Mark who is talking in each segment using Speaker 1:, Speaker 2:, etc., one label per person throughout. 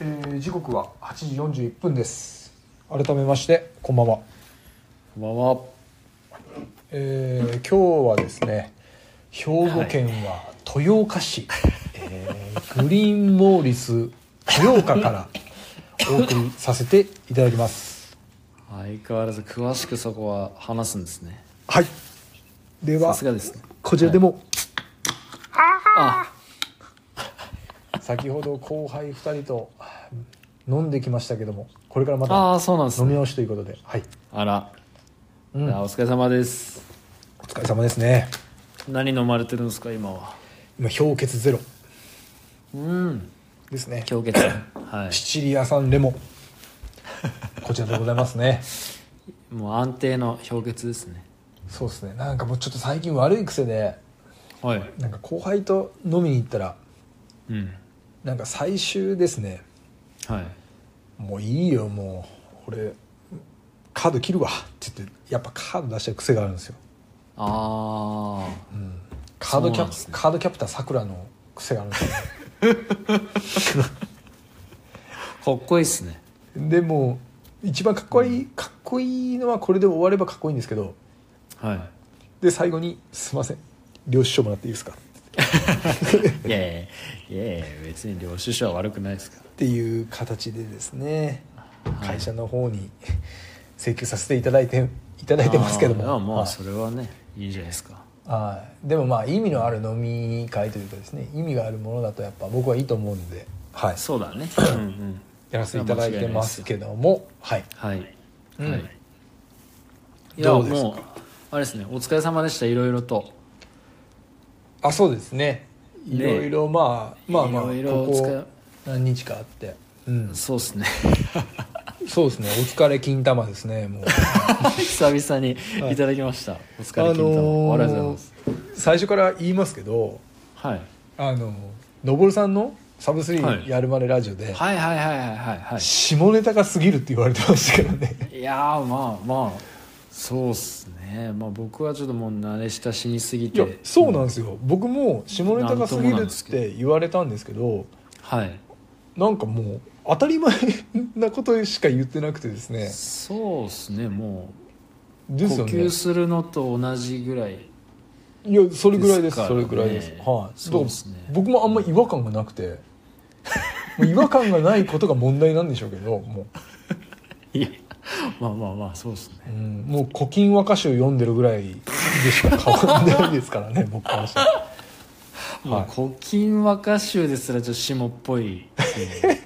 Speaker 1: えー時刻は8時41分です改めましてこんばんは、
Speaker 2: こんばんは。
Speaker 1: えー今日はですね兵庫県は豊岡市、えーグリーンモーリス豊岡からお送りさせていただきます
Speaker 2: 相変わらず詳しくそこは話すんですね。
Speaker 1: はいで
Speaker 2: さ
Speaker 1: は
Speaker 2: すがですね。
Speaker 1: こちらでも、
Speaker 2: あ、
Speaker 1: 先ほど後輩2人と飲んできましたけどもこれからま
Speaker 2: あ
Speaker 1: た
Speaker 2: あ、そうなんです
Speaker 1: 飲み
Speaker 2: ね。
Speaker 1: 直しということではい、
Speaker 2: あら、
Speaker 1: うん、
Speaker 2: あお疲れ様です。
Speaker 1: お疲れ様ですね
Speaker 2: 何飲まれてるんですか、今は。
Speaker 1: 今氷結ゼロ
Speaker 2: うん。
Speaker 1: ですね
Speaker 2: 氷結。はい。
Speaker 1: シチリア産レモ ンこちらでございますね
Speaker 2: もう安定の氷結ですね。
Speaker 1: そうですねなんかもうちょっと最近悪い癖で
Speaker 2: はい。
Speaker 1: なんか後輩と飲みに行ったら
Speaker 2: うん。
Speaker 1: なんか最終ですね
Speaker 2: はい。
Speaker 1: もういいよもう俺カード切るわって言ってやっぱカード出してる癖があるんですよ
Speaker 2: ああ、
Speaker 1: カードキ
Speaker 2: そ
Speaker 1: ャ
Speaker 2: うなん
Speaker 1: プ、
Speaker 2: ですね
Speaker 1: カードキャプターさくらの癖があるんですよ
Speaker 2: かっこいいですね。
Speaker 1: ねでもう一番かっこいいかっこいいのはこれで終わればかっこいいんですけど
Speaker 2: は
Speaker 1: で最後に「すいません領収書もらっていいですか?」
Speaker 2: い。いやいやいやいや、別に領収書は悪くないですか
Speaker 1: っていう形でですね、
Speaker 2: い
Speaker 1: 会社の方に 請求させていただいていただ
Speaker 2: ら。
Speaker 1: いてますけども
Speaker 2: あーいやま
Speaker 1: は
Speaker 2: あ、
Speaker 1: い
Speaker 2: それはね、いいじゃないですか。
Speaker 1: はいでもまあ意味のある飲み会というかですね意味があるものだとやっぱ僕はいいと思うんで、はい、
Speaker 2: そうだね。うんうん。
Speaker 1: やらせていただいてますけどもはい
Speaker 2: はい、
Speaker 1: うん
Speaker 2: はいいや
Speaker 1: どうですか
Speaker 2: もうあれですねお疲れ様でしたいろいろと
Speaker 1: あそうですね
Speaker 2: ね
Speaker 1: いろいろまあ、まあまあ
Speaker 2: いろいろ
Speaker 1: こ
Speaker 2: お疲れ
Speaker 1: こ何日かあって、うん、
Speaker 2: そうですね
Speaker 1: そうですねお疲れ金玉ですねもう
Speaker 2: 久々にいただきました、お疲れ金玉、ありがとうございます
Speaker 1: 最初から言いますけど
Speaker 2: はい、
Speaker 1: あののぼるさんのサブスリ
Speaker 2: はい
Speaker 1: ーやるまでラジオで、
Speaker 2: はいはいはいはいはいは
Speaker 1: 下ネタが過ぎるって言われてましたけどね
Speaker 2: いいやーまあまあそうっすねまあ僕はちょっともう慣れ親しみすぎ
Speaker 1: いや
Speaker 2: て
Speaker 1: そうなん
Speaker 2: ん
Speaker 1: ですよ僕も下ネタが過ぎるって言われたんですけど
Speaker 2: はい
Speaker 1: なんかもう当たり前なことしか言ってなくてですね
Speaker 2: そうっすねもう
Speaker 1: で
Speaker 2: 呼
Speaker 1: すよね
Speaker 2: 吸するのと同じぐらい
Speaker 1: いやそれぐらいです
Speaker 2: で
Speaker 1: そ
Speaker 2: すからね
Speaker 1: れぐらいですはい
Speaker 2: そうですね
Speaker 1: だから僕もあんま違和感がなくてもう違和感がないことが問題なんでしょうけども
Speaker 2: いや まあまあまあそうっすね
Speaker 1: う,、うん、もう「古今和歌集」読んでるぐらいでしか変わんないですから ね僕からしたら。
Speaker 2: もう古今和歌集ですらちょっと下っぽいですね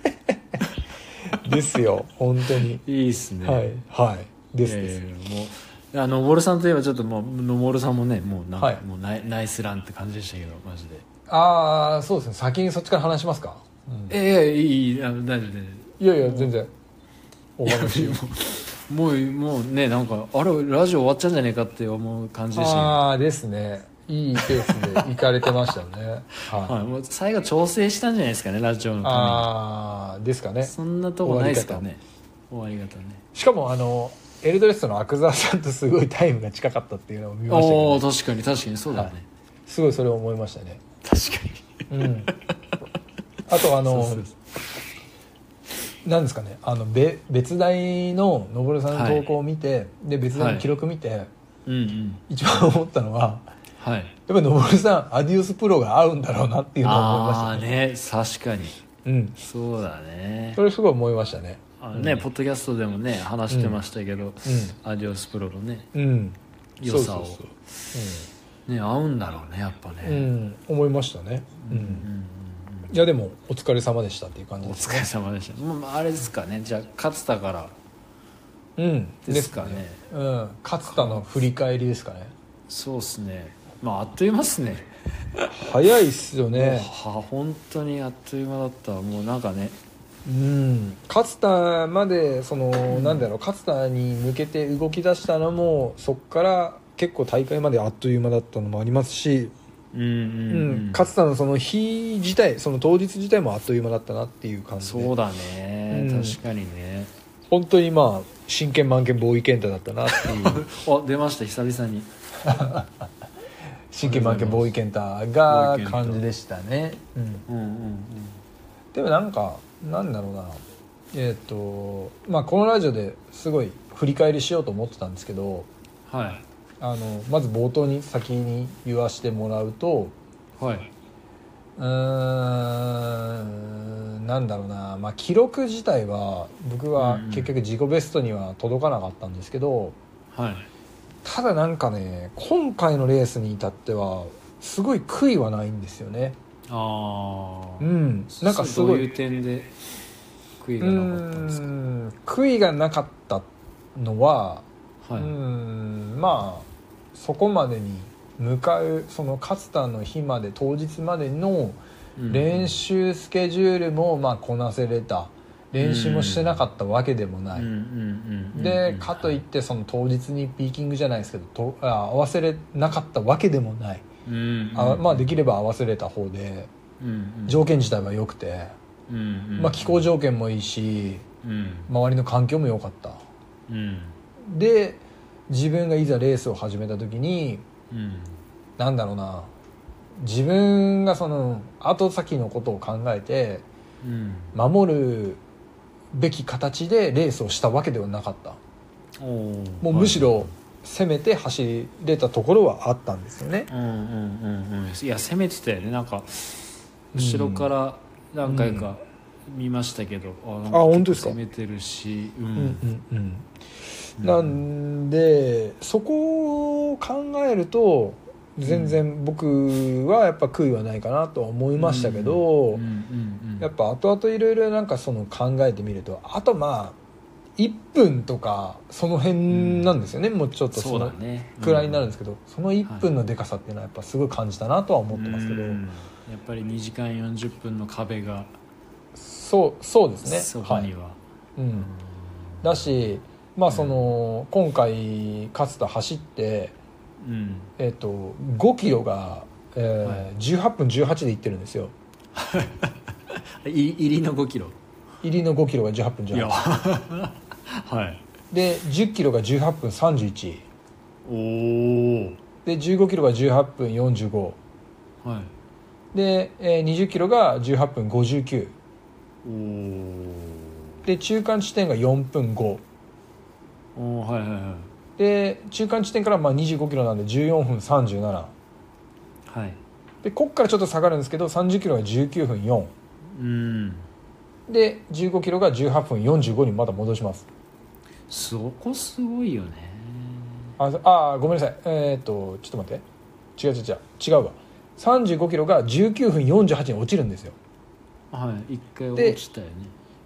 Speaker 1: ですよ本当に
Speaker 2: いいですね、
Speaker 1: はいはいですです、
Speaker 2: えーもうあのぼるさんといえばちょっともうのぼるさんもねもうなんか、
Speaker 1: はい
Speaker 2: もうナイナイスランって感じでしたけどマジで
Speaker 1: ああそうですね先にそっちから話しますか、うん
Speaker 2: ええいいいいあの大丈夫大丈
Speaker 1: いやいや全然お話
Speaker 2: 夫もうもうねなんかあれラジオ終わっちゃうんじゃねえかって思う感じでしたけど
Speaker 1: ああですねいいペースで行かれてましたよ ねはい
Speaker 2: はい、もう最後調整したんじゃないですかねラジオのた
Speaker 1: ああですか
Speaker 2: め
Speaker 1: ね
Speaker 2: にそんなとこないですかね終わり方ね
Speaker 1: しかもあのエルドレッドの阿久澤さんとすごいタイムが近かったっていうのを見ましたけ
Speaker 2: おお
Speaker 1: ど
Speaker 2: ー確かに確かにそうだね、
Speaker 1: はすごいそれを思いましたね
Speaker 2: 確かに
Speaker 1: うんあとあ
Speaker 2: そ
Speaker 1: の
Speaker 2: うそうそ
Speaker 1: なんですかねあのべ別大ののぼるさんの投稿を見て、で別大の記録見て、
Speaker 2: ううんうん
Speaker 1: 一番思ったのは
Speaker 2: はい
Speaker 1: やっぱりのぼるさんアディオスプロが合うんだろうなっていうのは思いました
Speaker 2: ああー
Speaker 1: ね
Speaker 2: ね確かに
Speaker 1: うん
Speaker 2: そうだね
Speaker 1: それすごい思いましたね
Speaker 2: あのね、ポッドキャストでもね話してましたけど、アディオスプロのね
Speaker 1: うん
Speaker 2: 良さを
Speaker 1: そうそう
Speaker 2: ね合うんだろうねやっぱ
Speaker 1: そううん、
Speaker 2: ね、
Speaker 1: うん思いましたねうん、
Speaker 2: うん
Speaker 1: いやでもお疲れ様でしたっていう感じ
Speaker 2: お
Speaker 1: です
Speaker 2: 疲れ様でした、まあ、あれですかねじゃあ勝つたから
Speaker 1: うん
Speaker 2: ですかね
Speaker 1: うん勝田の振り返りですかね
Speaker 2: そうっすねまああっという間っすね
Speaker 1: 早いっすよ
Speaker 2: は
Speaker 1: ね
Speaker 2: 本当にあっという間だったもうなんかね
Speaker 1: うん勝田までその、なんだろう勝田に向けて動き出したのもそっから結構大会まであっという間だったのもありますし
Speaker 2: うんうん、
Speaker 1: う
Speaker 2: うん
Speaker 1: ん、勝田のその日自体その当日自体もあっという間だったなっていう感じで
Speaker 2: そうだね、
Speaker 1: うん
Speaker 2: 確かに ね
Speaker 1: 本当にまあ真剣満剣ボーイ健太だった なっていう
Speaker 2: あ出ました久々に
Speaker 1: 真剣満剣ボーイ健太が
Speaker 2: ボーイ健太
Speaker 1: 感じでしたね、うん
Speaker 2: うんうんうん
Speaker 1: でもなんかなんだろうなえっ、とまあこのラジオですごい振り返りしようと思ってたんですけど
Speaker 2: は
Speaker 1: あのまず冒頭に先に言わしてもらうと
Speaker 2: いはい、
Speaker 1: うーんなんだろうな、まあ、記録自体は僕は結局自己ベストには届かなかったんですけど、
Speaker 2: はい、
Speaker 1: ただなんかね今回のレースに至ってはすごい悔いはないんですよね
Speaker 2: ああ
Speaker 1: うんなんかすご
Speaker 2: どうい
Speaker 1: いう
Speaker 2: 点で悔いうがなかったんですか
Speaker 1: ん悔いがなかったのは
Speaker 2: はいう
Speaker 1: ーんまあそこまでに向かうその勝田の日まで当日までの
Speaker 2: うん
Speaker 1: 練習スケジュールもまあこなせれた練習もしてなかったわけでもない、
Speaker 2: うんうんうんうん
Speaker 1: で
Speaker 2: うん
Speaker 1: かといってその当日にピーキングじゃないですけどとあ合わせれなかったわけでもない、
Speaker 2: うんうん
Speaker 1: あまあできれば合わせれた方で
Speaker 2: うんうん
Speaker 1: 条件自体は良くて、
Speaker 2: うんうん
Speaker 1: まあ、気候条件もいいし
Speaker 2: うん
Speaker 1: 周りの環境も良かった
Speaker 2: うん
Speaker 1: で自分がいざレースを始めた時に
Speaker 2: うん
Speaker 1: なんだろうな自分がその後先のことを考えて
Speaker 2: うん
Speaker 1: 守るべき形でレースをしたわけではなかった
Speaker 2: おー
Speaker 1: もうむしろ攻めて走れたところはあったんですよね、
Speaker 2: うんうんうんうんいや攻めてたよねなんか後ろから何回か見ましたけど、あなん
Speaker 1: あ本当ですか
Speaker 2: 攻めてるし、うん
Speaker 1: うんうんうん、なんでそこを考えると全然僕はやっぱ悔いはないかなとは思いましたけど、
Speaker 2: うんうんうん
Speaker 1: やっぱ後々いろいろなんかその考えてみるとあとまあ1分とかその辺なんですよね、もうちょっと
Speaker 2: そ
Speaker 1: そう
Speaker 2: だ
Speaker 1: の
Speaker 2: ね
Speaker 1: くらいになるん
Speaker 2: で
Speaker 1: ですけど、その1分のでかさっていうのはやっぱすごい感じたなとは思ってますけど、
Speaker 2: やっぱり2時間40分の壁が
Speaker 1: そうそうですね
Speaker 2: そこ
Speaker 1: は
Speaker 2: に
Speaker 1: い
Speaker 2: は、
Speaker 1: うん、だしまあその、今回勝田走って、
Speaker 2: うん
Speaker 1: えっと5キロが、えー
Speaker 2: はい
Speaker 1: 18分18でいってるんですよ
Speaker 2: い入りの5キロ
Speaker 1: 入りの5キロが18分
Speaker 2: いや
Speaker 1: 18
Speaker 2: はい
Speaker 1: で10キロが18分31
Speaker 2: おお
Speaker 1: で15キロが18分45
Speaker 2: はい
Speaker 1: で、えー20キロが18分59
Speaker 2: おー
Speaker 1: で中間地点が4分5
Speaker 2: おーはいはいは
Speaker 1: で中間地点からまあ25キロなんで14分37
Speaker 2: いはい
Speaker 1: でこっからちょっと下がるんですけど30キロが19分4
Speaker 2: うん
Speaker 1: で15キロが18分45にまた戻します
Speaker 2: そこすごいよね
Speaker 1: ああーごめんなさいえーっとちょっと待って違う違う違う違うわ35キロが19分48に落ちるんですよ
Speaker 2: はい一回
Speaker 1: で
Speaker 2: 落ちたよね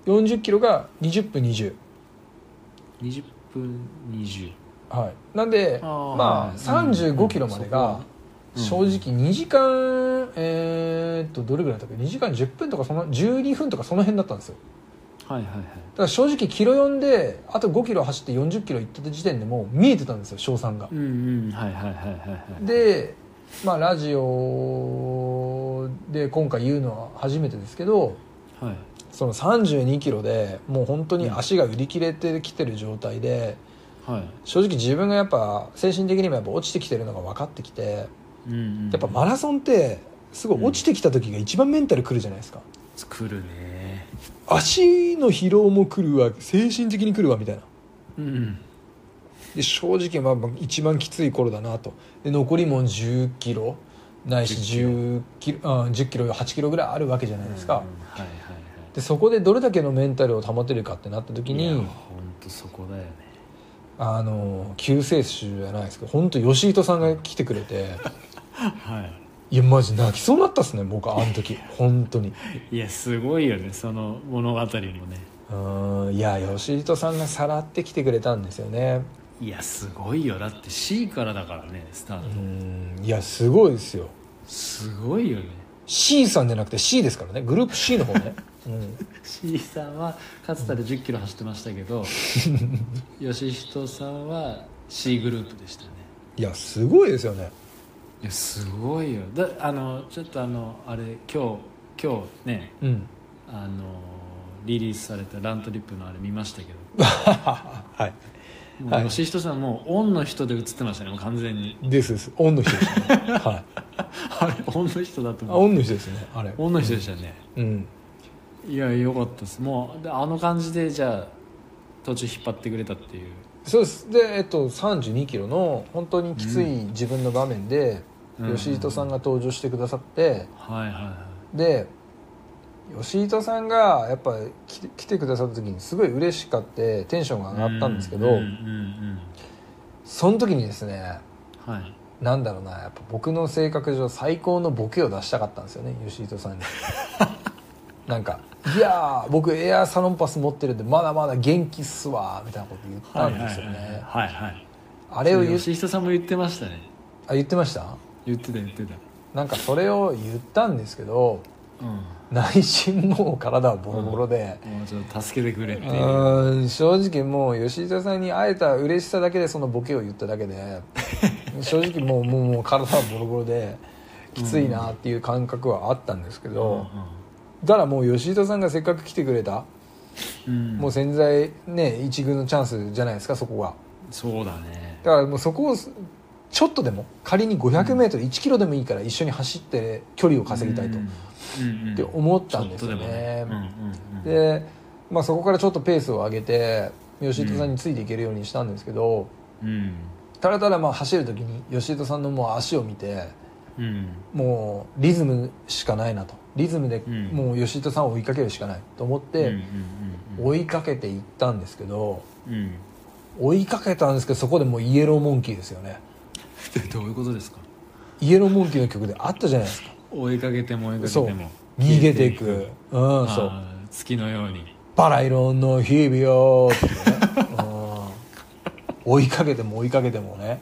Speaker 1: 40キロが20分20
Speaker 2: 20分20
Speaker 1: はいなんで
Speaker 2: あー
Speaker 1: ま
Speaker 2: は
Speaker 1: あ
Speaker 2: い
Speaker 1: 35キロまでが、
Speaker 2: うん
Speaker 1: 正直2時間、えーっとどれぐらいだったっけ2時間10分とかその12分とかその辺だったんですよ
Speaker 2: そこはうんはいはいはい
Speaker 1: だから正直キロ4であと5キロ走って40キロ行った時点でもう見えてたんですよ賞賛が
Speaker 2: うんうんはいはいはいはいはい
Speaker 1: でまあラジオで今回言うのは初めてですけど
Speaker 2: はい
Speaker 1: その32キロでもう本当に足が売り切れてきてる状態で
Speaker 2: はい
Speaker 1: 正直自分がやっぱ精神的にもやっぱ落ちてきてるのが分かってきて
Speaker 2: うんうん
Speaker 1: やっぱマラソンってすごい落ちてきた時が一番メンタルくるじゃないですか
Speaker 2: 作るね
Speaker 1: 足の疲労も来るわ精神的に来るわみたいな
Speaker 2: うん
Speaker 1: で正直まあまあ一番きつい頃だなとで残りも1 0キロないし10キロあ1 0キロ8キロぐらいあるわけじゃないですか、
Speaker 2: うんはいはいはい
Speaker 1: でそこでどれだけのメンタルを保てるかってなった時
Speaker 2: いや
Speaker 1: に
Speaker 2: 本当そこだよね
Speaker 1: あの救世主じゃないですけど本当吉井戸さんが来てくれて
Speaker 2: はい
Speaker 1: いやマジ泣きそうになったっすね僕あの時本当に
Speaker 2: いやすごいよねその物語もね
Speaker 1: うんいや吉井戸さんがさらって来てくれたんですよね
Speaker 2: いやすごいよだって C からだからねスター
Speaker 1: う
Speaker 2: ト
Speaker 1: んいやすごいですよ
Speaker 2: すごいよね
Speaker 1: C さんじゃなくて C ですからねグループ C の方 ね、うん、
Speaker 2: C さんはかつたで1 0キロ走ってましたけ ど吉人さんは C グループでしたね
Speaker 1: いやすごいですよね
Speaker 2: いやすごいよだあのちょっとあのあれ今日今日ね
Speaker 1: うん
Speaker 2: あのリリースされたラントリップのあれ見ましたけ
Speaker 1: は
Speaker 2: ども
Speaker 1: は
Speaker 2: う
Speaker 1: い
Speaker 2: 吉人さんもうオンの人で映ってましたねもう完全に
Speaker 1: いですですオンの人 でしたね、はい、
Speaker 2: あれオンの人だと
Speaker 1: あ
Speaker 2: 思う
Speaker 1: オンの人ですねあれ
Speaker 2: オンの人でしたね
Speaker 1: うん
Speaker 2: いやよかったですもうであの感じでじゃあ途中引っ張ってくれたっていう
Speaker 1: そうですで、えっと、3 2キロの本当にきつい自分の場面で、
Speaker 2: うん
Speaker 1: 吉井戸さんが登場してくださって、
Speaker 2: はいはいは
Speaker 1: で吉井戸さんがやっぱ来て来てくださった時にすごい嬉しかってテンションが
Speaker 2: い
Speaker 1: 上がったんですけど、
Speaker 2: うんうんうん
Speaker 1: その時にですね
Speaker 2: うんはい
Speaker 1: なんだろうなやっぱ僕の性格上最高のボケを出したかったんですよね吉井戸 さんになんか「いやー僕エアーサロンパス持ってるんでまだまだ元気っすわ」みたいなこと言ったんですよね、
Speaker 2: はいはい
Speaker 1: あ
Speaker 2: あ
Speaker 1: れを言っ
Speaker 2: 吉人さんも言ってましたね
Speaker 1: あ言ってました
Speaker 2: 言ってた言ってた
Speaker 1: なんかそれを言ったんですけど
Speaker 2: うん
Speaker 1: 内心もう体はボロボロで、
Speaker 2: もうちょっと助けてくれって
Speaker 1: う
Speaker 2: いうは
Speaker 1: ーん正直もう吉田さんに会えた嬉しさだけでそのボケを言っただけ で正直もうもうもう体はボロボロできついなっていう感覚はあったんですけど、だからもう吉田さんがせっかく来てくれた、
Speaker 2: うん
Speaker 1: もう潜在ね一軍のチャンスじゃないですかそこが
Speaker 2: そうだね
Speaker 1: だからもうそこをちょっとでも仮に 500m1 キロでもいいから一緒に走って距離を稼ぎたいと、
Speaker 2: うんうん
Speaker 1: って思ったんですよね
Speaker 2: ちょっとでもうんうんうん
Speaker 1: で、まあ、そこからちょっとペースを上げて吉田さんについていけるようにしたんですけど、
Speaker 2: うん
Speaker 1: ただただまあ走る時に吉田さんのもう足を見て
Speaker 2: うん
Speaker 1: もうリズムしかないなとリズムで
Speaker 2: うん
Speaker 1: もう吉田さんを追いかけるしかないと思っ
Speaker 2: うん
Speaker 1: て
Speaker 2: うんうん
Speaker 1: 追いかけていったんですけど
Speaker 2: うん
Speaker 1: 追いかけたんですけどそこでもうイエローモンキーですよね
Speaker 2: でどういうことですか
Speaker 1: イエローモンキーの曲であったじゃないですか
Speaker 2: 追いかけても追いかけ
Speaker 1: そう
Speaker 2: ても
Speaker 1: 逃げていくうん
Speaker 2: あー
Speaker 1: そう
Speaker 2: 月のように
Speaker 1: バラ色の日々よっていうね、うん、追いかけても追いかけてもね、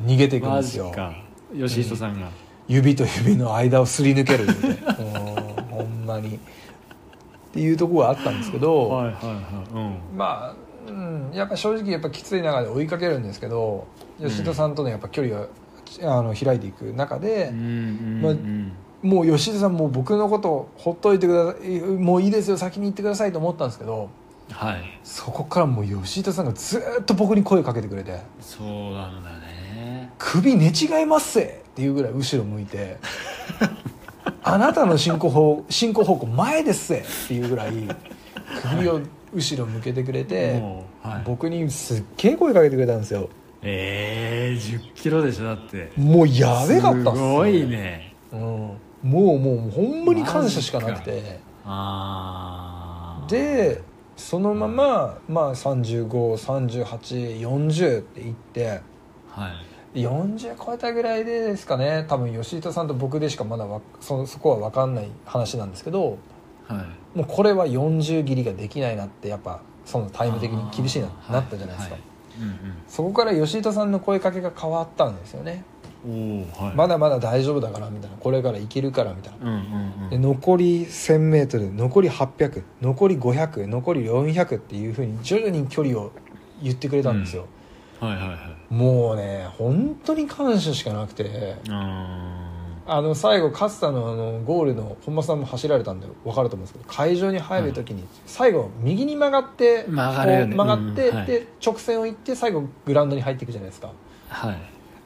Speaker 1: うん、逃げていくん
Speaker 2: マ
Speaker 1: です
Speaker 2: ジ
Speaker 1: よ
Speaker 2: か吉人さんが
Speaker 1: 指と指の間をすり抜けるみたい な、うん、ほんまにっていうところがあったんですけど、
Speaker 2: はいはいはいうん
Speaker 1: まあ、うん、やっぱ正直やっぱきつい中で追いかけるんですけど吉田さんとのやっぱ距離があの開いていく中で、
Speaker 2: うんうんうん
Speaker 1: もう吉田さんもう僕のことほっといてくださいもういいですよ先に行ってくださいと思ったんですけど
Speaker 2: はい
Speaker 1: そこからもう吉田さんがずーっと僕に声かけてくれて
Speaker 2: そうなんだね
Speaker 1: 「首寝違いますせ!」っていうぐらい後ろ向い て「あなたの進行方進行方向前ですせ!」っていうぐらい首を後ろ向けてくれて、
Speaker 2: もうはい
Speaker 1: 僕にすっげえ声かけてくれたんですよ
Speaker 2: ええー、1 0キロでしょだって
Speaker 1: もうやべかったっす,、
Speaker 2: すごい、ね
Speaker 1: うん、もうもうほんまに感謝しかなくて
Speaker 2: ああ
Speaker 1: でそのまま、まあ353840っていって
Speaker 2: はい
Speaker 1: 40超えたぐらいでですかね多分吉田さんと僕でしかまだわそそこは分かんない話なんですけど
Speaker 2: はい
Speaker 1: もうこれは40切りができないなってやっぱそのタイム的に厳しいな
Speaker 2: あー
Speaker 1: なったじゃないですか、
Speaker 2: は
Speaker 1: そこから吉田さんの声かけが変わったんですよね、
Speaker 2: うんうんおおはい
Speaker 1: ま
Speaker 2: だ
Speaker 1: だまだ大丈夫だからみたいなこれからいけるからみたいな
Speaker 2: うんうんう
Speaker 1: で
Speaker 2: ん
Speaker 1: 残り 1000m 残り800残り500残り400っていうふうに徐々に距離を言ってくれたんですよ、
Speaker 2: はいはいはい
Speaker 1: もうね本当に感謝しかなくて
Speaker 2: あ
Speaker 1: あの最後勝田のあのゴールの本間さんも走られたんで分かると思うんですけど会場に入る時に最後右に曲がって
Speaker 2: 曲がるよね
Speaker 1: こう曲がって、
Speaker 2: うんはい
Speaker 1: で直線を行って最後グラウンドに入っていくじゃないですか
Speaker 2: ーはい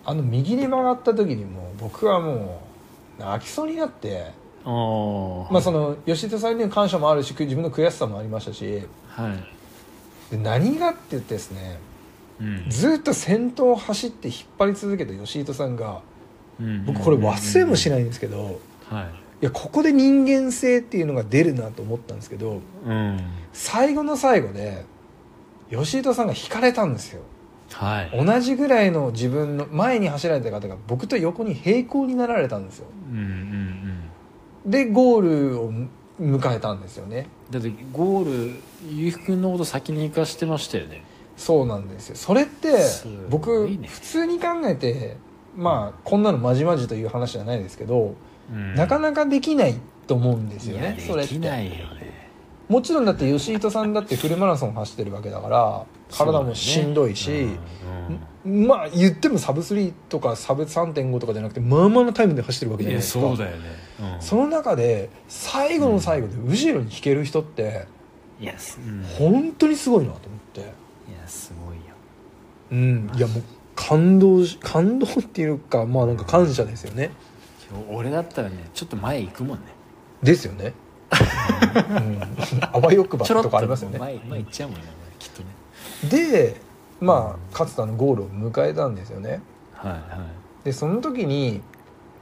Speaker 1: あの右に曲がった時にもう僕はもう泣きそうになって。
Speaker 2: おー
Speaker 1: まあ、その吉田さんにの感謝もあるし自分の悔しさもありましたし
Speaker 2: はい
Speaker 1: で何がって言ってですね
Speaker 2: うん
Speaker 1: ずっと先頭を走って引っ張り続けた吉田さんが
Speaker 2: うん
Speaker 1: 僕これ忘れもし
Speaker 2: い
Speaker 1: ないんですけど
Speaker 2: はい
Speaker 1: いやここで人間性っていうのが出るなと思ったんですけど
Speaker 2: うん
Speaker 1: 最後の最後で吉田さんが引かれたんですよ
Speaker 2: はい
Speaker 1: 同じぐらいの自分の前に走られた方が僕と横に平行になられたんですよ
Speaker 2: うんうんうん
Speaker 1: でゴールを迎えたんですよね
Speaker 2: だってゴールゆうきくんのこと先に行かしてましたよね
Speaker 1: そうなんですよそれって
Speaker 2: すごいね
Speaker 1: 僕普通に考えてまあこんなのまじまじという話じゃないですけど、なか
Speaker 2: か
Speaker 1: なかできないと思うんですよね
Speaker 2: い
Speaker 1: そ
Speaker 2: や
Speaker 1: れっ
Speaker 2: で
Speaker 1: て
Speaker 2: きないよね
Speaker 1: もちろんだって吉井さんだってフルマラソン走ってるわけだから体もしんどいし、
Speaker 2: うんうん
Speaker 1: まあ言ってもサブ3とかサブ3.5とかじゃなくてまあまあのタイムで走ってるわけじゃ
Speaker 2: い
Speaker 1: ない
Speaker 2: や
Speaker 1: ですか
Speaker 2: そうだよね、うん
Speaker 1: その中で最後の最後で後ろに引ける人って
Speaker 2: いやす、うん、い
Speaker 1: 本当にすごいなと思って。
Speaker 2: やすごいよ
Speaker 1: うん、いやもう感動し感動っていうかまあなんか感謝ですよね
Speaker 2: 今日俺だったらねちょっと前行くもんね
Speaker 1: ですよね うん、あわよくば
Speaker 2: ちょろっ
Speaker 1: と
Speaker 2: と
Speaker 1: かありますよね
Speaker 2: 前前行っちゃうもんねきっとね
Speaker 1: でまあ勝田のゴールを迎えたんですよね
Speaker 2: はいはい
Speaker 1: でその時に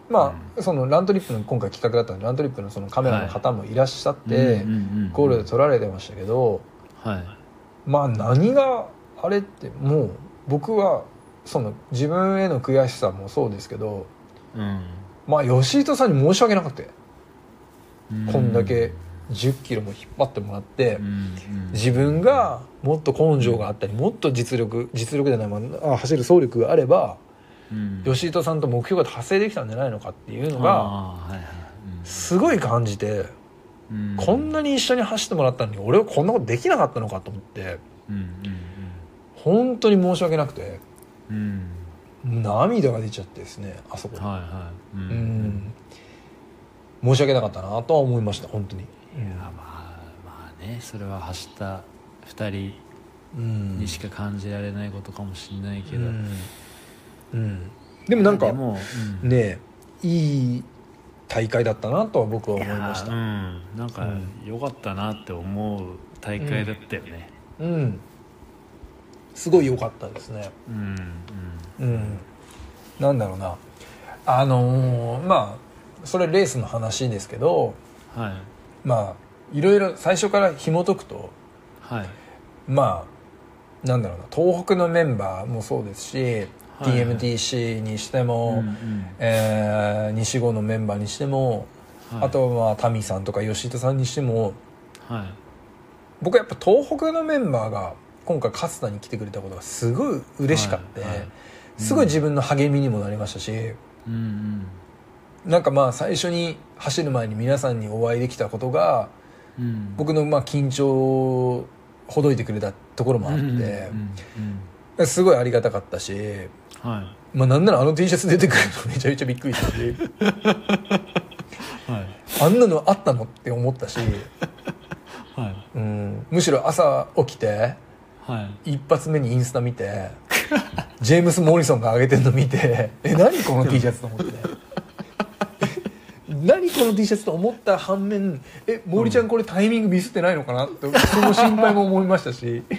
Speaker 1: まあ、そのラントリップの今回企画だったんでラントリップのそのカメラの方もいらっしゃって、
Speaker 2: うんうんうん
Speaker 1: ゴールで取られてましたけど
Speaker 2: はい
Speaker 1: まあ何があれってもう僕はその自分への悔しさもそうですけどまあ吉井戸さんに申し訳なかったよ
Speaker 2: うん
Speaker 1: こんだけ1 0キロも引っ張ってもらって
Speaker 2: うんうん
Speaker 1: 自分がもっと根性があったりもっと実力実力じゃない、まあ、あ走る走力があれば
Speaker 2: うん
Speaker 1: 吉井戸さんと目標が達成できたんじゃないのかっていうのが
Speaker 2: あーはいはい
Speaker 1: すごい感じて
Speaker 2: うんうん
Speaker 1: こんなに一緒に走ってもらったのに俺はこんなことできなかったのかと思って
Speaker 2: うん
Speaker 1: 本当に申し訳なくて
Speaker 2: うんうん
Speaker 1: 涙が出ちゃってですねあそこ
Speaker 2: うんはいはいうん
Speaker 1: うん申し訳なかったなとは思いました本当に
Speaker 2: いやまあまあねそれは走った2人
Speaker 1: うん
Speaker 2: にしか感じられないことかもしれないけ
Speaker 1: う
Speaker 2: ど、
Speaker 1: んうんでもなんか
Speaker 2: でも、うん
Speaker 1: ねいい大会だったなとは僕は思いまし
Speaker 2: い
Speaker 1: た
Speaker 2: やうんなんか良かったなって思う大会だったよね
Speaker 1: うんすごい良かったですね
Speaker 2: うんう
Speaker 1: う
Speaker 2: ん
Speaker 1: んなんだろうなあのーまあそれレースの話ですけど
Speaker 2: はい
Speaker 1: まあいろいろ最初から紐解くと
Speaker 2: はい
Speaker 1: まあなんだろうな東北のメンバーもそうですし、
Speaker 2: はい
Speaker 1: DMTC にしても、
Speaker 2: うんうん
Speaker 1: えー西郷のメンバーにしても、
Speaker 2: はい
Speaker 1: あとはタミさんとか吉田さんにしても
Speaker 2: はい
Speaker 1: 僕はやっぱ東北のメンバーが今回勝田に来てくれたことがすごい嬉しかった、
Speaker 2: はいはい
Speaker 1: すごい自分の励みにもなりましたし、
Speaker 2: うんうん
Speaker 1: なんかまあ最初に走る前に皆さんにお会いできたことが
Speaker 2: うん
Speaker 1: 僕のまあ緊張をほどいてくれたところもあって、
Speaker 2: うんうんうん
Speaker 1: すごいありがたかったし、
Speaker 2: うんは
Speaker 1: まあ、なんならあの T シャツ出てくるのめちゃめちゃびっくりしたし
Speaker 2: いはい
Speaker 1: あんなのあったのって思ったし、
Speaker 2: はい
Speaker 1: うん、むしろ朝起きて
Speaker 2: はい
Speaker 1: 一発目にインスタ見て ジェームス・モリソンが上げてるの見て え何この T シャツと思って 何この T シャツと思った反面えモリちゃんこれタイミングミスってないのかなってその心配も思いましたし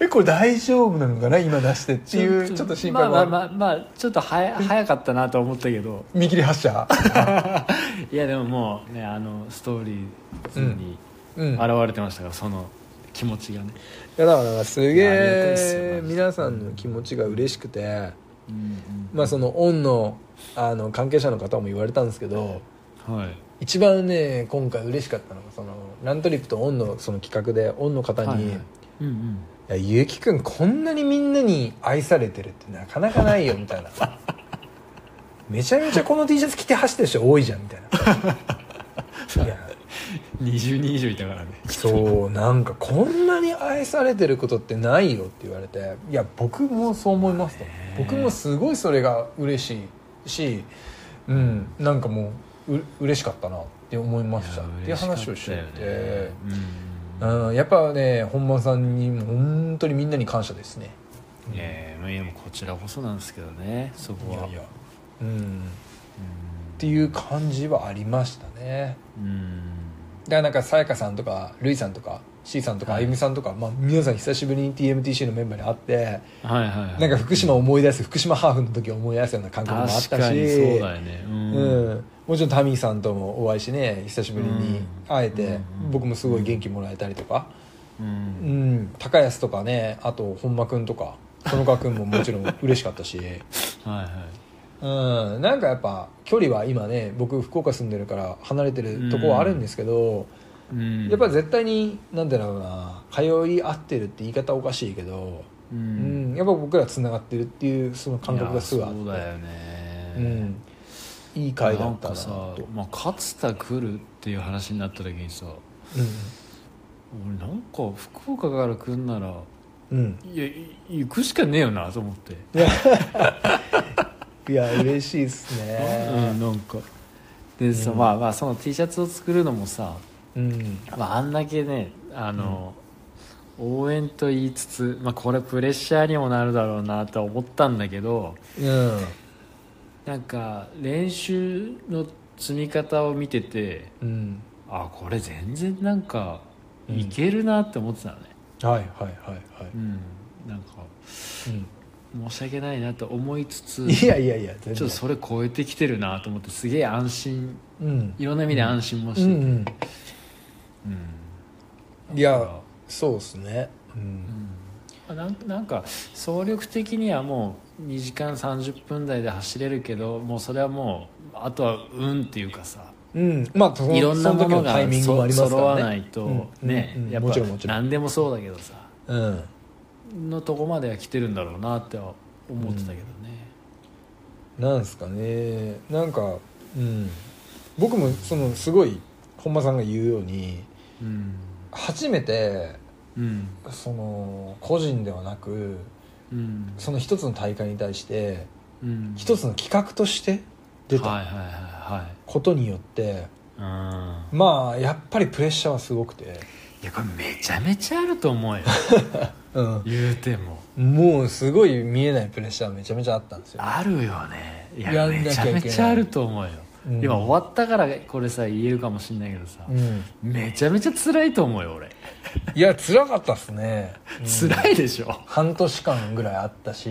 Speaker 1: えこれ大丈夫なのかな今出してっていうちょっと心配も
Speaker 2: ま
Speaker 1: あ
Speaker 2: あ
Speaker 1: る
Speaker 2: まあまあ、まあ、ちょっとはや早かったなと思ったけど
Speaker 1: 見切り発車
Speaker 2: いやでももうねあのストーリーズに
Speaker 1: うん
Speaker 2: 現れてましたから、その気持ちがね、
Speaker 1: いやだからすげ
Speaker 2: いやありがたいっす
Speaker 1: え
Speaker 2: よ
Speaker 1: 皆さんの気持ちが嬉しくて、
Speaker 2: うん
Speaker 1: まあ、そのオンのあの関係者の方も言われたんですけど
Speaker 2: うん、はい
Speaker 1: 一番ね今回嬉しかったのがそのラントリップとオンのその企画でオンの方に
Speaker 2: はいはいうんうん
Speaker 1: 「いやゆきくんこんなにみんなに愛されてるってなかなかないよ」みたい な「めちゃめちゃこの T シャツ着て走ってる人多いじゃん」みたい な。いや
Speaker 2: 20人以上いたからね
Speaker 1: そうなんかこんなに愛されてることってないよって言われていや僕もそう思いますと僕もすごいそれが嬉しいしうんなんかもうう嬉しかったなって思いましたっていう話をして
Speaker 2: 嬉しかったよねうん
Speaker 1: うん、やっぱね本間さんにも本当にみんなに感謝ですね
Speaker 2: うんいやいやまあいやもうこちらこそなんですけどねそ
Speaker 1: い
Speaker 2: こは
Speaker 1: やいやうんっていう感じはありましたね
Speaker 2: うんうん
Speaker 1: だからなんかさやかさんとかるいさんとか C さんとか
Speaker 2: は
Speaker 1: あ
Speaker 2: い
Speaker 1: ゆみさんとか、まあ、皆さん久しぶりに TMTC のメンバーに会って
Speaker 2: はいはいはい
Speaker 1: なんか福島を思い出す福島ハーフの時を思い出すような感覚もあったし
Speaker 2: 確かにそうだよねう
Speaker 1: うん
Speaker 2: ん、
Speaker 1: もちろんタミーさんともお会いしてね久しぶりに会えて、
Speaker 2: うん
Speaker 1: 僕もすごい元気もらえたりとか、
Speaker 2: う
Speaker 1: うん
Speaker 2: ん
Speaker 1: 高安とかねあと本間君とか園川君ももちろん嬉しかった し、
Speaker 2: はいはい
Speaker 1: うん、なんかやっぱ距離は今ね僕福岡住んでるから離れてるとこはあるんですけど、
Speaker 2: うん
Speaker 1: やっぱ絶対に何て言うんだろうな通い合ってるって言い方おかしいけど、
Speaker 2: う
Speaker 1: うん
Speaker 2: ん
Speaker 1: やっぱ僕らつながってるっていうその感覚がすぐあっ
Speaker 2: い
Speaker 1: て
Speaker 2: やそうだよね、
Speaker 1: うん、いい回だ
Speaker 2: なん
Speaker 1: った
Speaker 2: か
Speaker 1: な
Speaker 2: さ
Speaker 1: と、
Speaker 2: まあ、勝田来るっていう話になった時にさ俺なんか福岡から来んなら
Speaker 1: うんうん、
Speaker 2: いやい行くしかねえよなと思って、
Speaker 1: いや嬉しいです
Speaker 2: う
Speaker 1: ね
Speaker 2: んなんかでさ、
Speaker 1: うん
Speaker 2: まあまあその T シャツを作るのもさ、
Speaker 1: うん
Speaker 2: まあ、あんだけねあの、応援と言いつつ、まあ、これプレッシャーにもなるだろうなとは思ったんだけど
Speaker 1: うん
Speaker 2: なんか練習の積み方を見てて
Speaker 1: うん
Speaker 2: あこれ全然なんかいけるなって思ってたのね、
Speaker 1: はいはいはいは
Speaker 2: うんなんか
Speaker 1: い、うん
Speaker 2: 申し訳ないなと思いつつ
Speaker 1: いやいやいや全然
Speaker 2: ちょっとそれ超えてきてるなと思ってすげえ安心
Speaker 1: うん
Speaker 2: いろんな意味で安心もして
Speaker 1: う
Speaker 2: て、
Speaker 1: んうん
Speaker 2: うん
Speaker 1: いやそうですねう、
Speaker 2: うんんまあなんなんか総力的にはもう2時間30分台で走れるけどもうそれはもうあとは運っていうかさ
Speaker 1: うん、まあその
Speaker 2: いろんなも
Speaker 1: その時の
Speaker 2: のが
Speaker 1: タイミングもありますか
Speaker 2: そ
Speaker 1: らね
Speaker 2: 揃わないと
Speaker 1: うん
Speaker 2: ね、
Speaker 1: うんうん
Speaker 2: やっぱ
Speaker 1: もちろんもちろん
Speaker 2: 何でもそうだけどさ
Speaker 1: うん
Speaker 2: のとこまでは来てるんだろうなっては思ってたけどね、
Speaker 1: なんすかねなんかうん僕もそのすごい本間さんが言うように
Speaker 2: うん
Speaker 1: 初めて
Speaker 2: うん
Speaker 1: その個人ではなく
Speaker 2: うん
Speaker 1: その一つの大会に対して
Speaker 2: うん
Speaker 1: 一つの企画として出
Speaker 2: はい
Speaker 1: た
Speaker 2: はいは
Speaker 1: ことによって、
Speaker 2: いはいうん
Speaker 1: まあやっぱりプレッシャーはすごくて、
Speaker 2: いやこれめちゃめちゃあると思うよ
Speaker 1: うん、
Speaker 2: 言うても
Speaker 1: もうすごい見えないプレッシャーめちゃめちゃあったんですよ、
Speaker 2: あるよねい
Speaker 1: や
Speaker 2: や
Speaker 1: ん
Speaker 2: め
Speaker 1: なき
Speaker 2: ち
Speaker 1: ゃい
Speaker 2: ゃ
Speaker 1: けない
Speaker 2: めちゃあると思うよ、
Speaker 1: うん
Speaker 2: 今終わったからこれさ言えるかもしれないけどさ、
Speaker 1: うん、
Speaker 2: めちゃめちゃ辛いと思うよ俺、
Speaker 1: いや辛かったっすね、うん
Speaker 2: 辛いでしょ
Speaker 1: 半年間ぐらいあったし
Speaker 2: う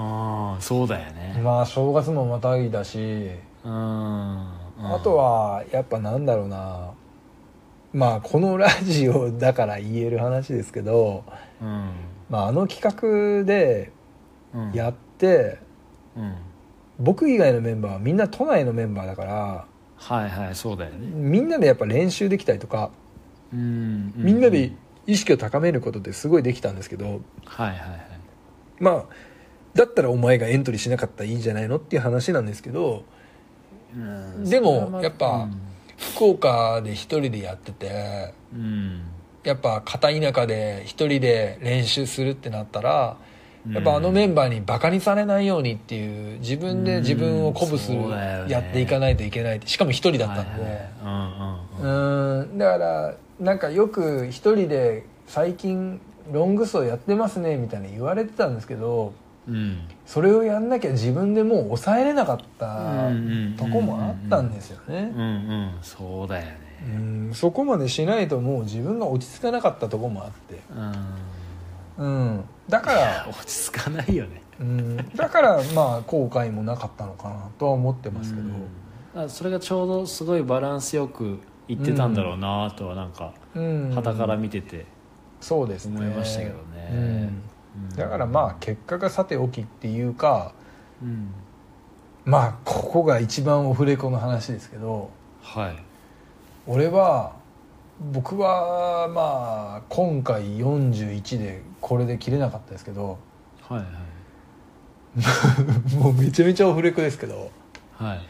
Speaker 2: んそうだよね
Speaker 1: まあ正月もまたぎだし、
Speaker 2: うんうん
Speaker 1: あとはやっぱなんだろうなまあこのラジオだから言える話ですけど、
Speaker 2: うん、
Speaker 1: まあ、あの企画で
Speaker 2: うん、
Speaker 1: やって、
Speaker 2: うん
Speaker 1: 僕以外のメンバーはみんな都内のメンバーだから
Speaker 2: はいはいそうだよね
Speaker 1: みんなでやっぱ練習できたりとか
Speaker 2: うんう
Speaker 1: みんなで意識を高めることってすごいできたんですけど、
Speaker 2: はいはいはい
Speaker 1: まあだったらお前がエントリーしなかったらいいんじゃないのっていう話なんですけど
Speaker 2: うん
Speaker 1: でも
Speaker 2: それはま
Speaker 1: やっぱ福岡で一人でやってて
Speaker 2: うん、うん
Speaker 1: やっぱ片田舎で一人で練習するってなったら
Speaker 2: うん
Speaker 1: やっぱあのメンバーにバカにされないようにっていう自分で自分を鼓舞する、
Speaker 2: うんそうだよね
Speaker 1: やっていかないといけないってしかも一人だったんで、
Speaker 2: はいはいうんうんうん
Speaker 1: うんだからなんかよく一人で最近ロング走やってますねみたいな言われてたんですけど
Speaker 2: うん
Speaker 1: それをやんなきゃ自分でもう抑えれなかった
Speaker 2: うんうん
Speaker 1: とこもあったんですよね
Speaker 2: うんうんそうだよね
Speaker 1: うんそこまでしないともう自分が落ち着かなかったとこもあって
Speaker 2: うん
Speaker 1: うんだから
Speaker 2: 落ち着かないよね
Speaker 1: うんだからまあ後悔もなかったのかなとは思ってますけど
Speaker 2: うんあそれがちょうどすごいバランスよくいってたんだろうなとはなんか
Speaker 1: うん
Speaker 2: 傍から見てて
Speaker 1: そうですね
Speaker 2: 思いましたけどね、
Speaker 1: うんだからまあ結果がさておきっていうか
Speaker 2: あ、うん
Speaker 1: まあここが一番オフレコの話ですけど
Speaker 2: はい
Speaker 1: 俺は僕はまあ今回41でこれで切れなかったですけど
Speaker 2: はいはい
Speaker 1: もうめちゃめちゃオフレコですけど
Speaker 2: はい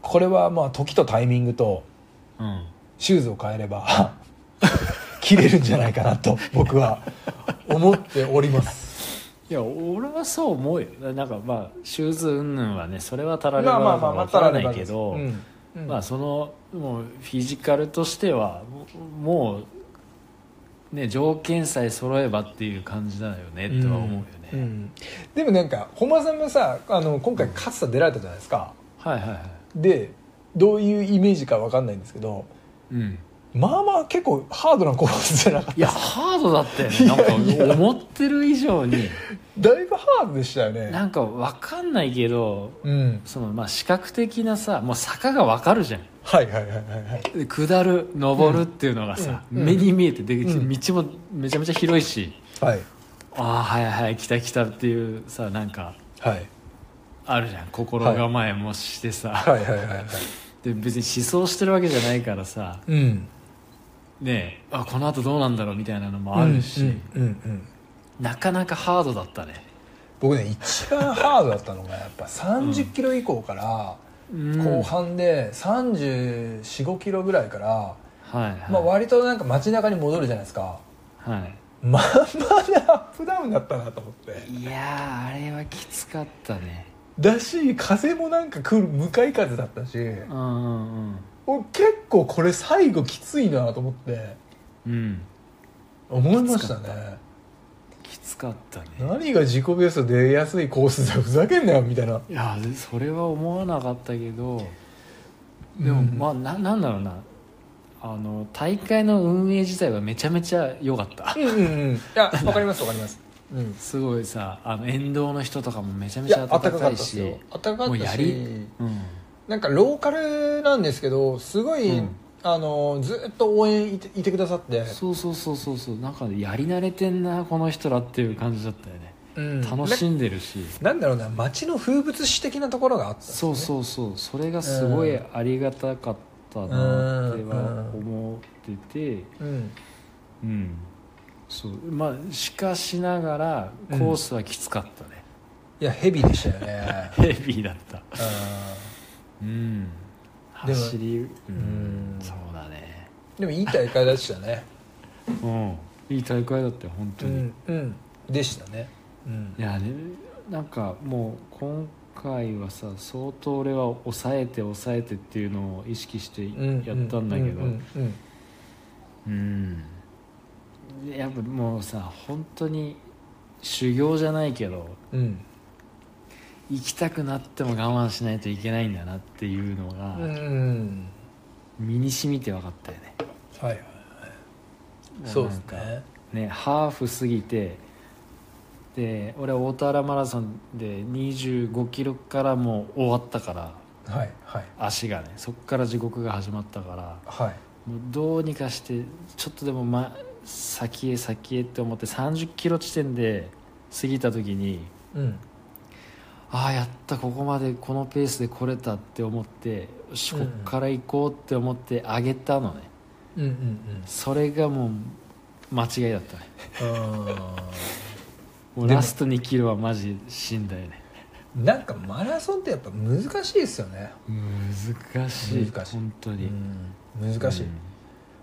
Speaker 1: これはまあ時とタイミングと
Speaker 2: うん
Speaker 1: シューズを変えれば切れるんじゃないかなと僕は思っております
Speaker 2: いや俺はそう思うよなんかまあシューズ云々はねそれはた
Speaker 1: ま
Speaker 2: ら
Speaker 1: あ
Speaker 2: れば
Speaker 1: まあまあま
Speaker 2: わ
Speaker 1: た
Speaker 2: から
Speaker 1: ら
Speaker 2: ないけど、
Speaker 1: うんうん
Speaker 2: まあそのもうフィジカルとしてはももうね条件さえ揃えばっていう感じだよねっては思うよね、
Speaker 1: うんでもなんか本間さんもさあの今回勝田出られたじゃないですか
Speaker 2: はいはいはい
Speaker 1: でどういうイメージかわかんないんですけど
Speaker 2: うん
Speaker 1: まあまあ結構ハードなコースじゃなかっ
Speaker 2: いやハードだったよねなんか思ってる以上に
Speaker 1: ただいぶハードでしたよね
Speaker 2: なんか分かんないけど
Speaker 1: うん
Speaker 2: そのまあ視覚的なさもう坂が分かるじゃん
Speaker 1: はいはいはいはいはい
Speaker 2: で下る上るっていうのがさ、
Speaker 1: うんうん
Speaker 2: 目に見えてで
Speaker 1: うん
Speaker 2: 道もめちゃめちゃ広いし、
Speaker 1: はい
Speaker 2: ああはいはい来た来たっていうさなんか
Speaker 1: はい
Speaker 2: あるじゃん心構えもしてさ、
Speaker 1: はいはいはいはい
Speaker 2: で別に思想してるわけじゃないからさ
Speaker 1: うん
Speaker 2: ねえあこの後どうなんだろうみたいなのもあるし、
Speaker 1: うんうんうん
Speaker 2: なかなかハードだったね
Speaker 1: 僕ね一番ハードだったのがやっぱ30キロ以降から
Speaker 2: うん
Speaker 1: 後半で3 4 5キロぐらいから、
Speaker 2: はいはい、
Speaker 1: まあ、割となんか街中に戻るじゃないですか
Speaker 2: は
Speaker 1: まあまあなアップダウンだったなと思って
Speaker 2: い、いやーあれはきつかったね
Speaker 1: だし風もなんか来る向かい風だったし
Speaker 2: うんうん
Speaker 1: 俺結構これ最後きついなと思って
Speaker 2: うんうん
Speaker 1: 思いましたね
Speaker 2: きつかったね
Speaker 1: 何が自己ベスト出やすいコースだふざけんなよみたいない
Speaker 2: やそれは思わなかったけどでも、
Speaker 1: うん
Speaker 2: まあななんだろうなあの大会の運営自体はめちゃめちゃ良かった
Speaker 1: うんうんうんいやわかりますわかりますうん
Speaker 2: すごいさあの沿道の人とかもめちゃめ
Speaker 1: い
Speaker 2: ち
Speaker 1: や
Speaker 2: ゃ
Speaker 1: 暖か
Speaker 2: 暖
Speaker 1: か
Speaker 2: か
Speaker 1: った
Speaker 2: い
Speaker 1: です
Speaker 2: し
Speaker 1: よ暖かか
Speaker 2: も
Speaker 1: っ
Speaker 2: う
Speaker 1: た
Speaker 2: や
Speaker 1: し
Speaker 2: り、うん、
Speaker 1: なんかローカルなんですけどすごい、
Speaker 2: うん
Speaker 1: あのずっと応援いていてくださって、
Speaker 2: そうそうそうそうそうなんかやり慣れてんなこの人らっていう感じだったよね、
Speaker 1: うん
Speaker 2: 楽しんでるし
Speaker 1: ななんだろうな街の風物詩的なところがあったんですね、
Speaker 2: そうそうそうそれがすごいありがたかったなっては思ってて、
Speaker 1: う、ん、
Speaker 2: うんそうまあしかしながらコースはきつかったね、
Speaker 1: いやヘビーでしたよね
Speaker 2: ヘビーだったうん
Speaker 1: でも
Speaker 2: 走りうん、
Speaker 1: ん
Speaker 2: そうだね
Speaker 1: うんでもいい大会でしたね
Speaker 2: うんいい大会だったよ本当
Speaker 1: う
Speaker 2: に、
Speaker 1: ん、うん、でしたね、うん
Speaker 2: い、やねなんかもう今回はさ相当俺は抑えて抑えてっていうのを意識してやったんだけど
Speaker 1: ううんうん
Speaker 2: うんやっぱもうさ本当に修行じゃないけど
Speaker 1: うん
Speaker 2: 行きたくなっても我慢しないといけないんだなっていうのが
Speaker 1: うんうん
Speaker 2: 身に染みて分かったよね、
Speaker 1: はいはいそうですね
Speaker 2: ねハーフ過ぎてで俺大田原マラソンで2 5キロからもう終わったから
Speaker 1: はいはい
Speaker 2: 足がねそっから地獄が始まったから
Speaker 1: はい
Speaker 2: もうどうにかしてちょっとでも、ま、先へ先へって思って3 0キロ地点で過ぎた時に
Speaker 1: うん
Speaker 2: ああやったここまでこのペースで来れたって思ってよし
Speaker 1: うん
Speaker 2: こっから行こうって思って上げたのね、
Speaker 1: うんうんうん
Speaker 2: それがもう間違いだった ね
Speaker 1: あ
Speaker 2: もう
Speaker 1: でも
Speaker 2: ラスト2キロはマジ死んだよね
Speaker 1: ーなんかマラソンってやっぱ難しいですよね、
Speaker 2: 難しい
Speaker 1: 難しい
Speaker 2: 本当に、
Speaker 1: うん難しい、
Speaker 2: うん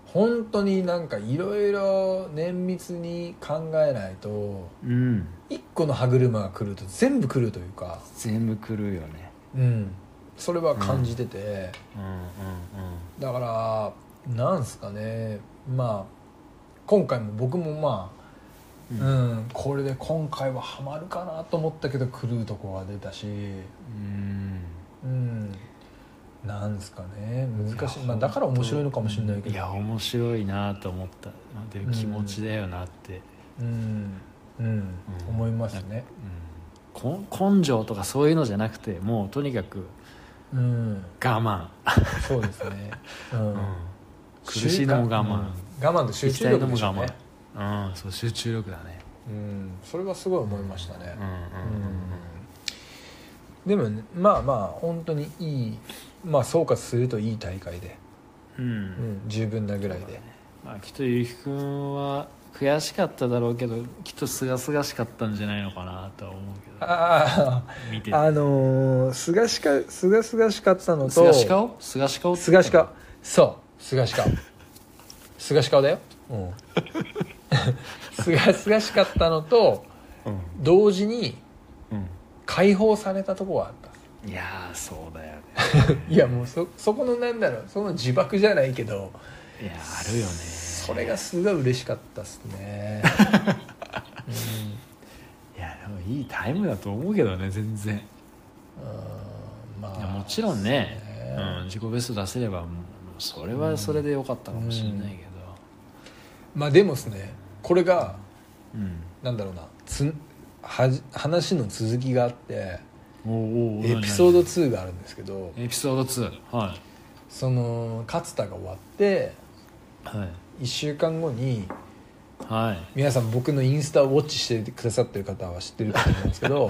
Speaker 1: 本当になんかいろいろ綿密に考えないと
Speaker 2: うん
Speaker 1: 一個の歯車が来ると全部来るというか、
Speaker 2: 全部狂うよね
Speaker 1: うん、それは感じてて、
Speaker 2: うんうん
Speaker 1: だからなんすかねまあ今回も僕もま
Speaker 2: うん
Speaker 1: あ、うん、これで今回はハマるかなと思ったけど狂うとこが出たし、
Speaker 2: うん
Speaker 1: うん、なんですかね難しい
Speaker 2: いや
Speaker 1: まあ、だから面白いのかもしれないけ
Speaker 2: い
Speaker 1: ど
Speaker 2: や面白いなと思ったでも気持ちだよなって、
Speaker 1: うん、うん、思いますね、
Speaker 2: うんこん根性とかそういうのじゃなくてもうとにかく
Speaker 1: うん、
Speaker 2: 我慢、
Speaker 1: そうですね、うん
Speaker 2: 苦しいのも我慢、
Speaker 1: うん我慢と集
Speaker 2: 行き
Speaker 1: 中
Speaker 2: たいの
Speaker 1: 力
Speaker 2: も
Speaker 1: でしょ
Speaker 2: 我
Speaker 1: うね
Speaker 2: 慢、うん、そう集中力だね
Speaker 1: うんそれはすごい思いましたね
Speaker 2: うんうん
Speaker 1: でもねまあまあ本当にいいまあ総括するといい大会で、
Speaker 2: うんうん、うん
Speaker 1: うん、十分なぐらいで
Speaker 2: まあ、きっとゆうきくんは悔しかっただろうけどきっとすがすがしかったんじゃないのかなとは思うけど
Speaker 1: あ
Speaker 2: 見て
Speaker 1: ああのーすがしかすがすがしかったのと
Speaker 2: すがし顔すがし顔って
Speaker 1: す
Speaker 2: 言
Speaker 1: が
Speaker 2: っ
Speaker 1: した
Speaker 2: の
Speaker 1: かそうすがしかすがしかだようん すがすがしかったのと同時に
Speaker 2: うん、
Speaker 1: 解放されたとこがあった
Speaker 2: うん、いやーそうだよね
Speaker 1: いやもうそそこのなんだろうその自爆じゃないけど
Speaker 2: いやある よね
Speaker 1: それがすごい嬉しかったっす ね
Speaker 2: いやでもいいタイムだと思うけどね全然
Speaker 1: うんうんま
Speaker 2: いや
Speaker 1: あ
Speaker 2: もちろんね
Speaker 1: そうです
Speaker 2: うん、自己ベスト出せればもうそれはそれでよかったかもしれないけ
Speaker 1: まあでもですねこれが
Speaker 2: ど、うん
Speaker 1: なんだろうなつはじ話の続きがあって
Speaker 2: おうおうおう
Speaker 1: エピソード
Speaker 2: 何
Speaker 1: 2があるんですけど
Speaker 2: 何エピソード2は
Speaker 1: その勝田が終わって
Speaker 2: いはい
Speaker 1: 1週間後に
Speaker 2: はい
Speaker 1: 皆さん僕のインスタをウォッチしてくださってる方は知ってるかと思うんですけ ど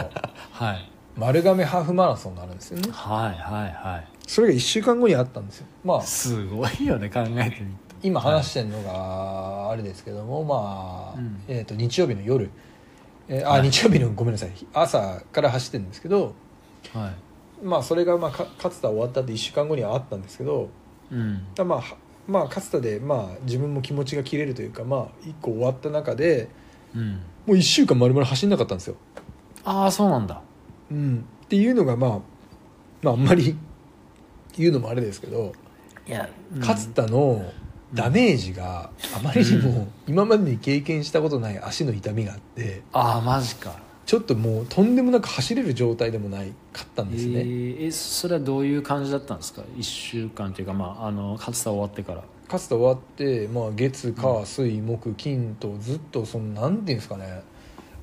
Speaker 2: はい
Speaker 1: 丸亀ハーフマラソンがあるんですよね
Speaker 2: はいはいは
Speaker 1: それが1週間後にあったんですよまあ
Speaker 2: いすごいよね考えてみて
Speaker 1: 今話してるのがあれですけども、まあ、
Speaker 2: うん
Speaker 1: えー、と日曜日の夜、えーあ、
Speaker 2: はい
Speaker 1: 日曜日のごめんなさい朝から走ってるんですけど、
Speaker 2: はい
Speaker 1: まあ、それが、まあ、か勝田終わったって1週間後にはあったんですけど、
Speaker 2: うん
Speaker 1: だまあはまあ、勝田で、まあ、自分も気持ちが切れるというか、まあ、1個終わった中で
Speaker 2: うん
Speaker 1: もう1週間丸々走んなかったんですよ。
Speaker 2: ああそうなんだ
Speaker 1: うん、っていうのが、まあ、まああんまり言うのもあれですけど
Speaker 2: いや、
Speaker 1: 勝田のダメージがあまりにも今までに経験したことない足の痛みがあって
Speaker 2: ああマジか
Speaker 1: ちょっともうとんでもなく走れる状態でもないかったんですね、
Speaker 2: えーえそれはどういう感じだったんですか1週間というか、まあ、あの勝さ終わってから
Speaker 1: かつて終わって、まあ、月火水木金とずっとそのなんていうんですかね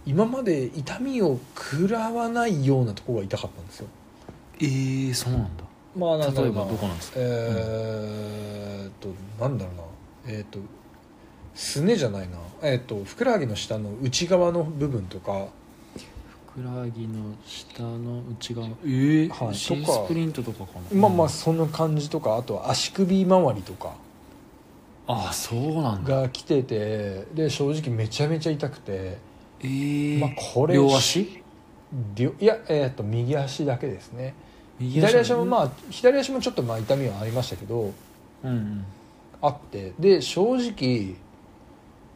Speaker 1: 今まで痛みを食らわないようなところが痛かったんですよ
Speaker 2: えー、そうなんだ
Speaker 1: まあ
Speaker 2: 例
Speaker 1: な
Speaker 2: え
Speaker 1: んだろうな
Speaker 2: ばどこなんですか
Speaker 1: えーっとなんだろうなえーっとすねじゃないなえーっとふくらはぎの下の内側の部分とか
Speaker 2: ふくらはぎの下の内側えー
Speaker 1: はい
Speaker 2: 新
Speaker 1: とか
Speaker 2: スプリントとかかな
Speaker 1: まあまあその感じとかあとは足首周りとか
Speaker 2: ああそうなんだ
Speaker 1: が来ててで正直めちゃめちゃ痛くて
Speaker 2: えー
Speaker 1: まあこれ
Speaker 2: 両足
Speaker 1: 両いやえーっと右足だけですね
Speaker 2: 右
Speaker 1: 左足もまあ左足もちょっとまあ痛みはありましたけど
Speaker 2: うんうん
Speaker 1: あってで正直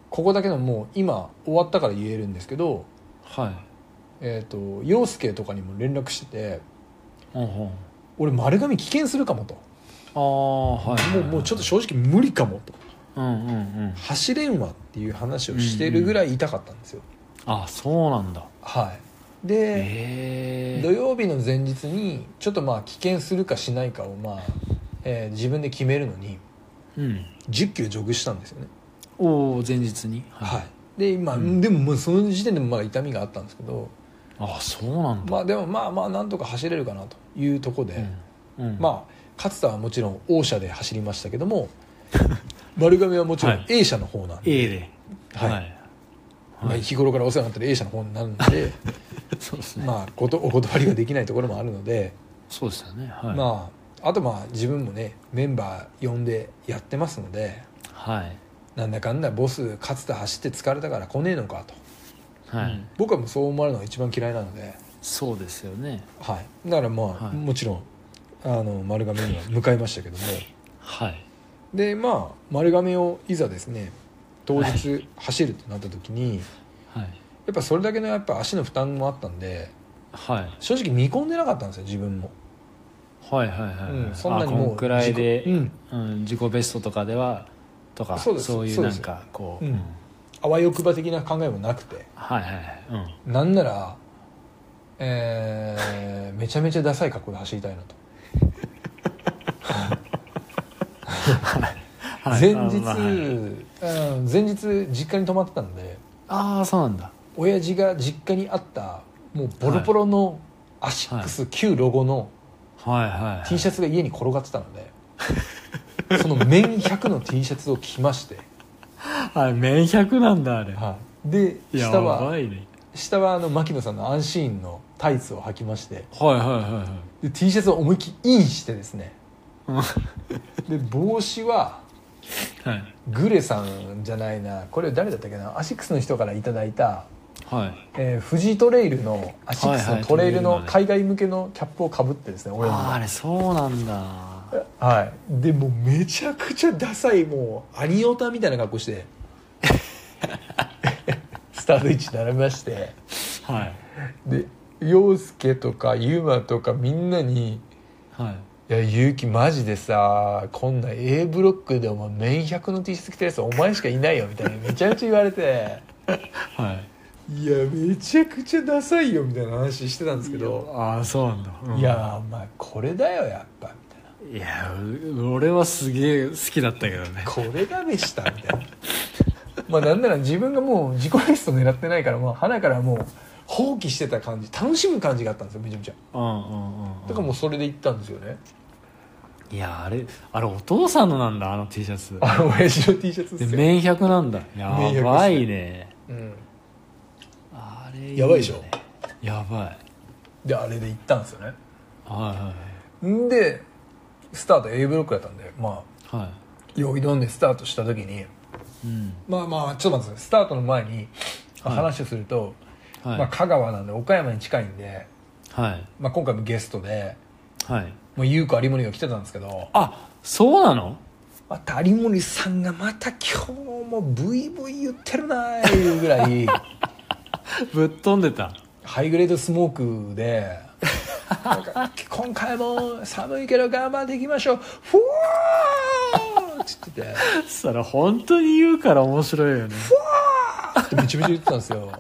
Speaker 1: ここだけのもう今終わったから言えるんですけど
Speaker 2: はい
Speaker 1: えー、と陽介とかにも連絡してて
Speaker 2: うんうん
Speaker 1: 俺丸髪危険するかもと
Speaker 2: ああはい
Speaker 1: もうもうちょっと正直無理かもと
Speaker 2: うんうんうん
Speaker 1: 走れんわっていう話をしてるぐらい痛かったんですよ、
Speaker 2: あそうなんだ
Speaker 1: はいで、
Speaker 2: え
Speaker 1: 土曜日の前日にちょっとまあ危険するかしないかをまあ、えー自分で決めるのに
Speaker 2: えうん
Speaker 1: 1 0キロジョグしたんですよね
Speaker 2: おお前日に
Speaker 1: はい、
Speaker 2: い
Speaker 1: で今、
Speaker 2: うん
Speaker 1: でももうその時点でもまだ痛みがあったんですけど
Speaker 2: あそうなんだ
Speaker 1: まあでもまあまあなんとか走れるかなというところで、
Speaker 2: うんうん
Speaker 1: まあ勝田はもちろん O 社で走りましたけども 丸亀はもちろ
Speaker 2: は
Speaker 1: ん
Speaker 2: い
Speaker 1: A 社の方なんで、
Speaker 2: A で
Speaker 1: は
Speaker 2: はい い
Speaker 1: まあ、日頃からお世話になってる A 社の方になるので
Speaker 2: そうですね
Speaker 1: まあことお断りができないところもあるので、
Speaker 2: そうですよねはい
Speaker 1: まああとまあ自分もねメンバー呼んでやってますので
Speaker 2: はい
Speaker 1: なんだかんだボス勝田走って疲れたから来ねえのかと
Speaker 2: はい
Speaker 1: 僕はもうそう思われるのが一番嫌いなので、
Speaker 2: そうですよね
Speaker 1: はい、だからまあ、
Speaker 2: はい
Speaker 1: もちろんあの丸亀には向かいましたけども。
Speaker 2: はい
Speaker 1: でまあ丸亀をいざですね当
Speaker 2: は
Speaker 1: 日走るとなった時に、や
Speaker 2: はい
Speaker 1: っぱそれだけのやっぱ足の負担もあったんで
Speaker 2: はい
Speaker 1: 正直見込んでなかったんですよ自分も、
Speaker 2: はいはいはい、
Speaker 1: うんそんなに
Speaker 2: あ
Speaker 1: もう
Speaker 2: こんくらいで、
Speaker 1: 自己うん
Speaker 2: うん自己ベストとかではとか
Speaker 1: そうです
Speaker 2: い
Speaker 1: そう
Speaker 2: う
Speaker 1: で
Speaker 2: な
Speaker 1: す
Speaker 2: んかこう、
Speaker 1: うんあわよくば的な考えもなくて
Speaker 2: はいはいはい、うん、
Speaker 1: なんなら、えーめちゃめちゃダサい格好で走りたいなと、
Speaker 2: はい
Speaker 1: 前
Speaker 2: あ
Speaker 1: 日、
Speaker 2: のまあはい
Speaker 1: うん前日実家に泊まってたので
Speaker 2: あーそうなんだ
Speaker 1: 親父が実家にあったもうボロボロのアシックス旧ロゴの、
Speaker 2: はいはい、はい、
Speaker 1: T シャ
Speaker 2: ツ
Speaker 1: ツが家に転がってたの でその綿100の T シャツを着まして、
Speaker 2: あれ綿100なんだあれ
Speaker 1: はい、で
Speaker 2: や
Speaker 1: 下
Speaker 2: ば
Speaker 1: はい
Speaker 2: ね
Speaker 1: 下はあの牧野さんのアンシーンのタイツを履きまして
Speaker 2: はいはいはいはい
Speaker 1: で T シャツを思いっきりインしてです ね
Speaker 2: うん
Speaker 1: で帽子は
Speaker 2: はい
Speaker 1: グレさんじゃないなこれ誰だったっけなアシックスの人からいただいた、
Speaker 2: はい
Speaker 1: えー、フジトレイルのアシックス
Speaker 2: はいは
Speaker 1: の
Speaker 2: い
Speaker 1: トレイルの
Speaker 2: トレ
Speaker 1: 海外向けのキャップをかぶってですね俺
Speaker 2: あーあ
Speaker 1: も
Speaker 2: れそうなんだは
Speaker 1: はいでもうめちゃくちゃダサいもうアニオタみたいな格好して スタート位置並びまして
Speaker 2: い
Speaker 1: で陽介とかユ馬とかみんなに
Speaker 2: はい
Speaker 1: 「いや結城マジでさこんな A ブロックでお前メイン100の T シャツ着てるやつお前しかいないよ」みたいなめちゃめちゃ言われて
Speaker 2: は
Speaker 1: 「
Speaker 2: い
Speaker 1: いやめちゃくちゃダサいよ」みたいな話してたんですけど
Speaker 2: ああそうなんだ、
Speaker 1: 「
Speaker 2: うん
Speaker 1: いやお前これだよやっぱ」みたいない
Speaker 2: やう俺はすげえ好きだったけどね
Speaker 1: 「これが飯だ」みたいなまあなんなら自分がもう自己ベスト狙ってないからもう花からもう放棄してた感じ楽しむ感じがあったんですよめちゃめちゃ
Speaker 2: うんうんうんうん
Speaker 1: だからもうそれで行ったんですよね
Speaker 2: いやあれあれお父さんのなんだあの T シャツ
Speaker 1: あの親父の T シャツで
Speaker 2: です
Speaker 1: よ
Speaker 2: 麺100なんだ
Speaker 1: 100
Speaker 2: やばいね
Speaker 1: うん
Speaker 2: あれいいね
Speaker 1: やばいでしょ
Speaker 2: やばい
Speaker 1: であれで行ったんですよね
Speaker 2: は
Speaker 1: んでスタート A ブロックだったんでまあ
Speaker 2: いはいは
Speaker 1: よいどんでスタートした時に
Speaker 2: いうん
Speaker 1: まあまあちょっと待ってくださいスタートの前に
Speaker 2: はい
Speaker 1: 話をすると、
Speaker 2: はい
Speaker 1: まあ、香川なんで岡山に近いんで、
Speaker 2: はい
Speaker 1: まあ、今回もゲストで
Speaker 2: はい
Speaker 1: もう優子有森が来てたんですけど
Speaker 2: あそうなの
Speaker 1: また有森さんがまた今日もブイブイ言ってるなーいうぐら い
Speaker 2: ぶっ飛んでた
Speaker 1: ハイグレードスモークでなんか今回も寒いけど頑張っていきましょうふわーって言ってて。
Speaker 2: それ本当に言うから面白いよね
Speaker 1: ってめちゃめちゃ言ってたんですよ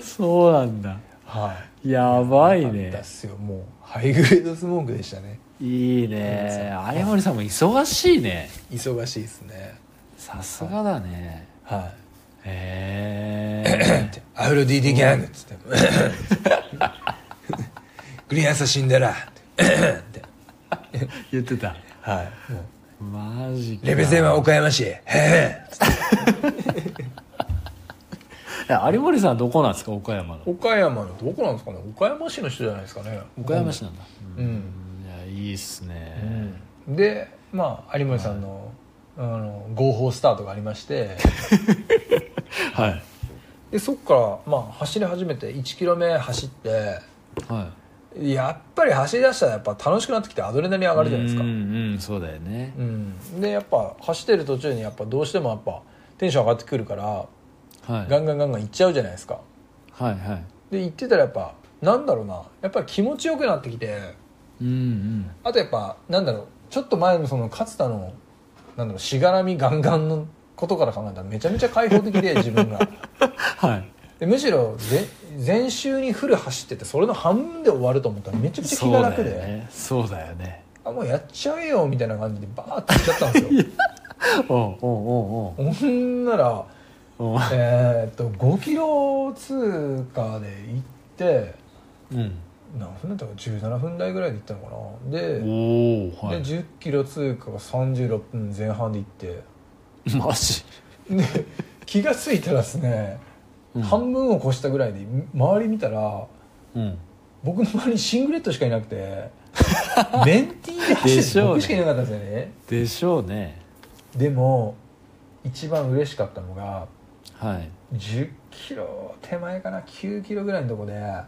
Speaker 2: そうなんだ
Speaker 1: はい
Speaker 2: やばい
Speaker 1: よかったっ
Speaker 2: ね
Speaker 1: すよもうハイグレードスモークでしたね
Speaker 2: いいね有森さんも忙しいね
Speaker 1: 忙しいですね
Speaker 2: さすがだね
Speaker 1: はい
Speaker 2: へ
Speaker 1: だっ
Speaker 2: え
Speaker 1: てアフロディーティギャングっつって グリーンアサ死んだ らって
Speaker 2: 言ってた
Speaker 1: はいも
Speaker 2: マジ
Speaker 1: う
Speaker 2: か
Speaker 1: レベゼンは岡山市へへ
Speaker 2: え有森さんはどこなんですか岡山の
Speaker 1: 岡山のどこなんですかね岡山市の人じゃないですかね
Speaker 2: 岡山市なんだ
Speaker 1: う
Speaker 2: うん
Speaker 1: ん、
Speaker 2: いやいいっすね、
Speaker 1: でまあ有森さんの,、あの合法スタートがありま して
Speaker 2: はい
Speaker 1: でそっから、まあ、走り始めて1キロ目走って
Speaker 2: はい
Speaker 1: やっぱり走り出したらやっぱ楽しくなってきてアドレナリン上がるじゃないですか
Speaker 2: うんうんそうだよね
Speaker 1: うん、でやっぱ走ってる途中にやっぱどうしてもやっぱテンション上がってくるから
Speaker 2: はい
Speaker 1: ガンガンガンガン行っちゃうじゃないですか
Speaker 2: はいはい
Speaker 1: で行ってたらやっぱなんだろうなやっぱり気持ちよくなってきて
Speaker 2: うんうん
Speaker 1: あとやっぱなんだろうちょっと前のその勝田のなんだろうしがらみガンガンのことから考えたらめちゃめちゃ開放的で自 分が
Speaker 2: はい
Speaker 1: でむしろぜ前週にフル走っててそれの半分で終わると思ったらめちゃくちゃ気
Speaker 2: そう
Speaker 1: が
Speaker 2: だ
Speaker 1: 楽
Speaker 2: よ
Speaker 1: で、
Speaker 2: ねそうだよね
Speaker 1: あもうやっちゃえよみたいな感じでバーって行っちゃったんです よ
Speaker 2: おうおうおう
Speaker 1: ほんなら
Speaker 2: おうおう
Speaker 1: えーっと5キロ通過で行って
Speaker 2: うん
Speaker 1: 何分だったか17分台ぐらいで行ったのかなで,、
Speaker 2: おおはい
Speaker 1: で10キロ通過が36分前半で行って
Speaker 2: マジ、
Speaker 1: で気が付いたらですね、
Speaker 2: うん、
Speaker 1: 半分を越したぐらいで周り見たら
Speaker 2: うん
Speaker 1: 僕の周りにシングレットしかいなく てメンティーで走
Speaker 2: で
Speaker 1: って
Speaker 2: し
Speaker 1: る
Speaker 2: ょうね
Speaker 1: 僕しかいなかったんですよね
Speaker 2: でしょうね
Speaker 1: でも一番嬉しかったのが
Speaker 2: はい
Speaker 1: 10キロ手前かな9キロぐらいのとこで
Speaker 2: は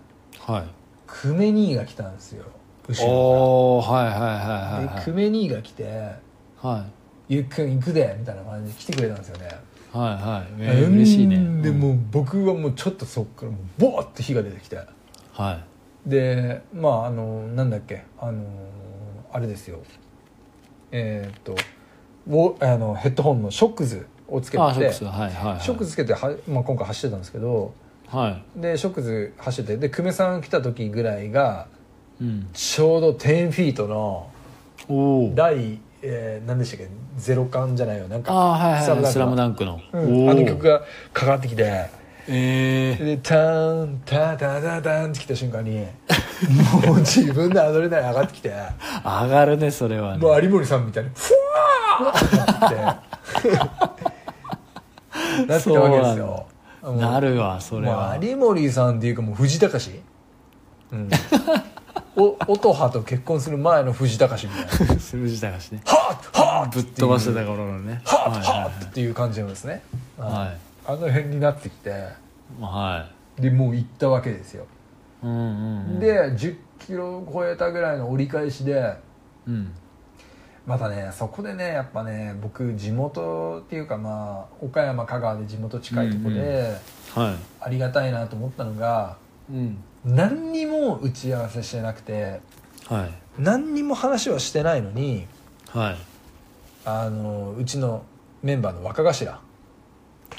Speaker 2: い
Speaker 1: クメ兄が来たんですよ後ろ
Speaker 2: おおはいはい
Speaker 1: か
Speaker 2: は
Speaker 1: ら
Speaker 2: い
Speaker 1: で
Speaker 2: はい
Speaker 1: クメ兄が来て
Speaker 2: はい
Speaker 1: 「ゆっくん行くで」みたいな感じで来てくれたんですよね、
Speaker 2: はいはいえー嬉しいね
Speaker 1: うんで
Speaker 2: うん
Speaker 1: もう僕はもうちょっとそっからもうボーって火が出てきて
Speaker 2: はい
Speaker 1: でまああのなんだっけあのあれですよえーっとウォあのヘッドホンのショックズをつけて
Speaker 2: あショック
Speaker 1: シ
Speaker 2: スはいはいはい
Speaker 1: ョックズつけては、まあ、今回走ってたんですけど
Speaker 2: は
Speaker 1: でショックズ走っててで久米さん来た時ぐらいが
Speaker 2: いうん
Speaker 1: ちょうど10フィートの
Speaker 2: おお
Speaker 1: 第、えー、何でしたっけゼロ感じゃないよなん
Speaker 2: あ
Speaker 1: か、
Speaker 2: あはいはい「
Speaker 1: ス
Speaker 2: ス
Speaker 1: ラ
Speaker 2: ラ
Speaker 1: ム
Speaker 2: ム
Speaker 1: ダ
Speaker 2: ダンクの、
Speaker 1: うん
Speaker 2: お
Speaker 1: あ
Speaker 2: ー
Speaker 1: の曲がかかってきて
Speaker 2: ええ
Speaker 1: でターンタタタタンってきた瞬間にもう自分でアドレナリン上がってきて
Speaker 2: 上がるねそれはね
Speaker 1: もう有森さんみたいにふわ ーってなってなってたわけですよもう
Speaker 2: なるわそれ
Speaker 1: まあ
Speaker 2: は、
Speaker 1: 有森さんっていうかもう藤隆史うん、お音羽と結婚する前の藤隆史みたいな
Speaker 2: 藤田がしね
Speaker 1: ハートハート
Speaker 2: ぶっ飛ばしてた頃のね
Speaker 1: ハー
Speaker 2: は
Speaker 1: ト
Speaker 2: い
Speaker 1: ハートっていう感じなんですね、
Speaker 2: は
Speaker 1: あの辺になってきて
Speaker 2: いは
Speaker 1: でもう行ったわけですよ、
Speaker 2: いうんうんうん
Speaker 1: で10キロ超えたぐらいの折り返しで
Speaker 2: うん
Speaker 1: またねそこでねやっぱね僕地元っていうかまあ岡山香川で地元近いとこで、
Speaker 2: うんは
Speaker 1: ありがたいなと思ったのが
Speaker 2: いうん
Speaker 1: 何にも打ち合わせしてなくて
Speaker 2: はい
Speaker 1: 何にも話はしてないのに
Speaker 2: はい
Speaker 1: あのうちのメンバーの若頭、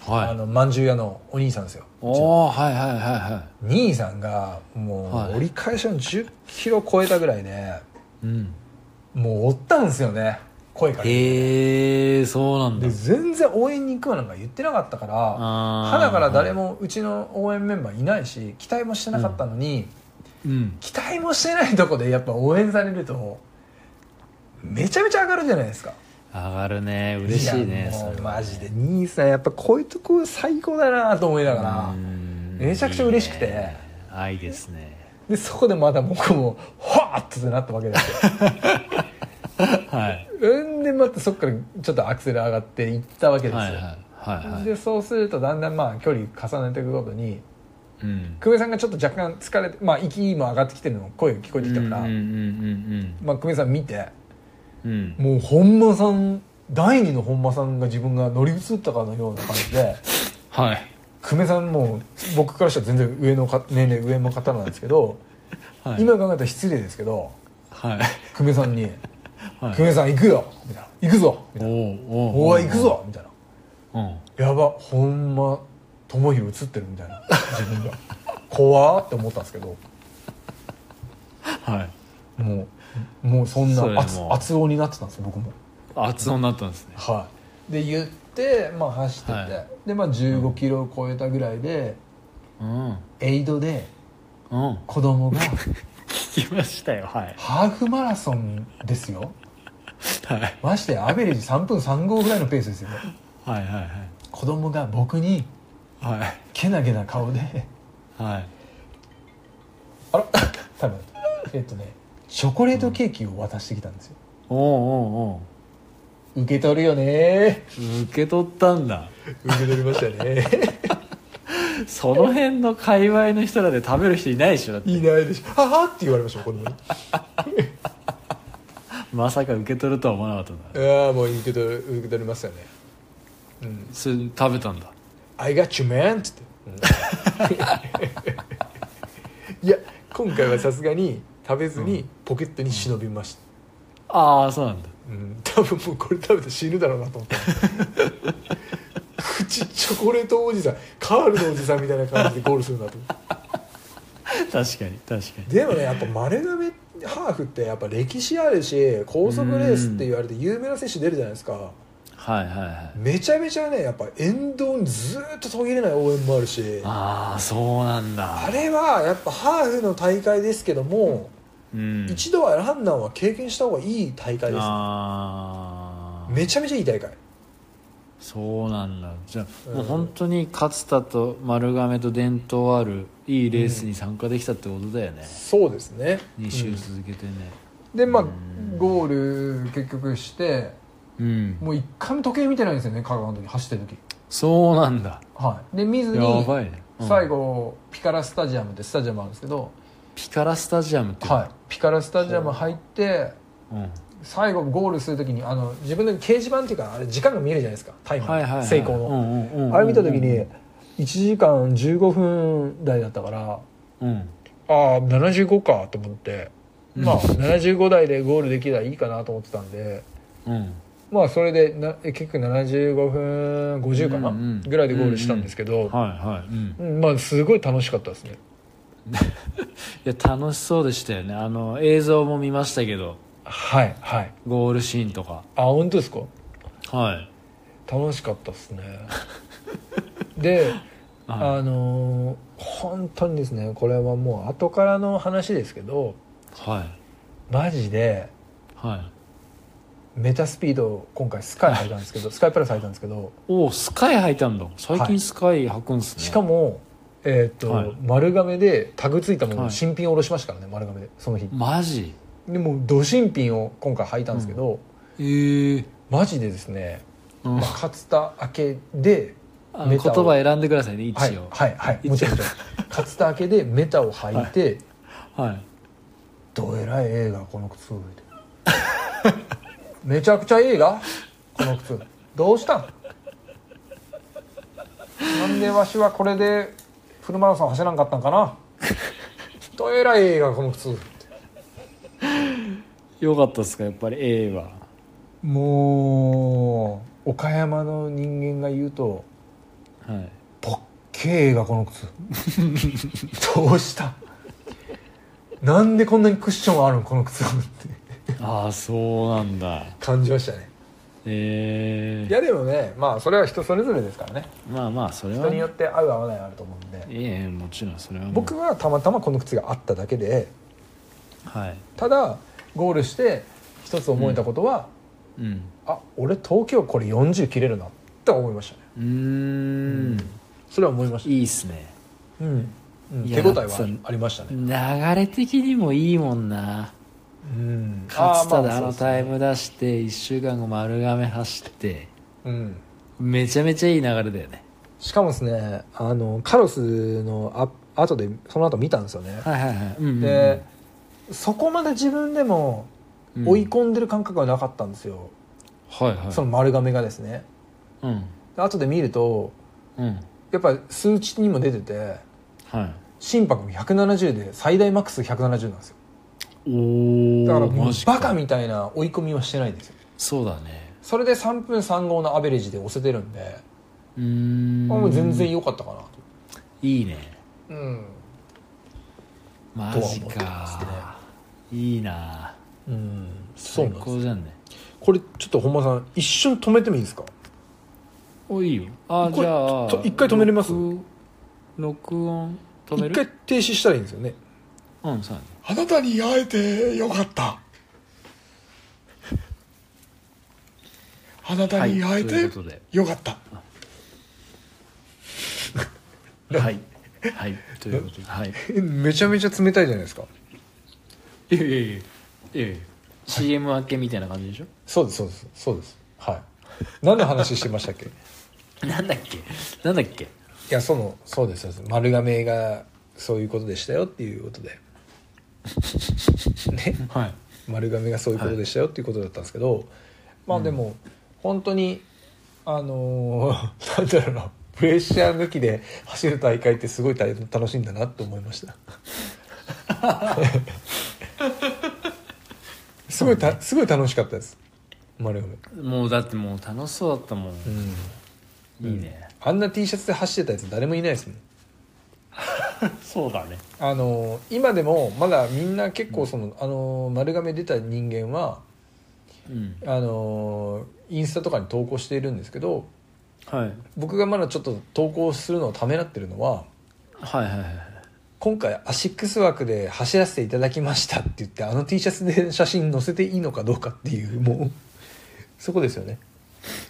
Speaker 1: あ
Speaker 2: はい
Speaker 1: のまんじゅう屋のお兄さんですようちの
Speaker 2: おおはいはいはいは
Speaker 1: 兄さんがも
Speaker 2: はいう
Speaker 1: 折り返しの1 0キロ超えたぐらいで、
Speaker 2: いうん
Speaker 1: もう追ったんですよね声かけて
Speaker 2: へえそうなんだ
Speaker 1: で全然応援に行くわなんか言ってなかったから肌
Speaker 2: 肌
Speaker 1: から誰もうちの応援メンバーいないし期待もしてなかったのに、
Speaker 2: うん
Speaker 1: 期待もしてないとこでやっぱ応援されるとめちゃめちゃ上がるじゃないですか
Speaker 2: 上がるね嬉しいね
Speaker 1: やも
Speaker 2: そうれは
Speaker 1: マジで兄さんやっぱこういうとこ最高だなと思いながら
Speaker 2: うん
Speaker 1: めちゃくちゃ嬉しくて
Speaker 2: いいね愛です ね
Speaker 1: でそこでまた僕もはーっとなったわけ ですよ
Speaker 2: はい
Speaker 1: うんでまたそっからちょっとアクセル上がっていったわけですよ、
Speaker 2: はいはいはいはい
Speaker 1: でそうするとだんだんまあ距離重ねていくごとに
Speaker 2: うん
Speaker 1: 久米さんがちょっと若干疲れてまあ息も上がってきてるのも声が聞こえてきたから、
Speaker 2: うんうん
Speaker 1: まあ、久米さん見て
Speaker 2: うんうんうん
Speaker 1: もう本間さん第二の本間さんが自分が乗り移ったかのような感じで
Speaker 2: はい
Speaker 1: 久米さんも僕からしたら全然上のか年齢上の方なんですけど、
Speaker 2: はい
Speaker 1: 今考えたら失礼ですけど
Speaker 2: はい
Speaker 1: 久米さんに
Speaker 2: は
Speaker 1: 「
Speaker 2: い
Speaker 1: 久米さん行くよ」みたいな「行くぞ」みたいな
Speaker 2: お
Speaker 1: 「
Speaker 2: お
Speaker 1: おい行くぞ」みたいな
Speaker 2: うん
Speaker 1: 「やば本間友廣映ってるみたいな自分が怖ーって思ったんですけど
Speaker 2: はい
Speaker 1: もうもうそんな
Speaker 2: それ
Speaker 1: 熱
Speaker 2: もう
Speaker 1: 熱男になってたんですよ僕も
Speaker 2: 熱音になったんですね
Speaker 1: はいで言って、まあ、走ってて、
Speaker 2: はい
Speaker 1: で、まあ、1 5キロを超えたぐらいで、
Speaker 2: うんうん
Speaker 1: エイドで子供 が
Speaker 2: 聞きましたよはい
Speaker 1: ハーフマラソンですよ
Speaker 2: はい
Speaker 1: ましてやアベレージ3分35ぐらいのペースですよ
Speaker 2: はいはい
Speaker 1: 子供が僕に
Speaker 2: はいはい
Speaker 1: けなげな顔で
Speaker 2: はい
Speaker 1: あら多分えっとねチョコレートケーキを渡してきたんですよ、
Speaker 2: おうおうお
Speaker 1: 受け取るよね
Speaker 2: う受け取ったんだ
Speaker 1: 受け取りました ね
Speaker 2: その辺の界隈の人らで食べる人いないでしょだって
Speaker 1: いないでしょ「はは」って言われましたもん子供に
Speaker 2: まさか受け取るとは思わなかったんだ
Speaker 1: ああもう受け取る受け取りましたねうん
Speaker 2: それ食べたんだ
Speaker 1: 「I got you man」っつって、 いや今回はさすがに食べずにポケットに忍びました、
Speaker 2: ああそうなんだ
Speaker 1: うん、多分もうこれ食べて死ぬだろうなと思って 口チョコレートおじさんカールのおじさんみたいな感じでゴールするなと思っ
Speaker 2: 確かに確か
Speaker 1: てでもねやっぱ丸亀ハーフってやっぱ歴史あるし高速レースって言われて有名な選手出るじゃないですか
Speaker 2: はいはいはい
Speaker 1: めちゃめちゃねやっぱ沿道にずーっと途切れない応援もあるしあ
Speaker 2: ああそうなんだ
Speaker 1: れはやっぱハーフの大会ですけども、
Speaker 2: うん
Speaker 1: 一度はランナーは経験した方がいい大会です
Speaker 2: ああ
Speaker 1: めちゃめちゃいい大会
Speaker 2: そうなんだじゃあ、
Speaker 1: うん
Speaker 2: もう本当に勝田と丸亀と伝統あるいいレースに参加できたってことだよね、
Speaker 1: そうですね
Speaker 2: 2
Speaker 1: う
Speaker 2: 週
Speaker 1: ん
Speaker 2: 続けてね
Speaker 1: でまあ
Speaker 2: うん
Speaker 1: ゴール結局して
Speaker 2: うん、
Speaker 1: もう一回も時計見てないんですよね香川の時走ってる時
Speaker 2: そうなんだ
Speaker 1: はいで見ず
Speaker 2: や
Speaker 1: に
Speaker 2: ばいね、うん
Speaker 1: 最後ピカラスタジアムってスタジアムあるんですけど、
Speaker 2: ピカラスタジアムっていうの
Speaker 1: はい、ピカラスタジアム入って
Speaker 2: うん、
Speaker 1: 最後ゴールする時にあの自分の掲示板っていうかあれ時間が見えるじゃないですかタイマー、
Speaker 2: はいはい、はい、
Speaker 1: 成功
Speaker 2: う
Speaker 1: の、
Speaker 2: んうんうんうん
Speaker 1: あれ見た時に1時間15分台だったから
Speaker 2: うん
Speaker 1: ああ75かと思ってまあ75台でゴールできたらいいかなと思ってたんで
Speaker 2: うん
Speaker 1: まあそれでなえ結局75分50かな、
Speaker 2: うんうん
Speaker 1: ぐらいでゴールしたんですけど、
Speaker 2: はいはいうん
Speaker 1: うんまあすごい楽しかったですね
Speaker 2: いや楽しそうでしたよねあの映像も見ましたけど
Speaker 1: はいはい
Speaker 2: ゴールシーンとか
Speaker 1: あ本当ですか
Speaker 2: はい
Speaker 1: 楽しかったです ねで、
Speaker 2: は
Speaker 1: あのー本当にですねこれはもう後からの話ですけど
Speaker 2: いはい
Speaker 1: マジで
Speaker 2: はい
Speaker 1: メタスピード今回スカイ入ったんですけどスカイプラス入ったんですけど
Speaker 2: おおスカイ履いたんだ最
Speaker 1: はい
Speaker 2: 近スカイ履くんすね、
Speaker 1: しかも、えーっと
Speaker 2: はい
Speaker 1: 丸亀でタグついたもの
Speaker 2: は
Speaker 1: を
Speaker 2: い
Speaker 1: 新品を下ろしましたからね丸亀でその日
Speaker 2: マジ
Speaker 1: でもうド新品を今回履いたんですけど、
Speaker 2: ええ
Speaker 1: マジでですね、
Speaker 2: うん
Speaker 1: まあ、勝田明けで
Speaker 2: あの
Speaker 1: メ
Speaker 2: 言
Speaker 1: タを
Speaker 2: 葉選んでくださいね一
Speaker 1: はい
Speaker 2: 応
Speaker 1: はいはいもちろんもちろん勝田明けでメタを履いて、
Speaker 2: はい、
Speaker 1: どえらい映画この靴をてめちゃくちゃいいがこの靴どうしたんなんでわしはこれでフルマラソン走らんかったんかなどえらい映画この靴
Speaker 2: よかったっすかやっぱり A は
Speaker 1: もう岡山の人間が言うと
Speaker 2: はい
Speaker 1: ポッケー映画この靴どうしたなんでこんなにクッションあるんこの靴って
Speaker 2: ああそうなんだ
Speaker 1: 感じましたね
Speaker 2: え
Speaker 1: い
Speaker 2: え
Speaker 1: やでもねまあそれは人それぞれですからね
Speaker 2: まあまあそれは
Speaker 1: 人によって合う合わないあると思うんで
Speaker 2: ええもちろんそれはもう
Speaker 1: 僕はたまたまこの靴があっただけで
Speaker 2: はい
Speaker 1: ただゴールして一つ思えたことは、
Speaker 2: うん
Speaker 1: あ俺東京これ40切れるなって思いましたね
Speaker 2: うーん
Speaker 1: それは思いまし
Speaker 2: いいっすね
Speaker 1: た、うんうん
Speaker 2: い
Speaker 1: 手
Speaker 2: や
Speaker 1: 応えは
Speaker 2: そう
Speaker 1: ありましたね、
Speaker 2: 流れ的にもいいもんな
Speaker 1: うん、
Speaker 2: 勝田で
Speaker 1: ま
Speaker 2: あの
Speaker 1: そう
Speaker 2: タ
Speaker 1: で
Speaker 2: イ
Speaker 1: すね
Speaker 2: ム出して1週間後丸亀走って
Speaker 1: うん
Speaker 2: めちゃめちゃいい流れだよね
Speaker 1: しかもですねあのカロスのあ後でその後見たんですよね、
Speaker 2: はいはいはい、うんうんうん
Speaker 1: で、そこまで自分でも
Speaker 2: うん
Speaker 1: 追い込んでる感覚はなかったんですよ、
Speaker 2: はいはい
Speaker 1: その丸亀がですね
Speaker 2: うん
Speaker 1: で後で見ると
Speaker 2: うん
Speaker 1: やっぱり数値にも出てて
Speaker 2: は
Speaker 1: 心拍も170で最大マックス170なんですよ
Speaker 2: いお
Speaker 1: だからもう
Speaker 2: マジ
Speaker 1: バカみたいな追い込みはしてないんですよ
Speaker 2: そうだね
Speaker 1: それで3分35のアベレージで押せてるんで
Speaker 2: うーん
Speaker 1: もう全然良かったかなと、
Speaker 2: いいね
Speaker 1: うん
Speaker 2: マ
Speaker 1: とは
Speaker 2: ジ
Speaker 1: 思ってますね
Speaker 2: かいいな
Speaker 1: うん、そう
Speaker 2: 最
Speaker 1: なんです
Speaker 2: 高じゃんね
Speaker 1: これちょっと本間さん一瞬止めてもいいですか
Speaker 2: おいいよあ
Speaker 1: こ
Speaker 2: じ
Speaker 1: れ
Speaker 2: ゃあ
Speaker 1: と一回止めれます
Speaker 2: 録録音止め
Speaker 1: 一
Speaker 2: る
Speaker 1: 回停止したらいいんですよね
Speaker 2: うんそうだね
Speaker 1: あなたに会えてよかったあなたに会え
Speaker 2: はいとい
Speaker 1: て
Speaker 2: うことで
Speaker 1: よかった、
Speaker 2: はいはいということではい
Speaker 1: えめちゃめちゃ冷たいじゃないですか
Speaker 2: いやいやいやいやいや CM 明けみたいな感じでしょ
Speaker 1: そうですそうですそうですはい何の話してましたっけ い
Speaker 2: なんだっけなんだっけ
Speaker 1: やそのそうですそうです丸亀がそういうことでしたよっていうことでね
Speaker 2: はい
Speaker 1: 丸亀がそういうことでしたよっていうことだったんですけど、まあでも本当にあのー なんだろうなプレッシャー抜きで走る大会ってすごい大楽しいんだなと思いました すごいたすごい楽しかったです丸亀、
Speaker 2: もうだってもう楽しそうだったもん、
Speaker 1: うん、
Speaker 2: いいね、
Speaker 1: あんな T シャツで走ってたやつ誰もいないですもん
Speaker 2: そうだね
Speaker 1: あのー今でもまだみんな結構その、あのー丸亀出た人間は
Speaker 2: うん
Speaker 1: あのーインスタとかに投稿しているんですけど
Speaker 2: はい
Speaker 1: 僕がまだちょっと投稿するのをためらってるのは
Speaker 2: はいはいはい
Speaker 1: 今回アシックス枠で走らせていただきましたって言ってあの T シャツで写真載せていいのかどうかっていうもうそこですよね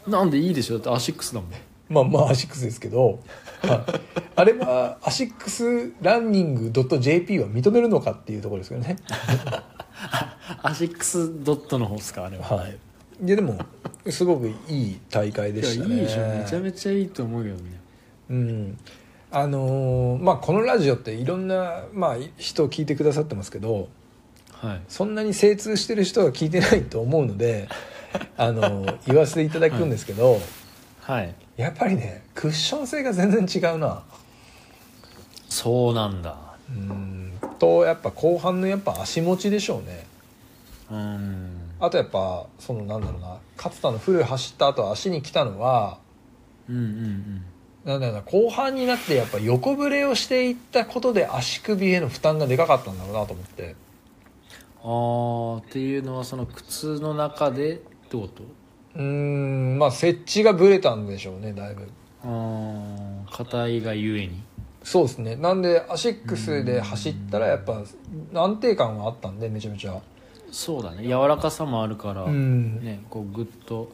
Speaker 2: なんでいいでしょだってアシックスだもん
Speaker 1: まあまあアシックスですけどはいあれはアシックスランニング .jp は認めるのかっていうところですよね
Speaker 2: アシックスドットの方っすかあれは
Speaker 1: はいいやでもすごくいい大会で
Speaker 2: いやい
Speaker 1: したね
Speaker 2: いでしょめちゃめちゃいいと思うけどね
Speaker 1: うんあのーまあこのラジオっていろんな、まあ、人を聞いてくださってますけど
Speaker 2: はい
Speaker 1: そんなに精通してる人は聞いてないと思うの であの言わせていただくんですけど、
Speaker 2: はい
Speaker 1: やっぱりねクッション性が全然違うな
Speaker 2: そうなんだ
Speaker 1: うんとやっぱ後半のやっぱ足持ちでしょうね
Speaker 2: うん
Speaker 1: あとやっぱそのなんだろうな勝田のフル走った後足に来たのは
Speaker 2: うんうん
Speaker 1: なんだろうな後半になってやっぱ横ブレをしていったことで足首への負担がでかかったんだろうなと思って
Speaker 2: うんああっていうのはその靴の中でってこと
Speaker 1: うんまあ設置がブレたんでしょうねだいぶ
Speaker 2: ああ硬いがゆえに
Speaker 1: そうですねなんでアシックスで走ったらやっぱ安定感はあったんでめちゃめちゃ
Speaker 2: そうだね柔らかさもあるから、
Speaker 1: うん、
Speaker 2: ねこうグッと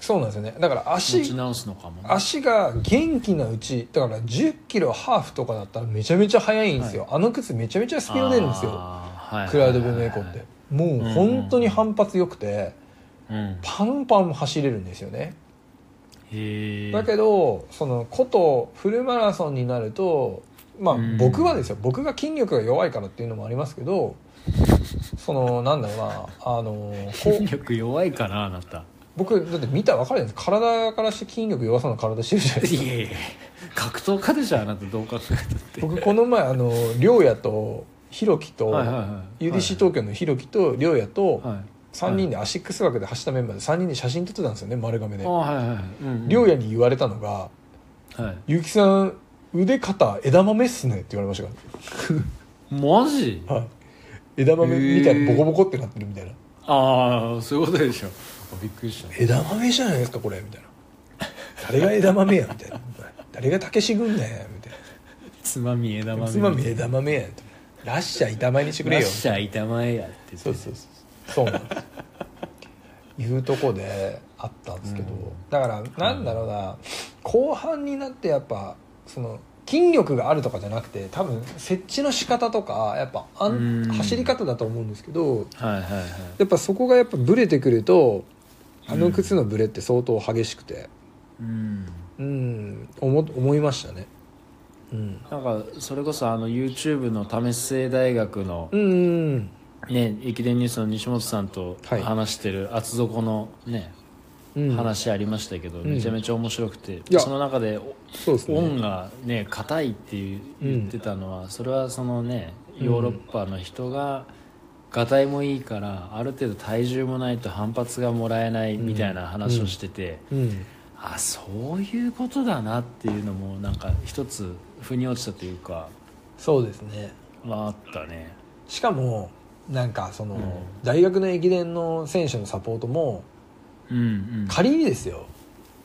Speaker 1: そうなんですよねだから
Speaker 2: 持ち
Speaker 1: 足
Speaker 2: 直すのかもね、
Speaker 1: 足が元気なうちだから1 0キロハーフとかだったらめちゃめちゃ速いんですよ、あの靴めちゃめちゃスピード出るんですよ
Speaker 2: あーはい
Speaker 1: クラウドブメイコンってもう本当に反発良くて
Speaker 2: うん
Speaker 1: パンパン走れるんですよね
Speaker 2: へえ
Speaker 1: だけどそのことフルマラソンになるとまあ
Speaker 2: うん
Speaker 1: 僕はですよ僕が筋力が弱いからっていうのもありますけどそのなんだろうなあのこう
Speaker 2: 筋力弱いかなあなた
Speaker 1: 僕だって見たら分かるじゃないですか体からして筋力弱そうな体してるじゃないです
Speaker 2: い
Speaker 1: か
Speaker 2: やいや格闘家でしょあなたどう考えたって
Speaker 1: 僕この前あの亮也とひろきと
Speaker 2: はいはいはい
Speaker 1: UDC 東京のひろきと亮也と
Speaker 2: はい
Speaker 1: 3人でアシックス枠で走ったメンバーで3人で写真撮ってたんですよね丸亀で
Speaker 2: あはいはいはいうんうん
Speaker 1: 亮也に言われたのが
Speaker 2: はい
Speaker 1: 「結城さん腕肩枝豆っすね」って言われましたから
Speaker 2: マジ
Speaker 1: はい、枝豆みたいにボコボコってなってるみたいな、
Speaker 2: ああそういうことでしょあびっくりした
Speaker 1: 枝豆じゃないですかこれみたいな誰が枝豆やみたいな誰がたけし軍団やみたい
Speaker 2: つまみ枝
Speaker 1: な
Speaker 2: 豆
Speaker 1: つまみ枝豆やとラッシャー板前にしてくれよ
Speaker 2: ラッシャー板前やって
Speaker 1: そうそうそうそうなんですいうとこであったんですけど、
Speaker 2: うん
Speaker 1: だからなんだろうな、後半になってやっぱその筋力があるとかじゃなくて多分設置の仕方とかやっぱあん
Speaker 2: うん
Speaker 1: 走り方だと思うんですけど
Speaker 2: はいはいはい
Speaker 1: やっぱそこがやっぱブレてくるとあ
Speaker 2: う
Speaker 1: の
Speaker 2: ん
Speaker 1: 靴のブレって相当激しくて
Speaker 2: うん
Speaker 1: うん思思いましたねうん
Speaker 2: なんかそれこそあの YouTube の為末大学の
Speaker 1: うんうん
Speaker 2: ね駅伝ニュースの西本さんと
Speaker 1: はい
Speaker 2: 話してる厚底のね
Speaker 1: うんうん
Speaker 2: 話ありましたけど
Speaker 1: ん
Speaker 2: めちゃめちゃ面白くて
Speaker 1: や
Speaker 2: その中でお
Speaker 1: そうです
Speaker 2: 音
Speaker 1: ね
Speaker 2: がね硬いっていう
Speaker 1: うん
Speaker 2: 言ってたのはそれはそのねヨーロッパの人ががたいもいいからある程度体重もないと反発がもらえないみたいな話をしてて
Speaker 1: うん
Speaker 2: あそういうことだなっていうのもなんか一つ腑に落ちたというか
Speaker 1: そうですね
Speaker 2: はあったね
Speaker 1: しかもなんかその、
Speaker 2: うん
Speaker 1: 大学の駅伝の選手のサポートも
Speaker 2: うんうん
Speaker 1: 仮にですよ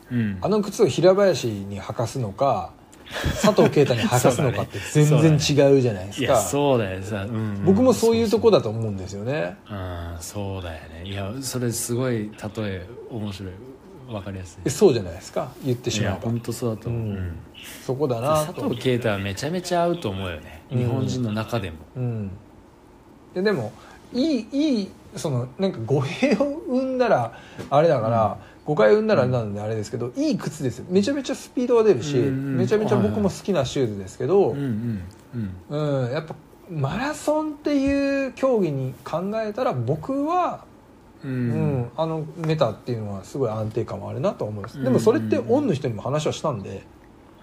Speaker 2: うん
Speaker 1: あの靴を平林に履かすの か佐藤啓太に履かすのかって全然違うじゃないで
Speaker 2: い
Speaker 1: す
Speaker 2: や
Speaker 1: か、
Speaker 2: そうだよさ、うんうん
Speaker 1: 僕もそういうとこだと思うんですよね
Speaker 2: うんそうだよねいやそれすごい例え面白いわかりやす
Speaker 1: えそうじゃないですか言って
Speaker 2: いい
Speaker 1: しま
Speaker 2: や
Speaker 1: えば
Speaker 2: 本当そうだと思う、
Speaker 1: うん
Speaker 2: うん
Speaker 1: そこだな
Speaker 2: 佐
Speaker 1: と
Speaker 2: 藤啓太はめちゃめちゃ合うと思うよね、
Speaker 1: うん
Speaker 2: 日本人の中でも
Speaker 1: うん、ででもいいいいそのなんか語弊を生んだらあれだから、誤解を生んだらあれなんであれですけど、いい靴ですよめちゃめちゃスピードが出るし、
Speaker 2: うんうん
Speaker 1: めちゃめちゃ僕も好きなシューズですけど、
Speaker 2: うんうんうん
Speaker 1: うん、やっぱマラソンっていう競技に考えたら僕は、
Speaker 2: う
Speaker 1: うん
Speaker 2: ん
Speaker 1: あのメタっていうのはすごい安定感はあるなと思います、
Speaker 2: うん
Speaker 1: でもそれってオンの人にも話はしたんで、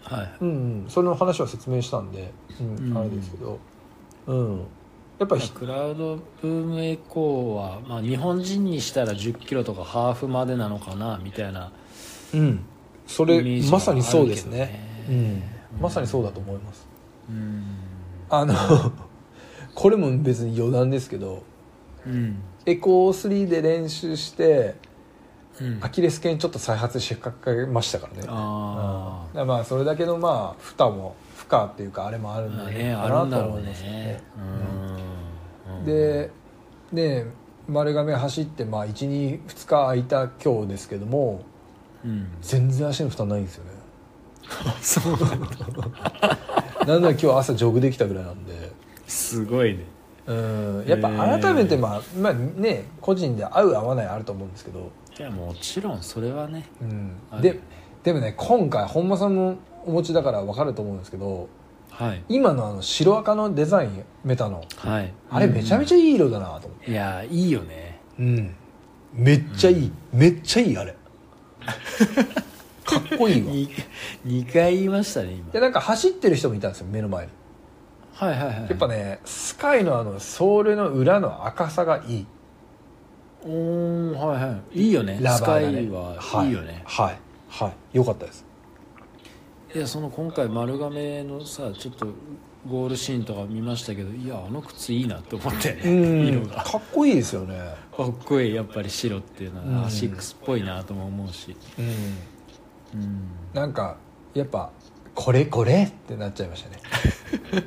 Speaker 2: はい
Speaker 1: うんうん、その話は説明したんで、うん
Speaker 2: うん
Speaker 1: あれですけど、うん、やっぱひ
Speaker 2: クラウドブーム以降は、まあ、日本人にしたら1 0キロとかハーフまでなのかなみたいな
Speaker 1: うん、そ
Speaker 2: イメ
Speaker 1: れ
Speaker 2: ージは
Speaker 1: まさにそうですね
Speaker 2: あるけ
Speaker 1: う
Speaker 2: どね
Speaker 1: ん、まさにそうだと思います
Speaker 2: うん
Speaker 1: あの これも別に余談ですけど
Speaker 2: うん
Speaker 1: エコー3で練習して
Speaker 2: うん
Speaker 1: アキレス腱ちょっと再発してかかりましたからね
Speaker 2: あ
Speaker 1: だからまあそれだけのまあ負荷も負荷っていうかあれもあるんだ
Speaker 2: あ
Speaker 1: ろ
Speaker 2: ね
Speaker 1: う
Speaker 2: あるん
Speaker 1: な
Speaker 2: だ
Speaker 1: と
Speaker 2: ろ
Speaker 1: 思
Speaker 2: う
Speaker 1: いますよ
Speaker 2: ね
Speaker 1: ね
Speaker 2: うん
Speaker 1: でね丸亀走ってまあ12日空いた今日ですけども
Speaker 2: うん
Speaker 1: 全然足の負担ないんですよね
Speaker 2: そうなんだ
Speaker 1: なんなら今日朝ジョグできたぐらいなんです
Speaker 2: ごいね
Speaker 1: うんやっぱ改めてまあ、まあね個人で合う合わないあると思うんですけど、
Speaker 2: いやもちろんそれはね
Speaker 1: うん
Speaker 2: あ、るよ
Speaker 1: で
Speaker 2: ね
Speaker 1: でもね今回本間さんもお持ちだから分かると思うんですけど
Speaker 2: はい
Speaker 1: 今のあの白赤のデザインメタの
Speaker 2: はい
Speaker 1: あれめちゃめちゃいい色だなと思って、
Speaker 2: ゃいやいいよね
Speaker 1: うん、めっちゃいい、めっちゃい いあれかっこいいわい
Speaker 2: に2回言いましたね今
Speaker 1: やなんか走ってる人もいたんですよ目の前に
Speaker 2: はいはいはい
Speaker 1: やっぱねスカイのあのソールの裏の赤さがいい
Speaker 2: おーはいはいいいよね
Speaker 1: ラ
Speaker 2: ス
Speaker 1: バ
Speaker 2: カ
Speaker 1: ーが、ね、
Speaker 2: イはいいよね、
Speaker 1: はいはい、はい、よかったです
Speaker 2: い、やその今回丸亀のさちょっとゴールシーンとか見ましたけどいやあの靴いいなと思ってね、
Speaker 1: うん
Speaker 2: 色が
Speaker 1: かっこいいですよね、
Speaker 2: かっこいいやっぱり白っていうの
Speaker 1: うん
Speaker 2: はアシックスっぽいなとも思うし、
Speaker 1: うん、
Speaker 2: うん、
Speaker 1: なんかやっぱこれこれってなっちゃいましたね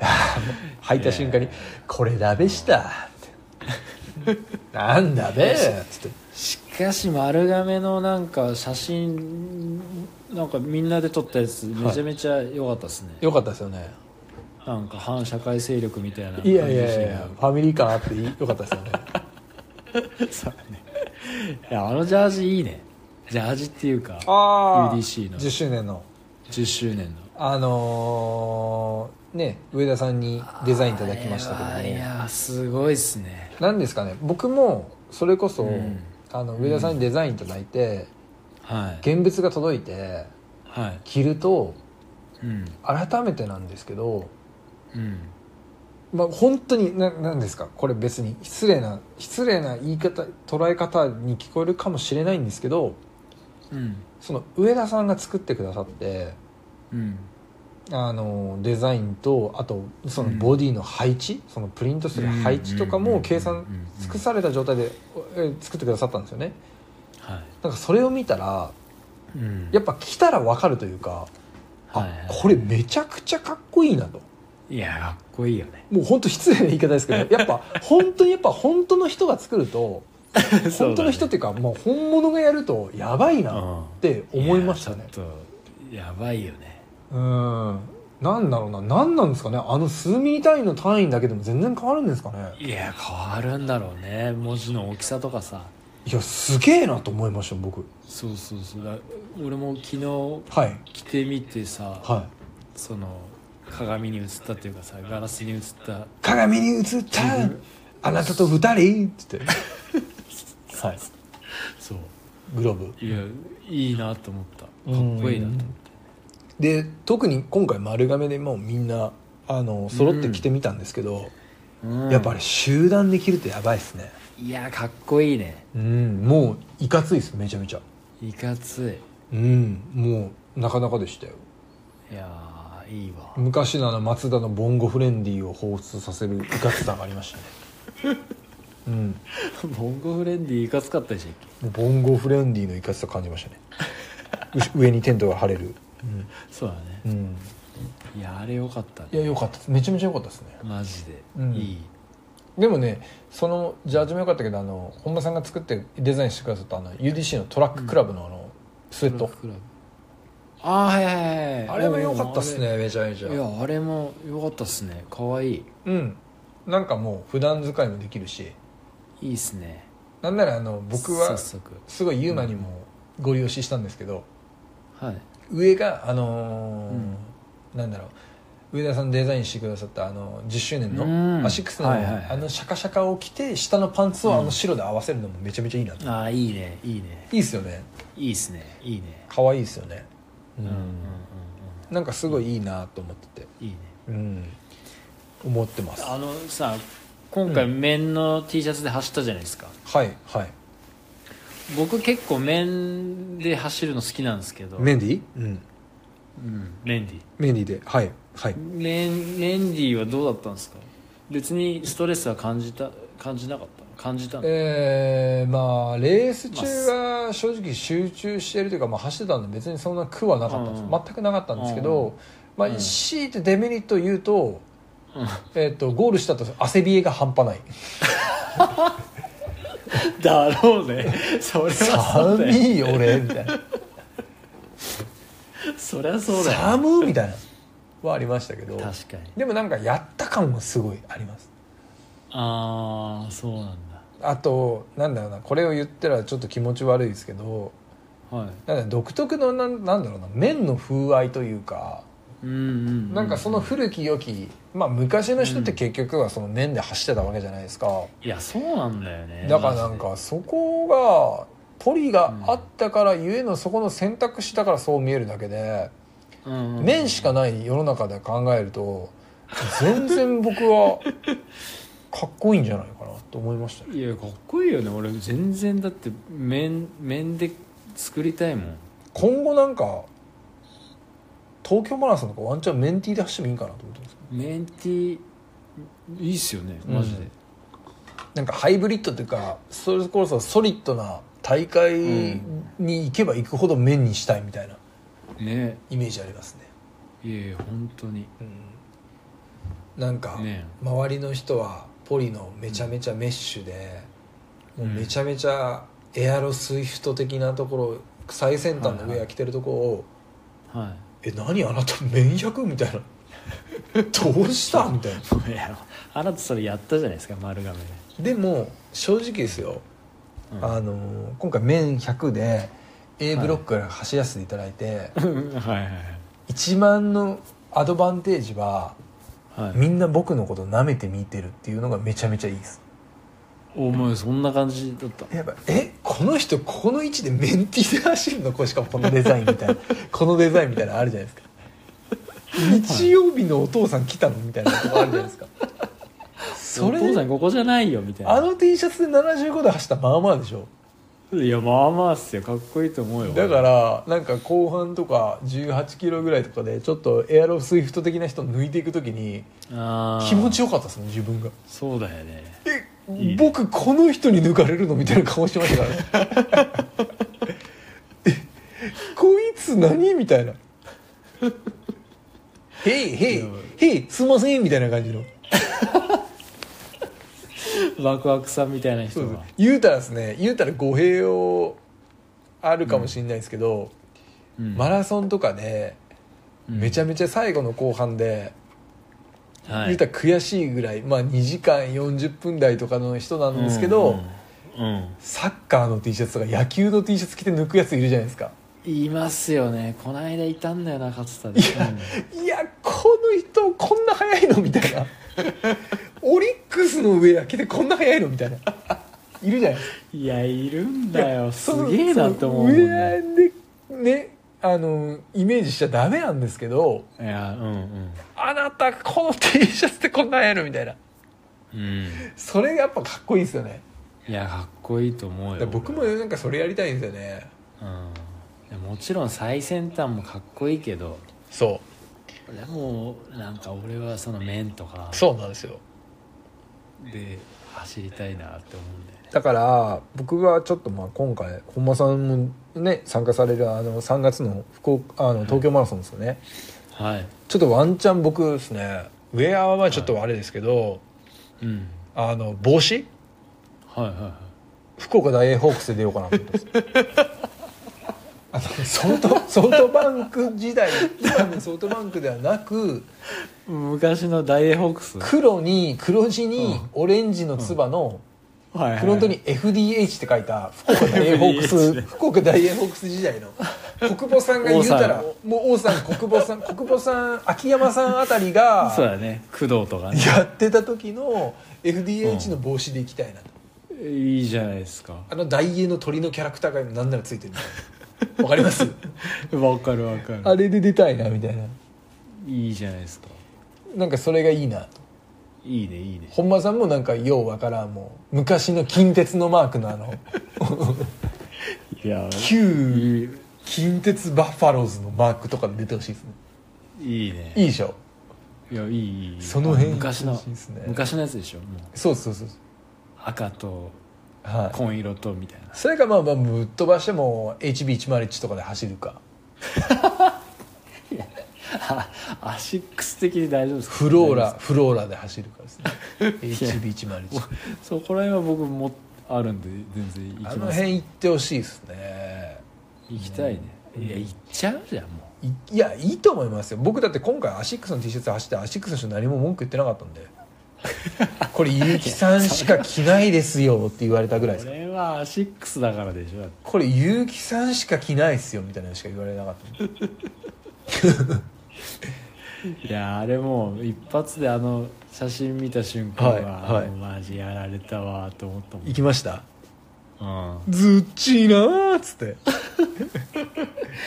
Speaker 1: あーもう履いた瞬間に「これだべした」って「なんだべ」っつって
Speaker 2: しかし丸亀のなんか写真なんかみんなで撮ったやつ
Speaker 1: い
Speaker 2: めちゃめちゃ良かったですね、
Speaker 1: よかったですよね
Speaker 2: なんか反社会勢力みたいな感
Speaker 1: い
Speaker 2: じで
Speaker 1: やいやいやファミリー感あっていいよかったですよ ね
Speaker 2: いやあのジャージいいねジャージっていうか
Speaker 1: ああ
Speaker 2: UDC の
Speaker 1: 10周年の
Speaker 2: 10周年の
Speaker 1: あのーね上田さんにデザインいただきましたけど
Speaker 2: あれはい
Speaker 1: ね
Speaker 2: やすごいっすね
Speaker 1: なんですかね僕もそれこそ、
Speaker 2: うん
Speaker 1: あの上田さんにデザインいただいて、
Speaker 2: はい
Speaker 1: 現物が届いて
Speaker 2: はい
Speaker 1: 着ると
Speaker 2: うん
Speaker 1: 改めてなんですけど、
Speaker 2: うん
Speaker 1: まあ、本当にななんですかこれ別に失礼な失礼な言い方捉え方に聞こえるかもしれないんですけど
Speaker 2: うん
Speaker 1: その上田さんが作ってくださって
Speaker 2: うん
Speaker 1: あのデザインとあとその
Speaker 2: うん
Speaker 1: ボディの配置、そのプリントする配置とか
Speaker 2: うんうんうんう
Speaker 1: も
Speaker 2: ん
Speaker 1: 計算尽くされた状態でえー作ってくださったんですよね
Speaker 2: は
Speaker 1: なんかそれを見たら
Speaker 2: いうん
Speaker 1: やっぱ着たら分かるというかあ、
Speaker 2: はいはい
Speaker 1: これめちゃくちゃかっこいいなと
Speaker 2: いやかっこいいよ ね
Speaker 1: もう本当失礼な言い方です けどやっぱ本当にやっぱ本当の人が作ると本当の人っていうかもう本物がやるとやばいなっ
Speaker 2: って
Speaker 1: 思いましたね
Speaker 2: ちょっとやばいよね
Speaker 1: うんなんだろうな何なんですかねあの数ミリ単位の単位だけでも全然変わるんですかね
Speaker 2: いや変わるんだろうね文字の大きさとかさ
Speaker 1: いやすげえなと思いました僕
Speaker 2: そうそうそうだ俺も昨日
Speaker 1: はい
Speaker 2: 着てみてさ、
Speaker 1: はい
Speaker 2: その鏡に映ったっていうかさガラスに映った
Speaker 1: 鏡に映ったあなたと二人っつって
Speaker 2: はいそう
Speaker 1: グローブ
Speaker 2: いやいいなと思ったかっこいいなと思った
Speaker 1: で特に今回丸亀でもうみんなあの揃って着てみたんですけど、
Speaker 2: うん
Speaker 1: やっぱあれ集団で着るとやばいですね
Speaker 2: いやかっこいいね
Speaker 1: うんもういかついですめちゃめちゃ
Speaker 2: いかつい
Speaker 1: うんもうなかなかでしたよ
Speaker 2: いやーいいわ
Speaker 1: 昔のあの松田のボンゴフレンディを彷彿させるいかつさがありましたね うん
Speaker 2: ボンゴフレンディいかつかったでしたっけ
Speaker 1: もうボンゴフレンディのいかつさ感じましたねうし上にテントが張れる
Speaker 2: そうだね
Speaker 1: うん、うん、
Speaker 2: いやあれよかったね
Speaker 1: いや良かったですめちゃめちゃ良かったですね
Speaker 2: マジで、
Speaker 1: うん
Speaker 2: いい
Speaker 1: でもねそのジャージも良かったけどあの本間さんが作ってデザインしてくださったあの UDC のトラッククラブのあのスウェット、
Speaker 2: クラブああはいはいはい
Speaker 1: あれも良かったっすねめちゃめち
Speaker 2: い
Speaker 1: ゃ
Speaker 2: やあれもよかったっすねかわいい
Speaker 1: うんなんかもう普段使いもできるし
Speaker 2: いいっすね
Speaker 1: なんならあの僕は
Speaker 2: 早速
Speaker 1: すごいユーマにもご利用ししたんですけど、
Speaker 2: はい
Speaker 1: 上があのー
Speaker 2: うん
Speaker 1: なんだろう上田さんデザインしてくださったあの10周年
Speaker 2: うん
Speaker 1: のアシックスの、
Speaker 2: はいはいはい
Speaker 1: あのシャカシャカを着て下のパンツをあ
Speaker 2: う
Speaker 1: の
Speaker 2: ん
Speaker 1: 白で合わせるのもめちゃめちゃいいなと、い
Speaker 2: ああいいねいいね
Speaker 1: いですよね
Speaker 2: いいっすねいいね
Speaker 1: 可愛いですよねう
Speaker 2: うん
Speaker 1: ん、
Speaker 2: うんうんうん
Speaker 1: なんかすごいいいなと思ってて
Speaker 2: いいね
Speaker 1: うん思ってます
Speaker 2: あのさ今回
Speaker 1: う
Speaker 2: 面の T シャツで走ったじゃないですか、
Speaker 1: はいはい
Speaker 2: 僕結構面で走るの好きなんですけど
Speaker 1: メンディー、うん、
Speaker 2: うん、メンディ
Speaker 1: メンディーではいはい
Speaker 2: メンメンディはどうだったんですか別にストレスは感じた感じなかった感じたの
Speaker 1: えーまあレース中は正直集中してるというか、まあ、走ってたんで別にそんな苦はなかったんです、
Speaker 2: うん
Speaker 1: 全くなかったんですけど、
Speaker 2: うん
Speaker 1: まあ、
Speaker 2: うん
Speaker 1: 強いてデメリットを言うと,、
Speaker 2: うん
Speaker 1: えっとゴールしたと汗びえが半端ない
Speaker 2: だろうねそれはそうだ
Speaker 1: 寒
Speaker 2: よ
Speaker 1: いよ俺みたいな
Speaker 2: そりゃそうだよ
Speaker 1: 寒いみたいなはありましたけど
Speaker 2: 確かに
Speaker 1: でもなんかやった感はすごいあります
Speaker 2: ああそうなんだ
Speaker 1: あとなんだろうなこれを言ったらちょっと気持ち悪いですけど
Speaker 2: はい
Speaker 1: なんか独特のなんなんだろうな麺の風合いというか
Speaker 2: うんうんう、
Speaker 1: なんかその古き良き、まあ、昔の人って結局はその面で走ってたわけじゃないですか、
Speaker 2: いやそうなんだよね
Speaker 1: だからなんかそこがポリがあったからゆえのそこの選択肢だからそう見えるだけで、面しか
Speaker 2: ない
Speaker 1: ない世の中で考えると全然僕 はかっこいいんじゃないかなと思いましたね
Speaker 2: いやかっこいいよね俺全然だって面面で作りたいもん
Speaker 1: 今後なんか東京マラソンとかワンチャンメンティーで走ってもいいかなと思ってます
Speaker 2: メンティいいっすよねマジで、
Speaker 1: うんなんかハイブリッドというかそれこそソリッドな大会に行けば行くほど面にしたいみたいな
Speaker 2: ね
Speaker 1: イメージありますね、
Speaker 2: いやいや本当に
Speaker 1: なんか
Speaker 2: ね
Speaker 1: 周りの人はポリのめちゃめちゃメッシュで、
Speaker 2: うん
Speaker 1: もうめちゃめちゃエアロスイフト的なところ最先端のウェア着てるとこを、
Speaker 2: は
Speaker 1: え何あなた面役みた いなどうしたみたいない
Speaker 2: いや あなたそれやったじゃないですか丸亀
Speaker 1: で
Speaker 2: で、
Speaker 1: も正直ですよ
Speaker 2: うん
Speaker 1: あのー今回面100で A ブロックから走らせていただいて、
Speaker 2: はいはい
Speaker 1: 一番のアドバンテージは
Speaker 2: はいはい
Speaker 1: みんな僕のこと舐めて見てるっていうのがめちゃめちゃいいです
Speaker 2: お前そんな感じだった
Speaker 1: やっぱえこの人ここの位置でメンティーで走るのこれしかもこのデザインみ たいなこのデザインみたいなのあるじゃないですか日曜日のお父さん来たのみたいなとこあるじゃないですかそ
Speaker 2: お父さ
Speaker 1: れ
Speaker 2: んここじゃないよみたいな
Speaker 1: あの T シャツで75で走ったらまあまあでしょ
Speaker 2: いやまあまあっすよかっこいいと思うよ
Speaker 1: だからなんか後半とか18キロぐらいとかでちょっとエアロスイフト的な人抜いていくときに
Speaker 2: あー
Speaker 1: 気持ちよかったですもん自分が
Speaker 2: そうだよね
Speaker 1: え
Speaker 2: いいね
Speaker 1: 僕この人に抜かれるのみたいな顔してましたからね えこいつ何みたいな「へいへ
Speaker 2: い
Speaker 1: い
Speaker 2: や
Speaker 1: へいすいません」みたいな感じの
Speaker 2: ワクワクさんみたいな
Speaker 1: そ
Speaker 2: 人
Speaker 1: うです
Speaker 2: は
Speaker 1: 言うたらですね言うたら語弊をあるかもしれないですけど、
Speaker 2: うん
Speaker 1: マラソンとかでめちゃめちゃ最後の後半で、
Speaker 2: ゃ、はい
Speaker 1: 言うたら悔しいぐらい、まあ、2時間40分台とかの人なんですけど、
Speaker 2: うんうんうん
Speaker 1: サッカーの T シャツとか野球の T シャツ着て抜くやついるじゃないですか
Speaker 2: いますよねこないだいたんだよな勝田でい
Speaker 1: いやこの人こんな速いのみたい なオリックスのウェア着てこんな速いのみたいないるじゃないですか
Speaker 2: いやいるんだよす
Speaker 1: その
Speaker 2: げえなって思うもん、
Speaker 1: そのウ
Speaker 2: ね、
Speaker 1: ェアでねあのイメージしちゃダメなんですけど
Speaker 2: いやうんうん
Speaker 1: あなたこの T シャツってこんな速いのみたいな
Speaker 2: うん
Speaker 1: それやっぱかっこいいですよね
Speaker 2: いやかっこいいと思う
Speaker 1: だか
Speaker 2: よ
Speaker 1: ら僕もなんかそれやりたいんですよね
Speaker 2: うん、やもちろん最先端もかっこいいけど
Speaker 3: そ
Speaker 2: でもなんか俺はその面とか
Speaker 3: うそうなんですよ
Speaker 2: で走りたいなって思うんだよね
Speaker 1: だから僕はちょっとまあ今回本間さんもね参加されるあの3月の福岡あの東京マラソンですよね、
Speaker 2: はい
Speaker 1: ちょっとワンチャン僕ですね
Speaker 3: ウェアはちょっとあれですけど、
Speaker 2: うん
Speaker 3: あの帽子
Speaker 2: はいはいはい
Speaker 1: 福岡大英ホークスで出ようかなと思ってますあの ソフトソフトバンク時代今のソフトバンクではなく
Speaker 2: 昔のダイエーホークス
Speaker 1: 黒に黒地にオレンジのつばのフロントに FDH って書いた福岡大英ホーク
Speaker 2: FDH
Speaker 1: ス
Speaker 2: ね
Speaker 1: 福岡大英ホークス時代の国保さんが言うたら もう王さん国保さん国保さん秋山さんあたりが
Speaker 2: そうだね工藤とかね
Speaker 1: やってた時の FDH の帽子でいきたいなと。
Speaker 2: いいじゃないですか
Speaker 1: あの大英の鳥のキャラクターが何ならついてるのわかります
Speaker 2: わかるわかる
Speaker 1: あれで出たいなみたいない
Speaker 2: いじゃないですか
Speaker 1: なんかそれがいいなと
Speaker 2: いいねいいね
Speaker 1: 本間さんもなんかようわからんもう昔の近鉄のマークのあの
Speaker 2: いや
Speaker 1: 旧
Speaker 2: いい
Speaker 1: 近鉄バッファローズのマークとかで出てほしいですね
Speaker 2: いいね
Speaker 1: いいでしょ
Speaker 2: いやいいいい
Speaker 1: その辺
Speaker 2: 昔の
Speaker 1: 欲しいですね
Speaker 2: 昔のやつでしょもう
Speaker 1: そうそうそうそう
Speaker 2: 赤と
Speaker 1: はい
Speaker 2: 紺色とみたいな
Speaker 1: それかまあまあぶっ飛ばしても HB101 とかで走るか
Speaker 2: あ アシックス的に大丈夫ですか
Speaker 1: フローラフローラで走るか ですね HB101
Speaker 2: そこら辺は僕もあるんで全然行
Speaker 1: あ
Speaker 2: き
Speaker 1: の
Speaker 2: ます
Speaker 1: 辺行ってほしいですね
Speaker 2: 行きたいねいや行っちゃうじゃんも
Speaker 1: いいやいいと思いますよ僕だって今回アシックスの T シャツ走ってアシックスの人何も文句言ってなかったんで これ結城さんしか着ないですよって言われたぐらいうで
Speaker 2: こ
Speaker 1: す
Speaker 2: れはアシックスだからでしょ
Speaker 1: これ結城さんしか着ないですよみたいなのしか言われなかった
Speaker 2: いやあれもう一発であの写真見た瞬間は、
Speaker 1: はいはい
Speaker 2: もうマジやられたわと思ったもん
Speaker 1: 行きました
Speaker 2: う
Speaker 1: ずっちいなーっつって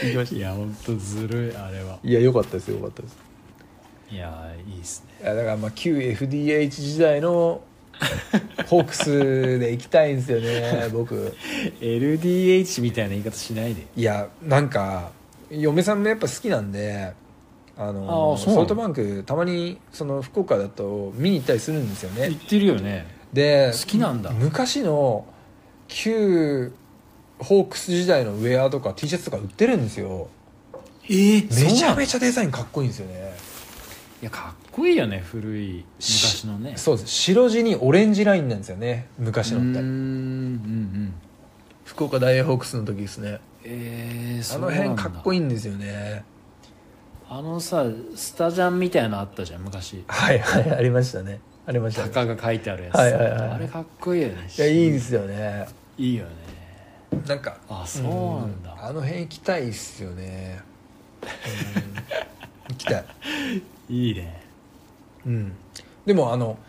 Speaker 2: ん、いやほんとずるいあれはい
Speaker 1: や良かったですよ良かったです
Speaker 2: いやいいっす
Speaker 1: い
Speaker 2: ね
Speaker 1: やだからまあ旧 FDH 時代のホークスで行きたいんですよ ね僕
Speaker 2: LDH みたいな言い方しないで
Speaker 1: いやなんか嫁さんもやっぱ好きなんであの
Speaker 2: ああそうなの
Speaker 1: ソフトバンクたまにその福岡だと見に行ったりするんですよ
Speaker 2: 言
Speaker 1: ね
Speaker 2: ってるよね
Speaker 1: で
Speaker 2: 好きなんだ
Speaker 1: 昔の旧ホークス時代のウェアとか T シャツとか売ってるんですよ
Speaker 2: ええ
Speaker 1: めちゃ
Speaker 2: い
Speaker 1: めちゃデザインかっこいいんですよね
Speaker 2: やかっこいいよね古い昔のね
Speaker 1: そうです白地にオレンジラインなんですよね昔
Speaker 2: うーん
Speaker 1: の
Speaker 2: う
Speaker 1: っ
Speaker 2: んう
Speaker 1: て
Speaker 2: ん
Speaker 1: 福岡大英ホークスの時ですね
Speaker 2: ええ
Speaker 1: あの辺かっこい
Speaker 2: い
Speaker 1: いんですよね
Speaker 2: あのさスタジャンみたいなのあったじゃん昔
Speaker 1: はいはいありましたねありましたね
Speaker 2: 鷹が書いてあるやつ、
Speaker 1: はいはいはい
Speaker 2: あれかっこいいよね
Speaker 1: いやいいですよね
Speaker 2: いいよね
Speaker 1: なんか
Speaker 2: あそうなんだ、
Speaker 1: あの辺行きたいっすよね、うん、行きたい、
Speaker 2: いいね
Speaker 1: うん、でもあの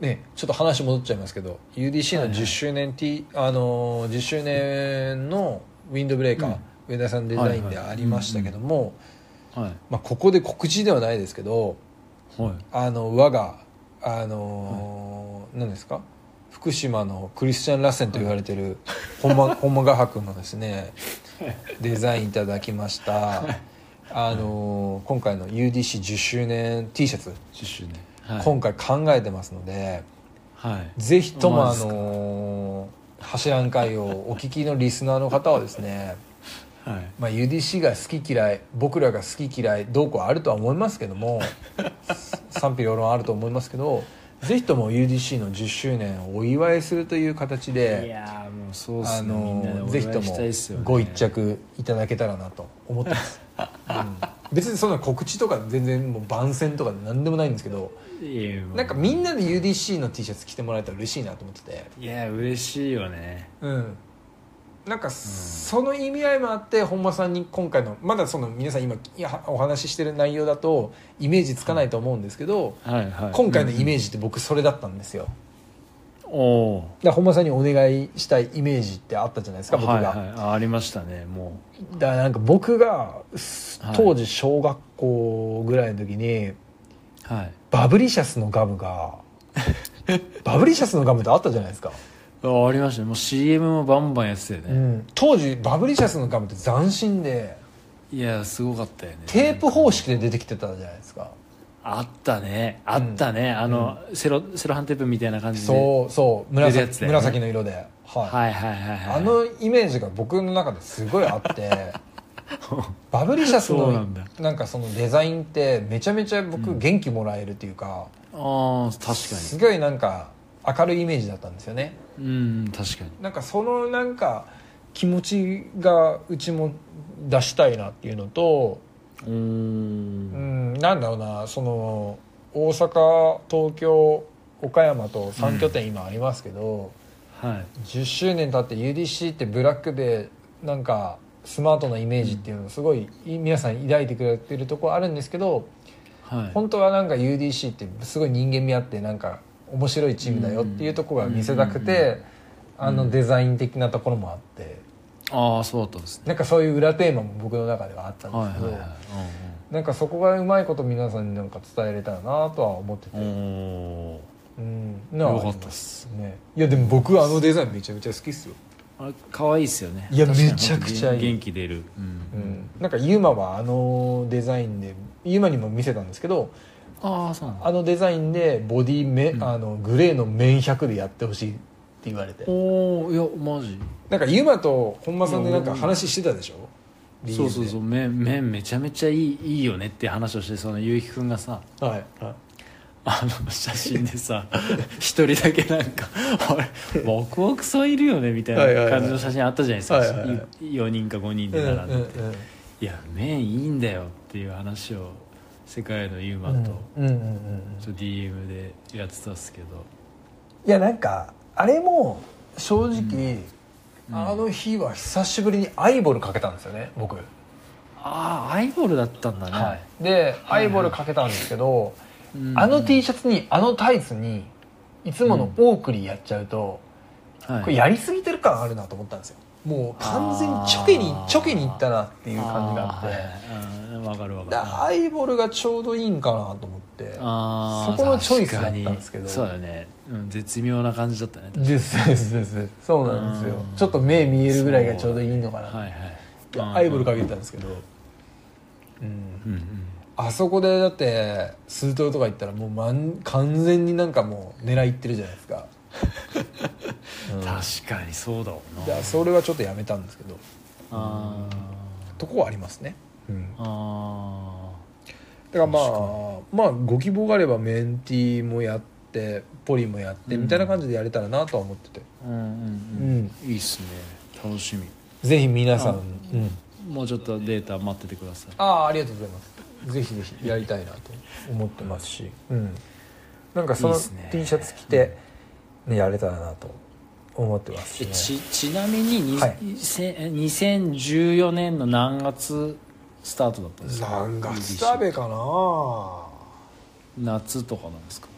Speaker 1: ねちょっと話戻っちゃいますけど UDC
Speaker 2: はい
Speaker 1: の
Speaker 2: はい
Speaker 1: 10周年、T あのー10周年のウィンドブレーカー、
Speaker 2: うん
Speaker 1: 上田さんデザインでありましたけども、
Speaker 2: はい
Speaker 1: まあ、ここで告知ではないですけど
Speaker 2: はい
Speaker 1: あの我があのー何ですか福島のクリスチャン・ラッセンと言われてる本間本間画伯のですねデザインいただきましたあのー今回の UDC10 周年 T シャツ、
Speaker 2: 10周年はい
Speaker 1: 今回考えてますので
Speaker 2: はい
Speaker 1: ぜひとも
Speaker 2: マ
Speaker 1: あ
Speaker 2: ジっすか
Speaker 1: のー柱ん会をお聞きのリスナーの方はですね
Speaker 2: はい
Speaker 1: まあ、UDC が好き嫌い僕らが好き嫌いどうこうあるとは思いますけども 賛否両論あると思いますけどぜひとも UDC の10周年をお祝いするという形
Speaker 2: い
Speaker 1: で、
Speaker 2: やーもうそうっ
Speaker 1: あ
Speaker 2: すね、みんなで
Speaker 1: の
Speaker 2: お
Speaker 1: ぜひ
Speaker 2: 祝
Speaker 1: と
Speaker 2: いしたいっすよ
Speaker 1: も
Speaker 2: ね
Speaker 1: ご一着いただけたらなと思ってま す、うん別にそんな告知とか全然もう番宣とか何でもないんですけど
Speaker 2: いやもう
Speaker 1: なんかみんなで UDC の T シャツ着てもらえたら嬉しいなと思ってて
Speaker 2: いや嬉しいよね
Speaker 1: うんなんかその意味合いもあって本間さんに今回のまだその皆さん今いやお話ししてる内容だとイメージつかないと思うんですけど、
Speaker 2: はいはい
Speaker 1: 今回のイメー
Speaker 2: ジ、
Speaker 1: ジって僕それだったんですよだか
Speaker 2: うんおー
Speaker 1: ら本間さんにお願いしたいイメージってあったじゃないですか僕が、
Speaker 2: はいはいあありましたねも
Speaker 1: だからなんか僕がす
Speaker 2: はい
Speaker 1: 当時小学校ぐらいの時に、
Speaker 2: うはい
Speaker 1: バブリシャスのガムがバブリシャスのガムってあったじゃないですか
Speaker 2: あありましたねもう CM もバンバンやってたよ
Speaker 1: う
Speaker 2: ね、
Speaker 1: ん、当時バブリシャスのガムって斬新で
Speaker 2: いやすごかったよね
Speaker 1: テープ方式で出てきてたじゃないですか
Speaker 2: あったねあったね、あの、セロセロハンテープみたいな感じで
Speaker 1: そうそう
Speaker 2: 出るや
Speaker 1: 紫,、
Speaker 2: つだよね
Speaker 1: 紫の色で、はい
Speaker 2: はいはいはいはい
Speaker 1: あのイメージが僕の中ですごいあって バブリシャス
Speaker 2: そ
Speaker 1: の
Speaker 2: うな
Speaker 1: なんん
Speaker 2: だ
Speaker 1: かそのデザインってめちゃめちゃ
Speaker 2: う
Speaker 1: 僕
Speaker 2: ん
Speaker 1: 元気もらえるというか、
Speaker 2: ああ確か
Speaker 1: すごいなんか明るいイメージだったんですよね
Speaker 2: にうん確かに
Speaker 1: なんかそのなんか気持ちがうちも出したいなっていうのと
Speaker 2: う
Speaker 1: う
Speaker 2: ー
Speaker 1: んんなんだろうなその大阪東京岡山と3拠点今ありますけど、
Speaker 2: はい
Speaker 1: 10周年経って UDC ってブラックベイなんかスマートなイメージっていうのをすごい皆さん抱いてくれてるとこあるんですけど
Speaker 2: はい
Speaker 1: 本当はなんか UDC ってすごい人間味あってなんか面白いチームだよっていうところが見せたく
Speaker 2: うんうんうん
Speaker 1: てあのデザイン的なところもあって
Speaker 2: ああそうだったんですね
Speaker 1: なんかそういう裏テーマも僕の中ではあったん
Speaker 2: はい
Speaker 1: で
Speaker 2: は
Speaker 1: す
Speaker 2: い
Speaker 1: けど
Speaker 2: は
Speaker 1: なんかそこがうまいこと皆さんになんか伝えれたらなとは思って
Speaker 2: い
Speaker 1: て
Speaker 2: うんうんおー
Speaker 1: うん
Speaker 2: よかったっす
Speaker 1: ねいやでも僕あのデザインめちゃめちゃ好きっすよ
Speaker 2: あれ可愛いっすよね
Speaker 1: いや
Speaker 2: 確かに
Speaker 1: めちゃくちゃいい
Speaker 2: 元気出るう
Speaker 1: うんん、なんかユーマはあのデザインでユーマにも見せたんですけど
Speaker 2: ああそうなんだ
Speaker 1: あのデザインでボディめ、
Speaker 2: うん
Speaker 1: あのグレーの面100でやってほしいって言われて
Speaker 2: おおいやマジ
Speaker 1: なんかユーマと本間さんでなんか話してたでしょリ
Speaker 2: そ
Speaker 1: ー
Speaker 2: う
Speaker 1: ズ
Speaker 2: そ
Speaker 1: で
Speaker 2: うそう麺麺めちゃめちゃいいいいよねって話をしてそのゆうきくんがさ
Speaker 1: はい、はい、
Speaker 2: あの写真でさ一人だけなんか「あれワクワクさんいるよね」みた
Speaker 1: はいはいは
Speaker 2: いない感じの写真あったじゃないですか、
Speaker 1: はいはいはい
Speaker 2: 4人か5人で並んでて、いや麺いいんだよっていう話を世界のユーマ
Speaker 1: うんうん
Speaker 2: と
Speaker 1: うんうんうんうん
Speaker 2: ちょっと DM でやってたっすけど、
Speaker 1: いやなんかあれも正直、
Speaker 2: うん
Speaker 1: あの日は久しぶりにアイボルかけたんですよね僕
Speaker 2: ああアイボールだったんだね、
Speaker 1: でアイボルかけたんですけど、
Speaker 2: うん
Speaker 1: あの T シャツにあのタイツにいつものオークリーやっちゃうと、
Speaker 2: はい
Speaker 1: これやりすぎてる感あるなと思ったんですよもう完全にチョケに
Speaker 2: あー
Speaker 1: チョケにいったなっていう感じがあって
Speaker 2: ーはいうんわかるわか
Speaker 1: で
Speaker 2: る
Speaker 1: ハイボールがちょうどいいんかなと思って
Speaker 2: あー
Speaker 1: そこのチョイスだっ
Speaker 2: 確
Speaker 1: た
Speaker 2: か
Speaker 1: ん
Speaker 2: に
Speaker 1: ですけど
Speaker 2: そうだね、うん、絶妙な感じだったね
Speaker 1: ですですですそうなんですよ
Speaker 2: うん
Speaker 1: ちょっと目見えるぐらいがちょうどいいのかな、
Speaker 2: はい
Speaker 1: で
Speaker 2: はい
Speaker 1: アイボールかけ
Speaker 2: る
Speaker 1: てたんですけど、うん
Speaker 2: うんうん
Speaker 1: あそこでだってスートルとか行ったらもうまん完全になんかもう狙いってるじゃないですか、うん
Speaker 2: 確かにそうだもん
Speaker 1: い
Speaker 2: な
Speaker 1: やそれはちょっとやめたんですけど
Speaker 2: あ
Speaker 1: とこはありますね、
Speaker 2: ーあ
Speaker 1: だからまあまあご希望があればメンティーもやってポリもやってみたいな感じでやれたらなとは思ってて、
Speaker 2: ーうんうんうんいいっすね楽しみ
Speaker 1: ぜひ皆さん、
Speaker 2: あ
Speaker 1: うん
Speaker 2: もうちょっとデータ待っててください
Speaker 1: ああありがとうございますぜひぜひやりたいなと思ってますし、うん、なんかその
Speaker 2: いいっすね
Speaker 1: T シャツ着て、ね、やれたらなと思ってますし
Speaker 2: え
Speaker 1: ね
Speaker 2: ちちなみにに、
Speaker 1: はい
Speaker 2: せんえ2014年の何月スタートだったんですか
Speaker 1: 何月だべかな、ま
Speaker 2: 夏とかなんですか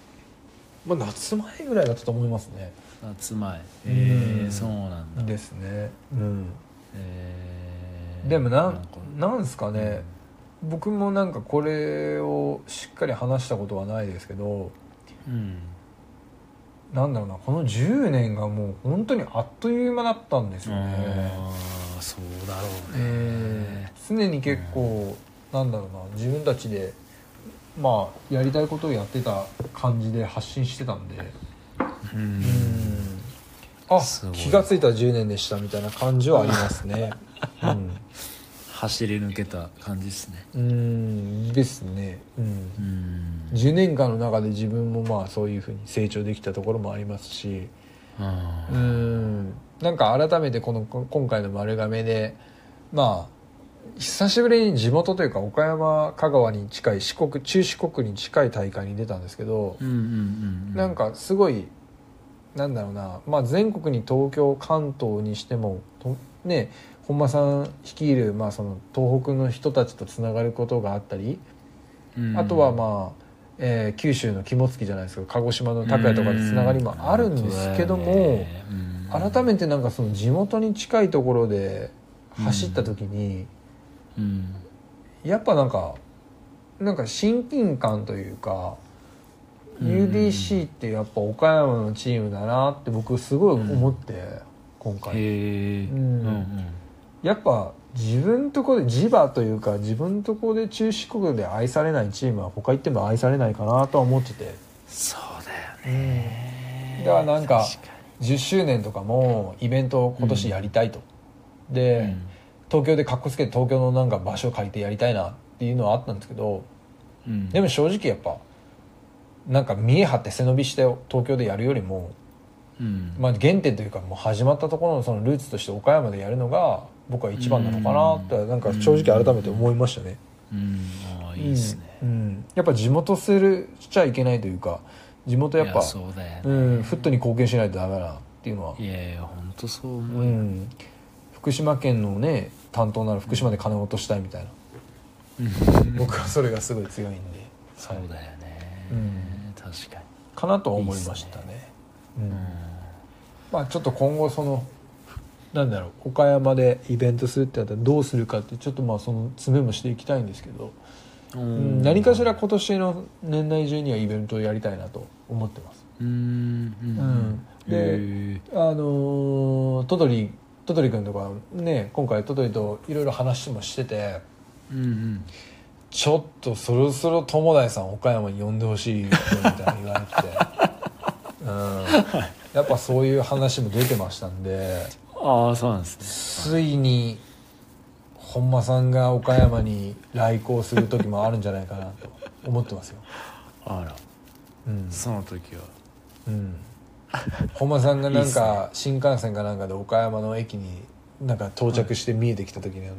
Speaker 1: あ、夏前ぐらいだったと思いますね
Speaker 2: 夏前え
Speaker 1: う
Speaker 2: ー、
Speaker 1: ん
Speaker 2: そうなんだ
Speaker 1: ですねうん
Speaker 2: えー
Speaker 1: でもな
Speaker 2: なんんか
Speaker 1: なんですかね、僕もなんかこれをしっかり話したことはないですけど
Speaker 2: うん
Speaker 1: なんだろうなこの10年がもう本当にあっという間だったんですよね
Speaker 2: ああそうだろう
Speaker 1: う
Speaker 2: ね
Speaker 1: ん常に結構、なんだろうな自分たちでまあやりたいことをやってた感じで発信してたんで
Speaker 2: うん、
Speaker 1: あ
Speaker 2: すごい
Speaker 1: 気が付いた10年でしたみたいな感じはあります ね
Speaker 2: 走り抜けた感じですね
Speaker 1: うんうんですね、うん
Speaker 2: うん
Speaker 1: 10年間の中で自分もまあそういうふうに成長できたところもありますし
Speaker 2: あ
Speaker 1: う
Speaker 2: ー
Speaker 1: んなんか改めてこのこ今回の「丸亀でまあ久しぶりに地元というか岡山香川に近い四国中四国に近い大会に出たんですけど、
Speaker 2: うんうんうんうん
Speaker 1: なんかすごいなんだろうな、まあ、全国に東京関東にしてもとね本間さん率いる、まあ、その東北の人たちとつながることがあったり、
Speaker 2: うん
Speaker 1: あとはまあ、えー九州の肝付きじゃないですけど鹿児島の拓也とかでつながりもあるんですけども、改め
Speaker 2: て、
Speaker 1: てなんかその地元に近いところで走った時に、
Speaker 2: うん
Speaker 1: やっぱなんかなんか親近感というか UDC ってやっぱ岡山のチームだなって僕すごい思って、今回
Speaker 2: へえ
Speaker 1: うんやっぱ自分とこで磁場というか自分とこで中四国で愛されないチームは他行っても愛されないかなとは思ってて、
Speaker 2: そうだよね
Speaker 1: だからなんか
Speaker 2: 確に
Speaker 1: 10周年とかもイベントを今年やりたいと、で、東京でかっこつけて東京のなんか場所借りてやりたいなっていうのはあったんですけど
Speaker 2: うん
Speaker 1: でも正直やっぱなんか見え張って背伸びして東京でやるよりも、
Speaker 2: うん
Speaker 1: まあ、原点というかもう始まったところのそのルーツとして岡山でやるのが僕は一番なのかなってなんか正直改めて思いましたね。
Speaker 2: うんああいいですね
Speaker 1: うんうんやっぱ地元するしちゃいけないというか地元やっ
Speaker 2: い
Speaker 1: ぱ
Speaker 2: そうだよ
Speaker 1: う、
Speaker 2: ね
Speaker 1: ん、フットに貢献しないとダメだなっていうのは、
Speaker 2: いやいや本当そう
Speaker 1: う
Speaker 2: 思うよ
Speaker 1: ん、福島県のね担当なら福島で金を落としたいみたいな僕はそれがすごい強いんで、
Speaker 2: そうだよね
Speaker 1: うん
Speaker 2: 確か
Speaker 1: かなとは思いましたね。うん
Speaker 2: に
Speaker 1: まあちょっと今後そのなんだろう岡山でイベントするってなったらどうするかってちょっとまあその詰めもしていきたいんですけど、
Speaker 2: う
Speaker 1: うん何かしら今年の年内中にはイベントをやりたいなと思ってます。
Speaker 2: うんうん
Speaker 1: うんであのー、トトリトトリ君とかね今回トトリといろいろ話もしてて
Speaker 2: うんうん
Speaker 1: ちょっとそろそろ友大さん岡山に呼んでほしいよみたいな言われてて、うん、やっぱそういう話も出てましたんで
Speaker 2: ああそうなんですね
Speaker 1: ついに本間さんが岡山に来航する時もあるんじゃないかなと思ってますよ。
Speaker 2: あら
Speaker 1: うん
Speaker 2: その時は
Speaker 1: うん、本間さんがない
Speaker 2: い
Speaker 1: ん
Speaker 2: っす
Speaker 1: か新幹線かなんかで岡山の駅になんか到着して見えてきた時にあの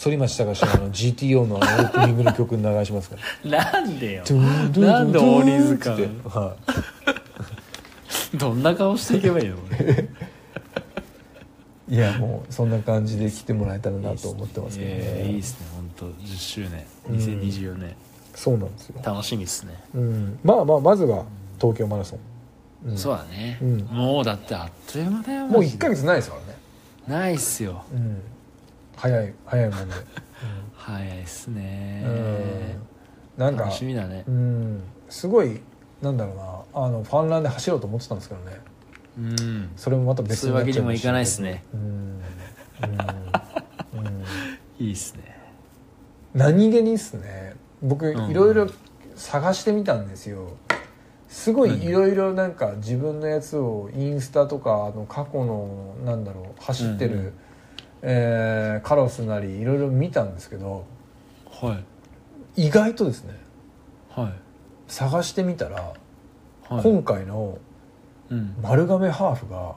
Speaker 1: 反町隆史のあの GTO のあのオープニングの曲に流しますから
Speaker 2: なんでよ
Speaker 1: ドゥンドゥンドゥン
Speaker 2: なんで大リズ感
Speaker 1: ってはい
Speaker 2: どんな顔していけばいいの俺
Speaker 1: いやもうそんな感じで来てもらえたら なと思ってますけど
Speaker 2: いや
Speaker 1: ね
Speaker 2: いいですね本当10周年2024年、
Speaker 1: そうなんですよ、
Speaker 2: 楽しみですね、
Speaker 1: うん、まあまあまずは東京マラソン、うん
Speaker 2: そうだね、
Speaker 1: うん
Speaker 2: もうだってあっという間だよ
Speaker 1: もう
Speaker 2: マジ
Speaker 1: 1
Speaker 2: で
Speaker 1: ヶ月ないですからね、
Speaker 2: ないっすよ
Speaker 1: うん、早い早いもんで、
Speaker 2: 早いっす
Speaker 1: う
Speaker 2: ね
Speaker 1: ん、なんか
Speaker 2: 楽しみだね
Speaker 1: うんすごいなんだろうなあのファンランで走ろうと思ってたんですけどね
Speaker 2: うん
Speaker 1: それもまた別
Speaker 2: そう
Speaker 1: に
Speaker 2: いう
Speaker 1: な
Speaker 2: わ
Speaker 1: っ
Speaker 2: け
Speaker 1: ち
Speaker 2: に
Speaker 1: ゃい
Speaker 2: も
Speaker 1: ま
Speaker 2: い
Speaker 1: した
Speaker 2: かないっすね
Speaker 1: うんうんうん
Speaker 2: いいっすね
Speaker 1: 何気にっすね僕
Speaker 2: うん
Speaker 1: いろいろ探してみたんですよすごいいろいろなんか自分のやつをインスタとかあの過去のなんだろう走ってる、
Speaker 2: うんうん
Speaker 1: えーカロスなりいろいろ見たんですけど
Speaker 2: はい
Speaker 1: 意外とですね
Speaker 2: はい
Speaker 1: 探してみたら
Speaker 2: はい
Speaker 1: 今回の
Speaker 2: うん、
Speaker 1: 丸亀ハーフが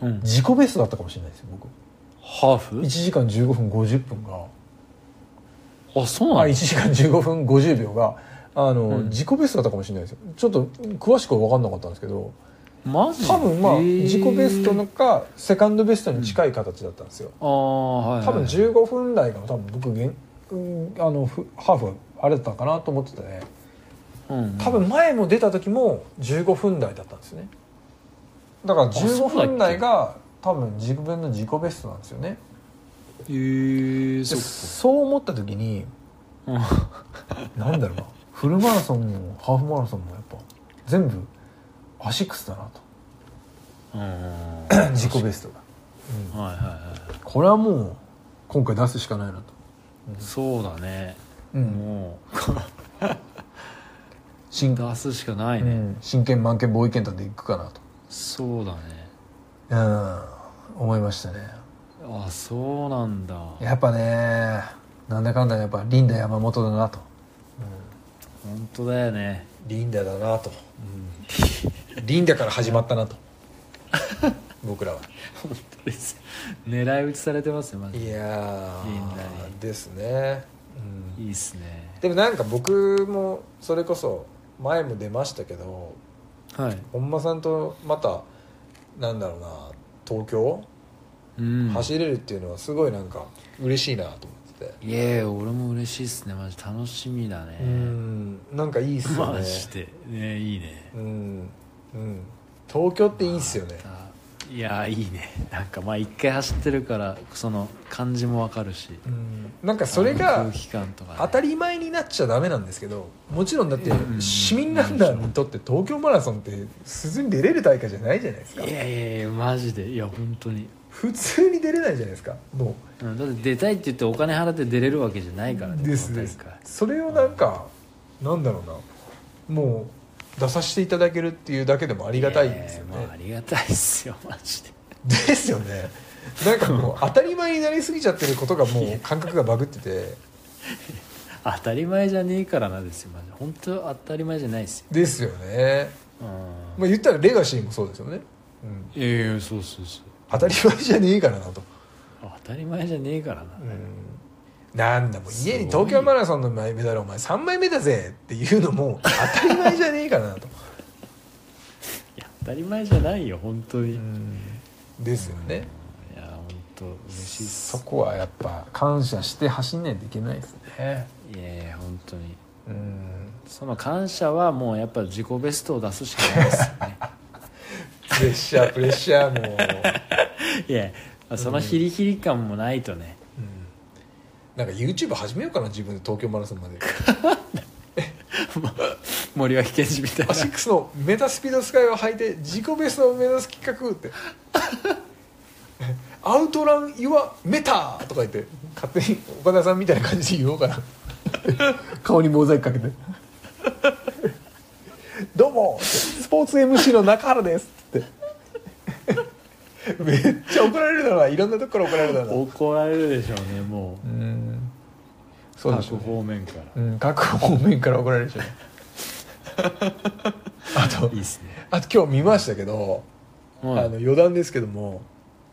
Speaker 2: うん、
Speaker 1: 自己ベストだったかもしれないですよ僕
Speaker 2: ハーフ
Speaker 1: 1時間15分50分が、
Speaker 2: あそう
Speaker 1: あ
Speaker 2: な
Speaker 1: 1
Speaker 2: の
Speaker 1: 時間15分50秒があの、
Speaker 2: うん
Speaker 1: 自己ベストだったかもしれないですよちょっと詳しくは分かんなかったんですけど
Speaker 2: マジ
Speaker 1: 多分まあ
Speaker 2: へー
Speaker 1: 自己ベストのかセカンドベストに近い形だったんですよ、
Speaker 2: ああはい、はい、
Speaker 1: 多分15分台が多分僕げんうんあのふハーフがあれだったかなと思ってて、ね、
Speaker 2: うんうん
Speaker 1: 多分前も出た時も15分台だったんですねだから15分台が多分自分の自己ベストなんですよね
Speaker 2: へえ
Speaker 1: で
Speaker 2: そっ
Speaker 1: そう思った時に
Speaker 2: かうん
Speaker 1: なんだろうなフルマラソンもハーフマラソンもやっぱ全部アシックスだなと
Speaker 2: うん
Speaker 1: 自己ベストが、うん
Speaker 2: はいはいはい
Speaker 1: これはもう今回出すしかないなと、
Speaker 2: そうだね、
Speaker 1: うん
Speaker 2: も
Speaker 1: 真
Speaker 2: う出すしかないうね、
Speaker 1: ん、真剣満剣ボーイケンタでいくかな
Speaker 2: そうだね
Speaker 1: と、うん、思いましたね
Speaker 2: あそうなんだ
Speaker 1: やっぱねなんだかんだやっぱリンダ山本だなと、
Speaker 2: 本当だよね
Speaker 1: リンダだなと、リンダから始まった なと僕らは
Speaker 2: 本当です狙い撃ちされてますよマジで
Speaker 1: いやー
Speaker 2: リンダに
Speaker 1: ですね、うん
Speaker 2: いいっすね
Speaker 1: でもなんか僕もそれこそ前も出ましたけど
Speaker 2: はい、
Speaker 1: 本間さんとまたなんだろうな東京、
Speaker 2: うん、
Speaker 1: 走れるっていうのはすごいなんか嬉しいなと思ってて
Speaker 2: いえ俺も嬉しいっすねマジ楽しみだね、
Speaker 1: うんなんかいいっすよ
Speaker 2: マ
Speaker 1: ね
Speaker 2: ジでねいいね
Speaker 1: うん、うん、東京っていいっすよね
Speaker 2: またいやーいいねなんかまあ一回走ってるからその感じもわかるし
Speaker 1: うんなんかそれ
Speaker 2: あの
Speaker 1: が
Speaker 2: 空気感とかね、
Speaker 1: 当たり前になっちゃダメなんですけどもちろんだって
Speaker 2: うん
Speaker 1: 市民ランナーにとって東京マラソンって鈴に出れる大会じゃないじゃないですか
Speaker 2: いやいやいやマジでいや本当に、
Speaker 1: 普通に出れないじゃないですかも
Speaker 2: うん、だって出たいって言ってお金払って出れるわけじゃないから
Speaker 1: う
Speaker 2: ね
Speaker 1: です
Speaker 2: この
Speaker 1: で
Speaker 2: 大
Speaker 1: す
Speaker 2: 会
Speaker 1: それをなんかなんだろうなもう出させていただけるっていうだけでもありがたいんですよ
Speaker 2: いやいやまあ、あ
Speaker 1: ね
Speaker 2: りがたいですよマジで
Speaker 1: ですよねなんか もう当たり前になりすぎちゃってることがもう感覚がバグってて
Speaker 2: 当たり前じゃねえからなですよマジで本当当たり前じゃないですよ、
Speaker 1: ですよね
Speaker 2: うん
Speaker 1: まあ言ったらレガシーもそうですよね、うん、
Speaker 2: いやいやそうそうそう
Speaker 1: 当たり前じゃねえからなと
Speaker 2: 当たり前じゃねえからな、
Speaker 1: うんなんだもう家に
Speaker 2: すごい
Speaker 1: 東京マラソンのメダルお前3枚目だぜっていうのも当たり前じゃねえかな と、
Speaker 2: いや当たり前じゃないよ本当に、い
Speaker 1: ですよね
Speaker 2: や本当嬉しいっす
Speaker 1: そこはやっぱ感謝して走んないといけないですね
Speaker 2: いやいや本当に
Speaker 1: うん
Speaker 2: その感謝はもうやっぱ自己ベストを出すしかないですよね
Speaker 1: プレッシャープレッシャーもう、
Speaker 2: いやまあそのヒリヒリ感もないとね、
Speaker 1: うんなんか YouTube 始めようかな自分で東京マラソンまで
Speaker 2: 森脇健児みたい
Speaker 1: ア
Speaker 2: な
Speaker 1: シックスのメタスピードスカイを履いて自己ベストを目指す企画って アウトラン・イワ・メタとか言って勝手に岡田さんみたいな感じで言おうかな顔にモザイクかけて 「どうもスポーツ MC の中原です」って めっちゃ怒られるだろうないろんなとこから怒られるだろうな
Speaker 2: 怒られるでしょうねもう
Speaker 1: うんそうでしょ
Speaker 2: 各
Speaker 1: うね
Speaker 2: 方面から、
Speaker 1: うん各方面から怒られるでしょうねあと
Speaker 2: いいっすね
Speaker 1: あと今日見ましたけど、
Speaker 2: はい
Speaker 1: あの余談ですけども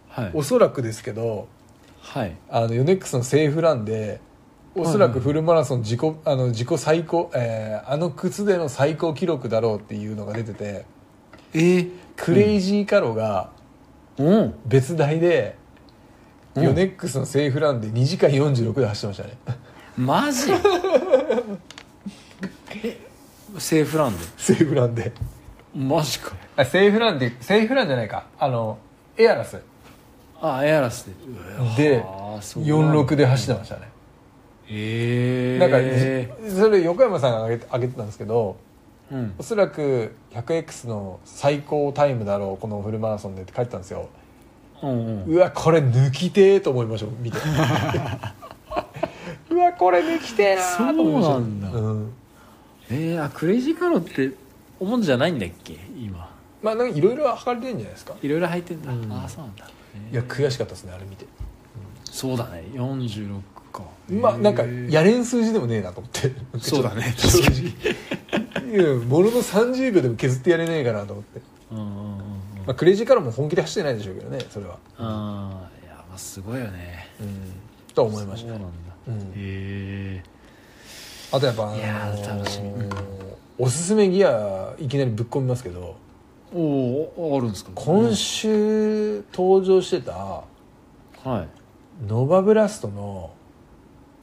Speaker 2: はい
Speaker 1: おそらくですけど
Speaker 2: はい
Speaker 1: あのヨネックスのセーフランでおそらくフルマラソン自己,、あの自己最高、えーあの靴での最高記録だろうっていうのが出てて
Speaker 2: えー、
Speaker 1: クレイジーカロが
Speaker 2: うん
Speaker 1: 別台で、
Speaker 2: うん
Speaker 1: ヨネックスのセーフランで2時間46で走ってましたね
Speaker 2: マジ えセーフランド
Speaker 1: セーフランで
Speaker 2: マジか
Speaker 1: あセーフランでセーフランじゃないかあのエアラス
Speaker 2: あエアラスでうわ
Speaker 1: で
Speaker 2: あーそうなんだ
Speaker 1: 46で走ってましたね
Speaker 2: ええ
Speaker 1: なんか、それ横山さんが挙げて挙げてたんですけど
Speaker 2: うん
Speaker 1: おそらく 100X の最高タイムだろうこのフルマラソンでって書いてたんですよ
Speaker 2: うんうん
Speaker 1: うわこれ抜きてえと思いましょう見て うわこれ抜きてえなーと思いましょ
Speaker 2: そうなんだ
Speaker 1: ん
Speaker 2: えー、あクレイジーカロっておもんじゃないんだっけ今
Speaker 1: まあなんかいろいろ測れてるんじゃないですか
Speaker 2: いろいろ入ってんだ、
Speaker 1: うん
Speaker 2: ああそうなんだ、えー
Speaker 1: いや悔しかったですねあれ見て
Speaker 2: そうだね46か
Speaker 1: まあなんか
Speaker 2: えー
Speaker 1: やれん数字でもねえなと思って
Speaker 2: そうだね
Speaker 1: 正直いやものの30秒でも削ってやれねえかなと思って、
Speaker 2: うんうんうんうん
Speaker 1: まあ、クレイジーからも本気で走ってないでしょうけどねそれは
Speaker 2: あーいやまあすごいよね
Speaker 1: うんとは思いました
Speaker 2: そう
Speaker 1: ね
Speaker 2: なんだ
Speaker 1: うん
Speaker 2: へえ
Speaker 1: あとやっぱ、あの
Speaker 2: いやー楽しみうん
Speaker 1: おすすめギアいきなりぶっ込みますけど
Speaker 2: おおあるんですか
Speaker 1: 今週登場してた
Speaker 2: はい、
Speaker 1: ノバブラストの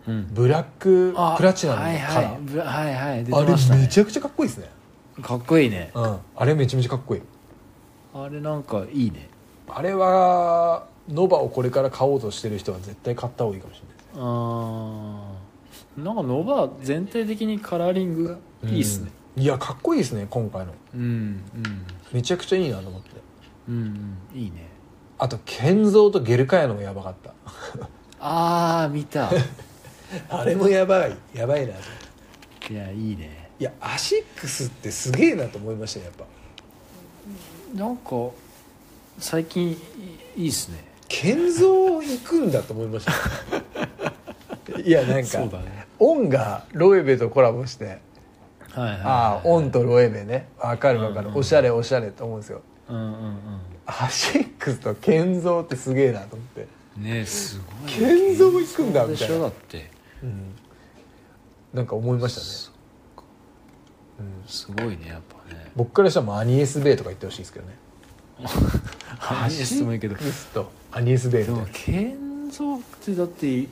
Speaker 2: うん、
Speaker 1: ブラック
Speaker 2: あ
Speaker 1: プラチナのカ
Speaker 2: はいは
Speaker 1: ラ
Speaker 2: いぶはいはい出
Speaker 1: ーあ
Speaker 2: てました
Speaker 1: れめ
Speaker 2: ね
Speaker 1: ちゃくちゃかっこいいですね、
Speaker 2: かっこいいね
Speaker 1: うん、あれめちゃめちゃかっこいい
Speaker 2: あれなんかいいね
Speaker 1: あれはノバをこれから買おうとしてる人は絶対買った方がいいかもしれない
Speaker 2: あーなんかノバ全体的にカラーリングがいいっすね、
Speaker 1: うんいやかっこいいですね今回の
Speaker 2: うん、うん
Speaker 1: めちゃくちゃいいなと思って
Speaker 2: うんうんいいね
Speaker 1: あと健三とゲルカヤのもやばかった
Speaker 2: ああ見 た
Speaker 1: あれもやばいやばいなと思って
Speaker 2: いやいいね
Speaker 1: いやアシックスってすげえなと思いましたねやっぱ
Speaker 2: なんか最近いいいっすね
Speaker 1: 建造行くんだと思いましたね いやなん
Speaker 2: そう
Speaker 1: か、
Speaker 2: だね
Speaker 1: オンがロエベとコラボして、
Speaker 2: はいはい、は
Speaker 1: あ
Speaker 2: い、
Speaker 1: あオンとロエベねわかるわかる、
Speaker 2: うんうん
Speaker 1: おしゃれおしゃれと思うんですよ
Speaker 2: うんうん
Speaker 1: アシックスと建造ってすげえなと思って、
Speaker 2: うんねえすごい
Speaker 1: 建造行くんだ
Speaker 2: で
Speaker 1: みたい
Speaker 2: し
Speaker 1: な
Speaker 2: ょだって
Speaker 1: うん、なんか思いました
Speaker 2: そ
Speaker 1: ね、うん、
Speaker 2: すごいねやっぱね
Speaker 1: 僕からしたらもうアニエス・ベイとか言ってほしいですけどね
Speaker 2: アニエスもいいけど
Speaker 1: アシックスとアニエス・ベイみ
Speaker 2: で
Speaker 1: たいな
Speaker 2: も建造ってだって今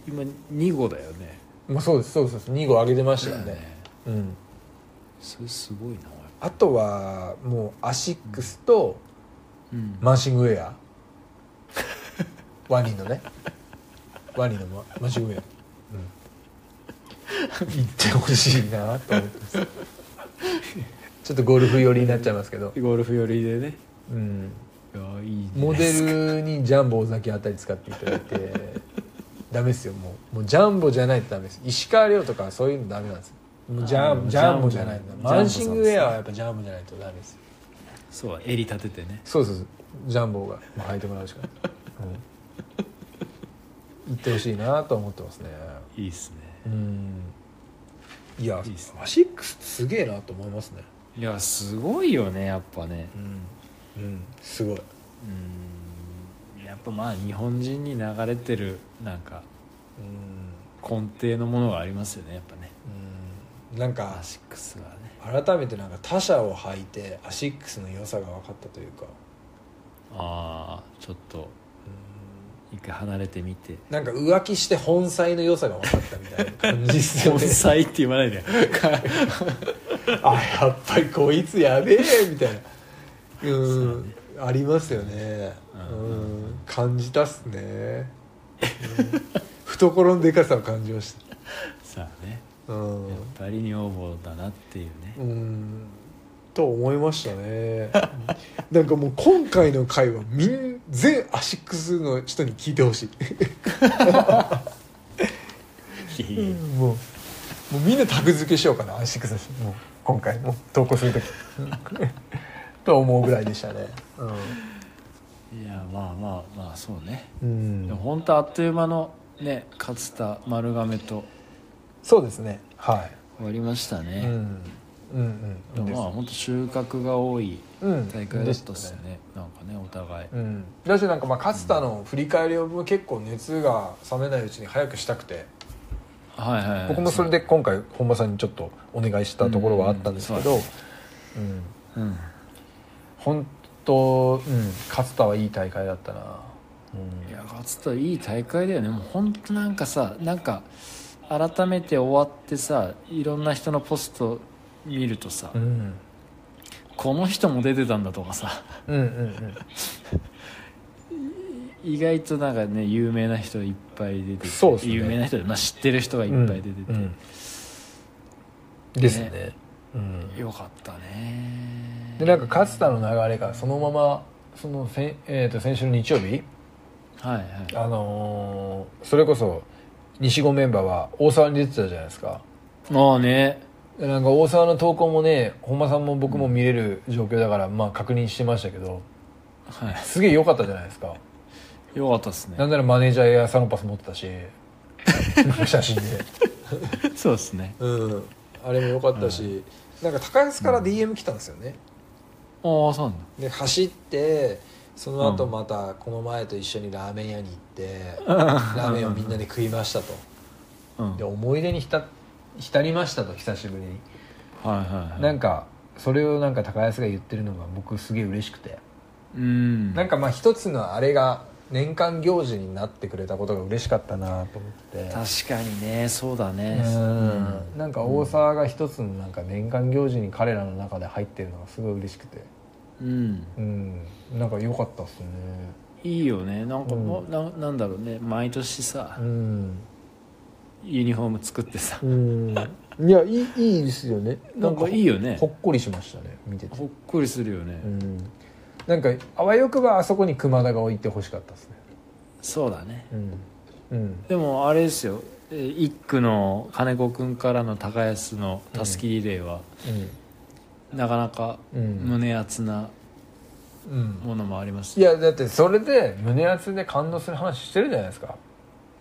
Speaker 2: 2号だよね
Speaker 1: まあ、そうですそうですそうです2号上げてましたよねうん
Speaker 2: それすごいなやっぱ
Speaker 1: あとはもうアシックスと
Speaker 2: うん
Speaker 1: マーシングウェアワニのねワニのま真正上、うん、行ってほしいなと思ってますちょっとゴルフ寄りになっちゃいますけど、
Speaker 2: ゴルフ寄りでね
Speaker 1: うん、
Speaker 2: いやいい
Speaker 1: モデルにジャンボ尾崎あたり使っていただいてダメですよもうもうジャンボじゃないとダメです石川遼とかそういうのダメなんですよもうジャ
Speaker 2: あー
Speaker 1: ンジャンボじゃない
Speaker 2: ジャンボさん
Speaker 1: マンシングウェアはやっぱジャンボじゃないとダメですよ
Speaker 2: そう襟立ててね
Speaker 1: そうそうそうジャンボがもう履いてもらうしかない、うん、行ってほしいなと思ってますね
Speaker 2: いいっすね
Speaker 1: うんいや
Speaker 2: いいっすね
Speaker 1: アシックスすげえなと思いますね
Speaker 2: いやすごいよねやっぱね
Speaker 1: うん、うん、すごい
Speaker 2: うんやっぱまあ日本人に流れてるなんか
Speaker 1: うん
Speaker 2: 根底のものがありますよねやっぱね
Speaker 1: うんなんか
Speaker 2: アシックスはね
Speaker 1: 改めてなんか他者を履いてアシックスの良さが分かったというか
Speaker 2: ああちょっと一回離れてみて
Speaker 1: なんか浮気して本妻の良さが分かったみたいな感じですよ
Speaker 2: 盆
Speaker 1: ね
Speaker 2: 栽って言わ ないで
Speaker 1: あやっぱりこいつやべえみたいなうん、ありますよね
Speaker 2: う
Speaker 1: うんん、感じたっすね、うん懐のでかさを感じまし
Speaker 2: さあね
Speaker 1: たうん
Speaker 2: やっ、ぱり女房だなっていうね
Speaker 1: うん、と思いましたねなんかもう今回の回はみん全アシックスの人に聞いてほしいもうもうみんなタグ付けしようかなアシックスだしもう今回もう投稿す る時と思うぐらいでしたね
Speaker 2: いやまあまあまあそうね、
Speaker 1: うん、
Speaker 2: でも本当あっという間のね勝田丸亀と
Speaker 1: そうですねは
Speaker 2: 終わりました
Speaker 1: い、
Speaker 2: ね、
Speaker 1: うん、うんうん
Speaker 2: でもまあ本当収穫が多い
Speaker 1: うん
Speaker 2: 大会だったっすね,、なんかねお互い、
Speaker 1: うん、だしなんかまあ勝田の振り返りを結構熱が冷めないうちに早くしたくて
Speaker 2: はいはい、はい、
Speaker 1: 僕もそれで今回本間さんにちょっとお願いしたところはあったんですけど、
Speaker 2: う
Speaker 1: うん
Speaker 2: んそう、うん、
Speaker 1: 本当、うん、勝田はいい大会だったな、
Speaker 2: いや勝田いい大会だよねもう本当なんかさなんか改めて終わってさいろんな人のポスト見るとさ、
Speaker 1: うん、うん
Speaker 2: この人も出てたんだとかさ
Speaker 1: うんうんうん
Speaker 2: 意外となんかね有名な人いっぱい出てて
Speaker 1: そうっすね
Speaker 2: 有名な人で、まあ、知ってる人がいっぱい出てて、
Speaker 1: うんうんですねうん、
Speaker 2: よかったね
Speaker 1: でなんか勝田の流れがそのままそのせん、えー、と先週の日曜日、
Speaker 2: はいはい
Speaker 1: あのーそれこそ西郷メンバーは大沢に出てたじゃないですか
Speaker 2: もうね
Speaker 1: でなんか大沢の投稿もね本間さんも僕も見れる状況だから、まあ確認してましたけど
Speaker 2: は
Speaker 1: すげえ良かったじゃないですか
Speaker 2: いよかったですね
Speaker 1: なんならマネージャーやサノパス持ってた し写真で
Speaker 2: そうですね
Speaker 1: うんあれも良かったし、なんか高安から DM 来たんですよね、
Speaker 2: ああそうなんだ
Speaker 1: で走ってその後
Speaker 2: うん
Speaker 1: またこの前と一緒にラーメン屋に行って、
Speaker 2: ラ
Speaker 1: ラーメンをみんなで食いましたと
Speaker 2: うん
Speaker 1: で思い出に浸浸りましたと久しぶりに、
Speaker 2: はいはいはい
Speaker 1: なんかそれをなんか高安が言ってるのが僕すげえ嬉しくて、
Speaker 2: うん
Speaker 1: なんかまあ一つのあれが年間行事になってくれたことが嬉しかったなと思ってて
Speaker 2: 確かにねそうだ
Speaker 1: う
Speaker 2: ね
Speaker 1: んなんか大沢が一つのなんか年間行事に彼らの中で入ってるのがすごい嬉しくて
Speaker 2: うん、うん
Speaker 1: うんなんか良かったっすね
Speaker 2: いいよねなんか
Speaker 1: うん
Speaker 2: もうななんだろうね毎年さ
Speaker 1: うん
Speaker 2: ユニフォーム作ってさ
Speaker 1: うんいやいいいいですよね
Speaker 2: なんかいいよね
Speaker 1: ほっこりしましたね見てて
Speaker 2: ほっこりするよね、
Speaker 1: うんなんかあわよくばあそこに熊田が置いてほしかったですね
Speaker 2: そうだね
Speaker 1: うんうん
Speaker 2: でもあれですよえー一区の金子君からの高安のたすきリレーは、なかなか
Speaker 1: うん
Speaker 2: 胸熱な
Speaker 1: うん
Speaker 2: ものもあります
Speaker 1: いやだってそれで胸熱で感動する話してるじゃないですか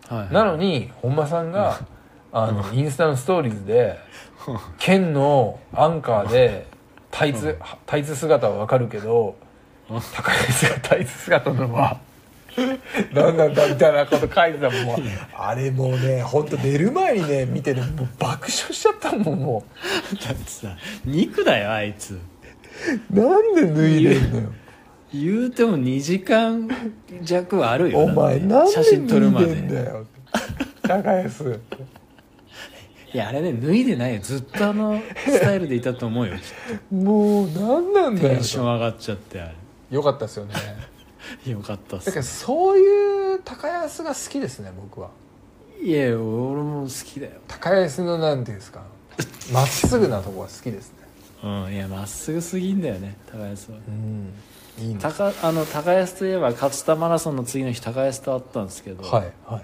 Speaker 2: はいはい
Speaker 1: なのに本間さん があのインスタのストーリーズで県のアンカーでタイツはタイツ姿はわかるけど
Speaker 2: うん
Speaker 1: 高安がタイツ姿なの は何なんだみたいなこと書いてたもんもうあれもうね本当寝る前にね見てねもう爆笑しちゃったもんもう。
Speaker 2: だってさ肉だよあいつ
Speaker 1: なんで脱いでんのよ
Speaker 2: 言うても2時間弱はあるよ
Speaker 1: お前
Speaker 2: だっ
Speaker 1: な
Speaker 2: て
Speaker 1: んで
Speaker 2: 写
Speaker 1: 脱い
Speaker 2: 真撮るま
Speaker 1: でん
Speaker 2: で
Speaker 1: だよ高安
Speaker 2: いやあれね脱いでないよずっとあのスタイルでいたと思うよ
Speaker 1: もうなんなんだ
Speaker 2: テ
Speaker 1: よ
Speaker 2: ンション上がっちゃってあれ
Speaker 1: よかったですよね
Speaker 2: よかったっ
Speaker 1: だ
Speaker 2: す
Speaker 1: からそういう高安が好きですね僕はい
Speaker 2: や俺も好きだよ
Speaker 1: 高安のなんていうんですかまっすぐなとこが好きですね
Speaker 2: うんいやまっすぐすぎんだよね高安は
Speaker 1: うんいいね
Speaker 2: 高あの高安といえば勝田マラソンの次の日高安と会ったんですけど、
Speaker 1: はいはい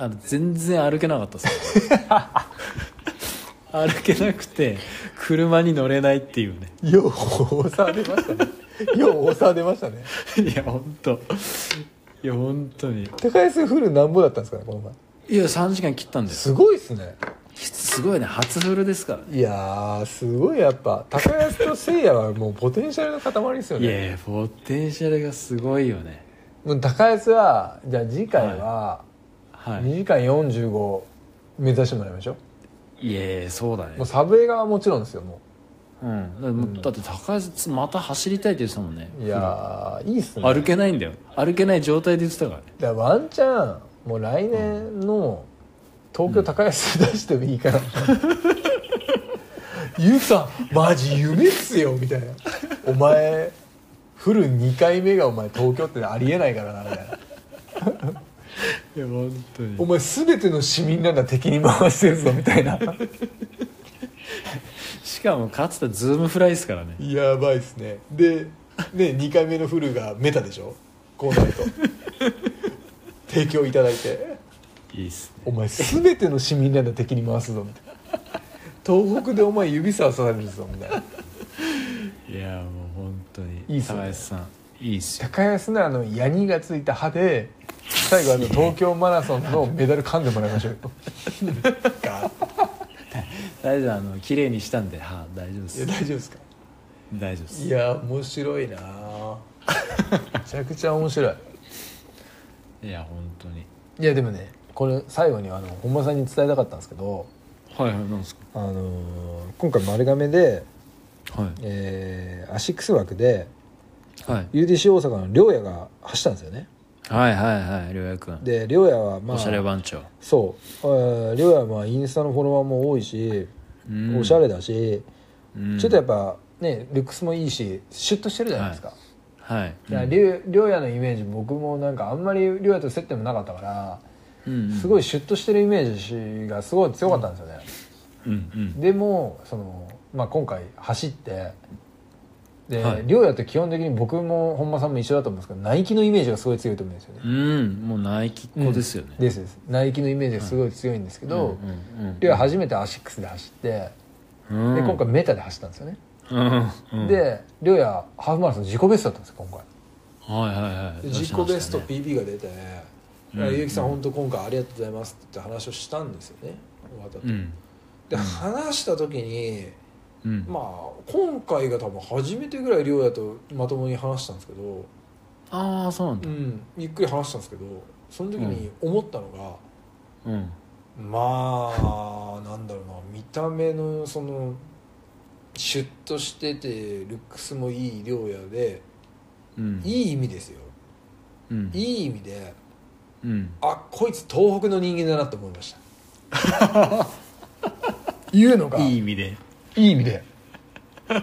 Speaker 2: あの全然歩けなかったっす 歩けなくて車に乗れないっていうね
Speaker 1: よう大沢出ましたねよう大沢出ましたね
Speaker 2: いや本当いや本当に
Speaker 1: 高安フルなんぼだったんですかねこの前
Speaker 2: いや3時間切ったんです
Speaker 1: すごいっすね
Speaker 2: すごいね初フルですからね
Speaker 1: いやーすごいやっぱ高安と聖夜はもうポテンシャルの塊ですよ
Speaker 2: い
Speaker 1: ね
Speaker 2: やいやポテンシャルがすごいよね
Speaker 1: もう高安はじゃあ次回は
Speaker 2: はい
Speaker 1: 2時間45目指してもらいましょう、
Speaker 2: いやいやそうだね
Speaker 1: もうサブ映画はもちろんですよも
Speaker 2: うん、だってだって高安また走りたいって言ってたもんね
Speaker 1: ういやーいいっすね
Speaker 2: 歩けないんだよ歩けない状態で言ってたからね
Speaker 1: だからワンチャンもう来年の東京高安出してもいい から「ゆうさんマジ夢っすよ」みたいな「お前フル2回目がお前東京ってありえないからな」みたいな。
Speaker 2: いや本当
Speaker 1: お
Speaker 2: に
Speaker 1: 前全ての市民なんだ敵に回してるぞみたいな
Speaker 2: しかもかつてズームフライですからね
Speaker 1: やばいっすねでね2回目のフルがメタでしょこうなると提供いただいて
Speaker 2: いいっすね
Speaker 1: お前全ての市民なんだ敵に回すぞみたいな東北でお前指さされるぞみたいない
Speaker 2: やもう本当に
Speaker 1: いいっすね
Speaker 2: 高安さんいいっすよ
Speaker 1: 高安のあのヤニがついた歯で最後あの東京マラソンのメダル噛んでもらいましょうよガーッ
Speaker 2: 大丈夫あの綺麗にしたんではあ、大丈夫で
Speaker 1: いや大
Speaker 2: す
Speaker 1: 丈夫ですか
Speaker 2: 大丈夫です
Speaker 1: いや面白いなあめちゃくちゃ面白い
Speaker 2: いや本当に
Speaker 1: いやでもねこれ最後にあの本間さんに伝えたかったんですけど、
Speaker 2: はいはいなんですか
Speaker 1: あのー今回丸亀で、
Speaker 2: は
Speaker 1: えーアシックス枠で
Speaker 2: い、はい、
Speaker 1: UDC 大阪の亮也が走ったんですよね
Speaker 2: はいはいはいりょうやくん
Speaker 1: で亮也はまあ
Speaker 2: おしゃれ番長
Speaker 1: そうえー亮也はまあインスタのフォロワーも多いし、
Speaker 2: うん
Speaker 1: おしゃれだし、
Speaker 2: うん
Speaker 1: ちょっとやっぱねルックスもいいしシュッとしてるじゃないですか、
Speaker 2: はい
Speaker 1: だから亮亮也のイメージ僕もなんかあんまり亮也と接点もなかったから
Speaker 2: うん
Speaker 1: すご
Speaker 2: い
Speaker 1: いシュッとしてるイメージがすごい強かったんですよね、
Speaker 2: うんうん
Speaker 1: でもその、まあ、今回走ってで、
Speaker 2: はい
Speaker 1: 亮也って基本的に僕も本間さんも一緒だと思うんですけどナイキのイメージがすごい強いと思うんですよね
Speaker 2: う、んもうナイキっ子ですよね
Speaker 1: ですですナイキのイメージがすごい強いんですけ
Speaker 2: うん
Speaker 1: ど
Speaker 2: うんうん
Speaker 1: 亮也、初めてアシックスで走ってで
Speaker 2: うん
Speaker 1: 今回メタで走ったんですよね、
Speaker 2: うんうん
Speaker 1: で亮也ハーフマラソン自己ベストだったんですよ今回
Speaker 2: はいはいはい
Speaker 1: 自己ベスト
Speaker 2: 出し
Speaker 1: PB が出て
Speaker 2: うん
Speaker 1: 結城さん本当今回ありがとうございますって話をしたんですよね終わった
Speaker 2: ましたね
Speaker 1: で話した時に
Speaker 2: うんうん
Speaker 1: まあ今回が多分初めてぐらい亮也とまともに話したんですけど、
Speaker 2: ああそうなん
Speaker 1: う
Speaker 2: だ
Speaker 1: ん、ゆっくり話したんですけどその時に思ったのが、
Speaker 2: うん
Speaker 1: まあなんだろうな見た目のそのシュッとしててルックスもいい亮也で
Speaker 2: うん
Speaker 1: いい意味ですよ
Speaker 2: うん
Speaker 1: いい意味で
Speaker 2: うん
Speaker 1: あこいつ東北の人間だなと思いました 言うのが
Speaker 2: いい意味で
Speaker 1: いい意味で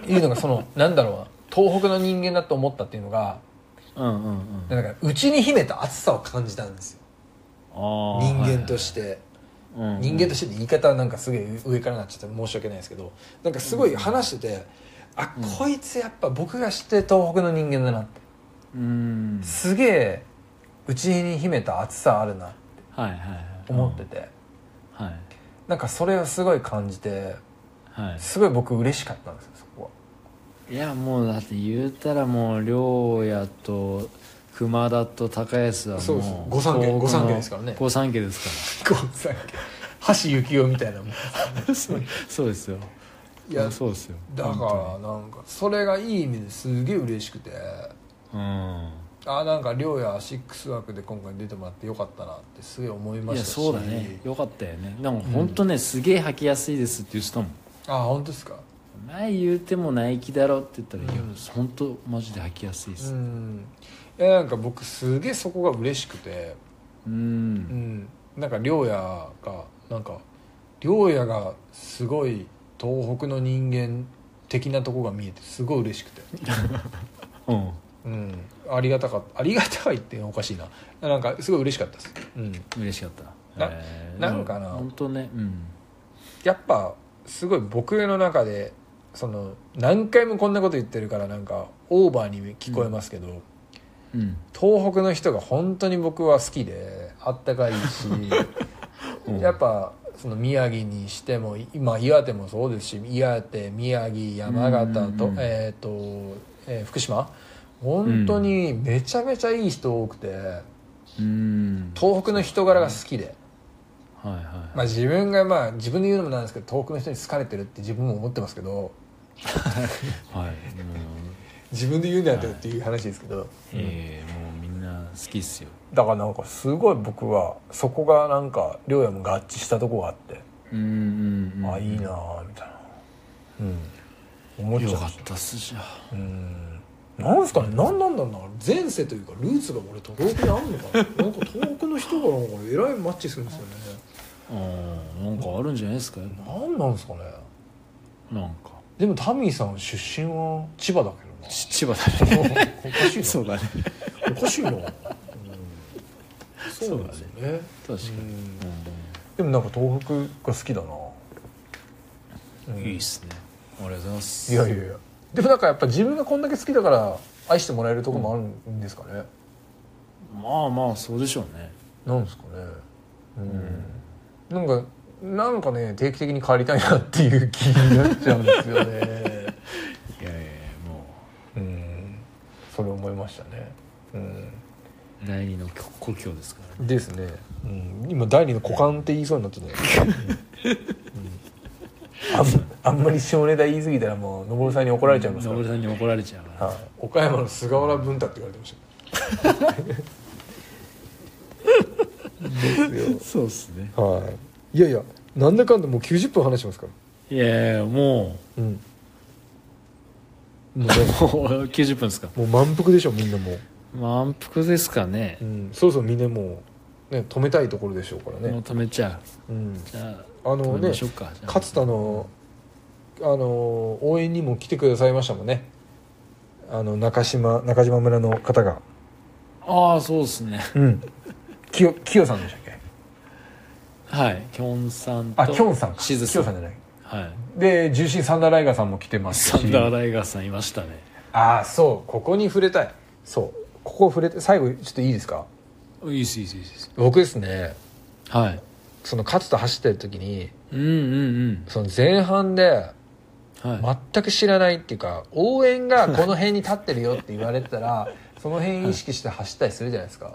Speaker 1: いうのがそのなんだろうな東北の人間だと思ったっていうのが
Speaker 2: うんうんうん
Speaker 1: なんか内に秘めた熱さを感じたんですよ人
Speaker 2: 人
Speaker 1: 間として、人間としてって言い方はなんかすげえ上からなっちゃって申し訳ないですけどなんかすごい話してて、あ
Speaker 2: うん
Speaker 1: こいつやっぱ僕が知ってる東北の人間だなって
Speaker 2: うん
Speaker 1: すげえ内に秘めた熱さあるなって
Speaker 2: はいはいはい
Speaker 1: 思ってて、
Speaker 2: はい
Speaker 1: なんかそれをすごい感じて
Speaker 2: は
Speaker 1: すごい僕嬉しかったんですよそこはい
Speaker 2: いやもうだって言うたらもう亮也と熊田と高安はもう
Speaker 1: そうそう御三家
Speaker 2: 東北
Speaker 1: 御三
Speaker 2: の
Speaker 1: 家ですからね
Speaker 2: 御三家です
Speaker 1: こうさ橋幸夫みたいなもん
Speaker 2: か らそうそうですよ
Speaker 1: いや
Speaker 2: そうですよ
Speaker 1: だからなんかそれがいい意味ですげえ嬉しくて
Speaker 2: うん
Speaker 1: あなんか亮也シックス枠で今回出てもらってよかったなってすげえ思いま
Speaker 2: い
Speaker 1: し
Speaker 2: や
Speaker 1: たし
Speaker 2: そうだねよかったよねでも本当ね、すげえ履きやすいですって言ってたもん
Speaker 1: あ本当ですか
Speaker 2: 前言うてもナイキだろって言ったら、いや
Speaker 1: うん
Speaker 2: 本当マジで履きやすいで
Speaker 1: う
Speaker 2: す
Speaker 1: んいやなんか僕すげえそこが嬉しくて
Speaker 2: うん、
Speaker 1: うんなんか亮也がなんか亮也がすごい東北の人間的なとこが見えてすごい嬉しくて
Speaker 2: うん
Speaker 1: うん、ありがたかありがたいっておかしいななんかすごい嬉しかったです、うん、
Speaker 2: 嬉しかった
Speaker 1: な
Speaker 2: えー
Speaker 1: なんかな
Speaker 2: 本当ねうん
Speaker 1: やっぱすごい僕の中でその何回もこんなこと言ってるからなんかオーバーに聞こえますけど、
Speaker 2: うん
Speaker 1: 東北の人が本当に僕は好きであったかいし
Speaker 2: うん
Speaker 1: やっぱその宮城にしても今岩手もそうですし岩手宮城山形と,、
Speaker 2: うんうん
Speaker 1: えーとえー福島本当にめちゃめちゃいい人多くて、
Speaker 2: うん
Speaker 1: 東北の人柄が好きで、
Speaker 2: はいはい
Speaker 1: まあ、自分がまあ自分で言うのもなんですけど東北の人に好かれてるって自分も思ってますけど
Speaker 2: はいもう
Speaker 1: 自分で言うんだよっていう話ですけど、
Speaker 2: えーもうみんな好きっすよ
Speaker 1: だからなんかすごい僕はそこがなんか両也も合致したとこがあって、
Speaker 2: うんうんうん
Speaker 1: あいいなあみたいなうん思っちゃ
Speaker 2: よ
Speaker 1: う
Speaker 2: かったっすじゃあ
Speaker 1: うんなんすかね何なんだろうな前世というかルーツが俺東北にあんのかななんか東北の人がなんかえらいマッチするんですよね
Speaker 2: うんなんかあるんじゃないですか
Speaker 1: 何なんですかね
Speaker 2: なんか
Speaker 1: でもタミーさん出身は千葉だけどな
Speaker 2: ち千葉だね
Speaker 1: おかしいな
Speaker 2: そうだね
Speaker 1: おかしいな、うん、そうなんですよね
Speaker 2: 確かに
Speaker 1: うん
Speaker 2: う
Speaker 1: でもなんか東北が好きだな、うん
Speaker 2: いいっすねありがとうございます
Speaker 1: いやいやいやでもなんかやっぱ自分がこんだけ好きだから愛してもらえるとこもあるんですかね、
Speaker 2: まあまあそうでしょうね
Speaker 1: なんですかねうん、なんかなんかね定期的に帰りたいなっていう気になっちゃうんですよね
Speaker 2: いやいやいやも
Speaker 1: うんそれ思いましたねうん
Speaker 2: う第二の故郷ですからね
Speaker 1: ですね、うん、今第二の股間って言いそうになっちゃった、 うんあんあんまり下ネタ言い過ぎたらもう昇さんに怒られちゃいますから、
Speaker 2: 登さんに怒られちゃうから
Speaker 1: はい、岡山の菅原文太って言われてましたですよ
Speaker 2: そうっすね
Speaker 1: はいいやいやなんだかんだもう90分話してますから
Speaker 2: いやいやも
Speaker 1: うんもうね
Speaker 2: うもう90分です か
Speaker 1: もう満腹でしょみんなもう、
Speaker 2: 満腹ですかね
Speaker 1: うん、そろそろみんなもう、ね、止めたいところでしょうから
Speaker 2: もう
Speaker 1: ね、
Speaker 2: 止めちゃ
Speaker 1: うん、
Speaker 2: うじゃあ
Speaker 1: あ
Speaker 2: 止
Speaker 1: の
Speaker 2: め
Speaker 1: ね
Speaker 2: ましょうかじゃあ
Speaker 1: 勝田のあの応援にも来てくださいましたもんねあの中島中島村の方が
Speaker 2: ああそうですね
Speaker 1: うんきよきよさんでしたっけ
Speaker 2: はいきょんさんと
Speaker 1: あきょんさんか
Speaker 2: しず
Speaker 1: きょんさ
Speaker 2: さ
Speaker 1: ん
Speaker 2: ん
Speaker 1: じゃない
Speaker 2: はい
Speaker 1: で重心サンダーライガーさんも来てますし
Speaker 2: サンダーライガーさんいましたね
Speaker 1: ああそうここに触れたいそうここ触れて最後ちょっといいですか
Speaker 2: いいっすいいっすいいっす
Speaker 1: 僕ですね
Speaker 2: はい
Speaker 1: その勝田走ってる時に
Speaker 2: うんうん
Speaker 1: その前半で
Speaker 2: うんはい、
Speaker 1: 全く知らないっていうか応援がこの辺に立ってるよって言われてた らその辺意識して走ったりするじゃないですか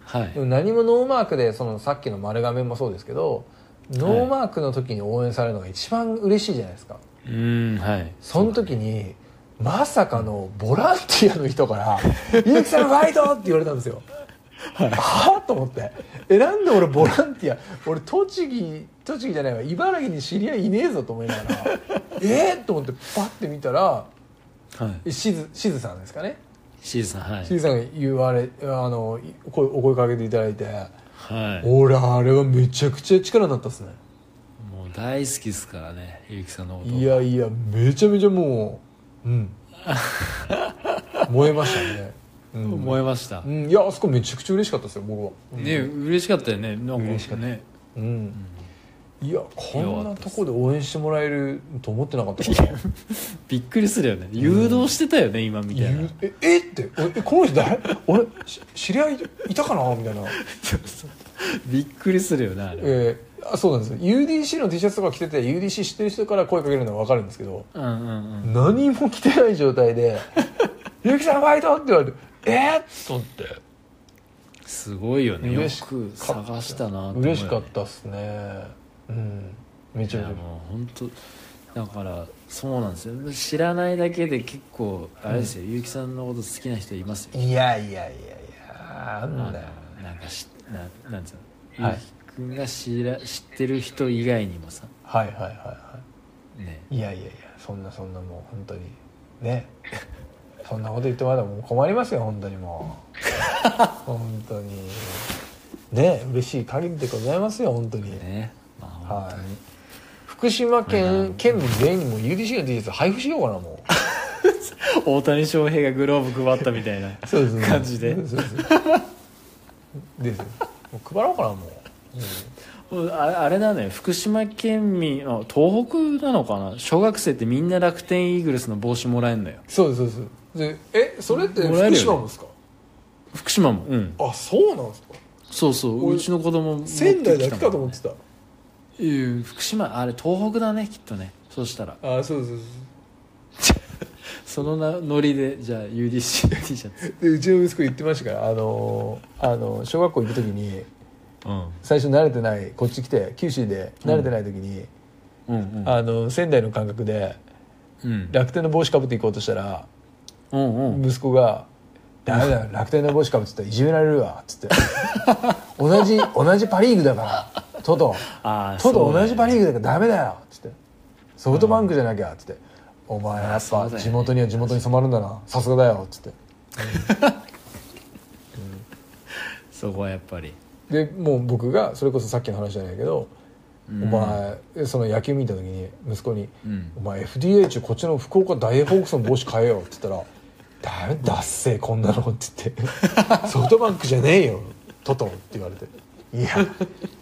Speaker 2: は
Speaker 1: で
Speaker 2: い
Speaker 1: も何もノーマークでそのさっきの丸亀もそうですけどノーマークの時に応援されるのが一番嬉しいじゃないですか
Speaker 2: うんはい
Speaker 1: その時にまさかのボランティアの人から「結城さんファイト!」って言われたんですよ。はあと思ってえなんで俺ボランティア俺栃木栃木じゃないわ茨城に知り合いいねえぞと思いながらえっと思ってパッて見たら
Speaker 2: はい
Speaker 1: しずしずさんですかね
Speaker 2: シーズさんはい
Speaker 1: しずさんが言われあのい声お声かけていただいて
Speaker 2: はい
Speaker 1: 俺あれはめちゃくちゃ力になったっすね
Speaker 2: もう大好きですからねゆうきさんのこと
Speaker 1: いやいやめちゃめちゃもううん燃えましたね、うん
Speaker 2: 思いました、
Speaker 1: うん、いやあそこめちゃくちゃ嬉しかったですよ僕は、
Speaker 2: ね嬉しかったよねなんか
Speaker 1: 嬉しかった
Speaker 2: ね
Speaker 1: うんいやこん
Speaker 2: よか
Speaker 1: な
Speaker 2: った
Speaker 1: と
Speaker 2: です
Speaker 1: こで応援してもらえると思ってなかったから
Speaker 2: びっくりするよね誘導してたよね、今みたいな
Speaker 1: 言うええっておえこの人誰 俺し知り合いいたかなみたいな、
Speaker 2: びっくりするよねあれ、
Speaker 1: えーあそうなんですよ UDC の T シャツとか着てて UDC 知ってる人から声かけるのは分かるんですけど
Speaker 2: うんうんうん
Speaker 1: 何も着てない状態で 「ゆきさんファイト!」って言われて「えっ!」と思って
Speaker 2: すごいよねよ
Speaker 1: 嬉しかった
Speaker 2: く探したなと思うよね
Speaker 1: 嬉しかったっすねうんめちゃ
Speaker 2: い
Speaker 1: めち
Speaker 2: や
Speaker 1: ゃ
Speaker 2: もう本当だからそうなんですよ知らないだけで結構あれですよ、ゆうきさんのこと好きな人いますよ
Speaker 1: いやいやいやいやあん
Speaker 2: あの
Speaker 1: だよ
Speaker 2: なんかしななんつうの、
Speaker 1: はい
Speaker 2: ゆうきくんが知ら知ってる人以外にもさ
Speaker 1: はいはいはいは
Speaker 2: ね
Speaker 1: いいやいやいやそんなそんなもう本当にねそんなこと言ってまだもう困りますよ本当にも う本当にね嬉しい限りでございますよ本当に、
Speaker 2: ねまあ本
Speaker 1: は
Speaker 2: 当に、
Speaker 1: い福島
Speaker 2: まあ
Speaker 1: 県県民全員にも UDC の T シャツ配布しようかなもう
Speaker 2: 大谷翔平がグローブ配ったみ たいな
Speaker 1: そうです
Speaker 2: 感じで
Speaker 1: そうですですもう配ろうかなもう、
Speaker 2: もうああれだね福島県民あ東北なのかな小学生ってみんな楽天イーグルスの帽子もらえるのよ
Speaker 1: そうですそうですでえそれって
Speaker 2: もらえ
Speaker 1: 福
Speaker 2: るよね
Speaker 1: 島もですか
Speaker 2: 福島もうん
Speaker 1: あそうなんですか
Speaker 2: そうそう
Speaker 1: 俺
Speaker 2: うちの子供持ってきたも
Speaker 1: 仙
Speaker 2: ん
Speaker 1: 台だけかと思ってた
Speaker 2: うん福島あれ東北だねきっとねそうしたら
Speaker 1: あそうそうそう
Speaker 2: そのなノリでじゃあ UDCT シャツ
Speaker 1: でうちの息子言ってましたからあのーあの小学校行く時に
Speaker 2: うん
Speaker 1: 最初慣れてないこっち来て九州で慣れてない時に、
Speaker 2: うん
Speaker 1: あの仙台の感覚で
Speaker 2: うん
Speaker 1: 楽天の帽子かぶって行こうとしたら
Speaker 2: うんうん
Speaker 1: 息子が「ダメだ楽天の帽子かぶってたらいじめられるわ」っ つって「同じ同じパ・リーグだからトト
Speaker 2: あー
Speaker 1: ト
Speaker 2: そ
Speaker 1: ト
Speaker 2: うだ
Speaker 1: 同
Speaker 2: よね
Speaker 1: じパ・リーグだからダメだよ」っつって「ソフトバンクじゃなきゃ」っつって「お前や
Speaker 2: あ
Speaker 1: っ
Speaker 2: ーそうだ
Speaker 1: ぱ
Speaker 2: よね
Speaker 1: 地元には地元に染まるんだなさすがだよ」っつって
Speaker 2: そこはやっぱり
Speaker 1: でもう僕がそれこそさっきの話じゃないけど、お前その野球見た時に息子に「
Speaker 2: うん
Speaker 1: お前 FDH こっちの福岡ダイエーホークスの帽子変えよ」って言ったら「ダメだっせこんなの」って言って「ソフトバンクじゃねえよトト」って言われて「いや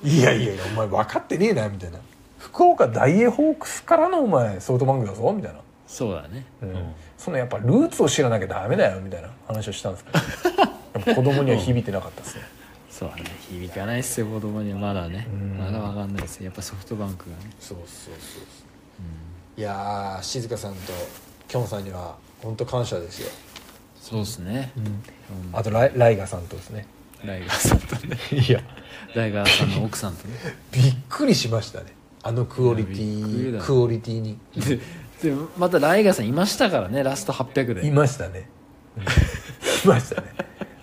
Speaker 1: いやいやいやお前分かってねえな」みたいな「福岡ダイエーホークスからのお前ソフトバンクだぞ」みたいな。
Speaker 2: そうだね
Speaker 1: うんそのやっぱルーツを知らなきゃダメだよみたいな話をしたんですけどやっぱ子供には響いてなかったですね、
Speaker 2: そうだね響かないっすよ子供にはまだね
Speaker 1: ん
Speaker 2: まだわかんないっすよやっぱソフトバンクがね
Speaker 1: そうそうそういやー静香さんときょんさんには本当感謝ですよ、
Speaker 2: そうっすね
Speaker 1: あとライライガさんとですね
Speaker 2: ライガーさんとね
Speaker 1: いや
Speaker 2: ライガーさんの奥さんとね
Speaker 1: びっくりしましたねあのクオリテ
Speaker 2: いやびっくり
Speaker 1: ィ
Speaker 2: だ
Speaker 1: クオリティに
Speaker 2: ででまたライガーさんいましたからねラスト800で
Speaker 1: いましたねいましたね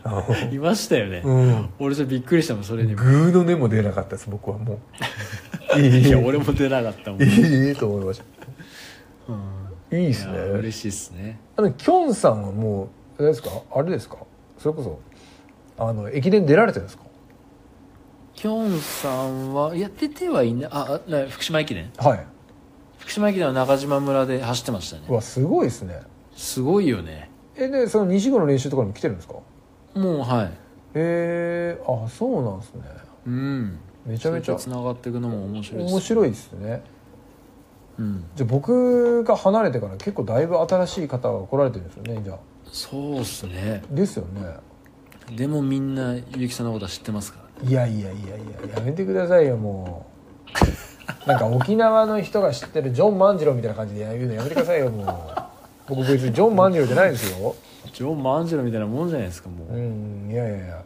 Speaker 1: あの
Speaker 2: いましたよね、
Speaker 1: うん
Speaker 2: 俺ちょっとびっくりしたもんそれにも
Speaker 1: グーの根も出なかったです僕はも うい
Speaker 2: いや
Speaker 1: え
Speaker 2: 俺も出なかったもん、
Speaker 1: えええと思いまし
Speaker 2: うん
Speaker 1: たいいで
Speaker 2: い
Speaker 1: す
Speaker 2: や
Speaker 1: ね
Speaker 2: 嬉しいっすね
Speaker 1: あのきょんさんはもうあれですかあれですかそれこそあの駅伝出られてるんですか
Speaker 2: きょんさんはいや出てはいないああな福島駅伝
Speaker 1: はい
Speaker 2: 福島駅伝は中島村で走ってました
Speaker 1: う
Speaker 2: ね
Speaker 1: わすごいですね
Speaker 2: すごいよね
Speaker 1: えでその西郷の練習とかにも来てるんですか
Speaker 2: もうはい
Speaker 1: へえあそうなんですね
Speaker 2: うん
Speaker 1: めちゃめちゃ
Speaker 2: つながっていくのも面白いっす
Speaker 1: 面白いですね
Speaker 2: うん、
Speaker 1: じゃあ僕が離れてから結構だいぶ新しい方が来られてるんですよねじゃあ
Speaker 2: そうっすね
Speaker 1: ですよね
Speaker 2: でもみんな結城さんのことは知ってますからね
Speaker 1: いやいやいやいややめてくださいよもう なんか沖縄の人が知ってるジョン万次郎みたいな感じで言うのやめてくださいよもう僕別にジョン万次郎じゃないですよ
Speaker 2: ジョン万次郎みたいなもんじゃないですかも
Speaker 1: う
Speaker 2: う、
Speaker 1: んいやいやいや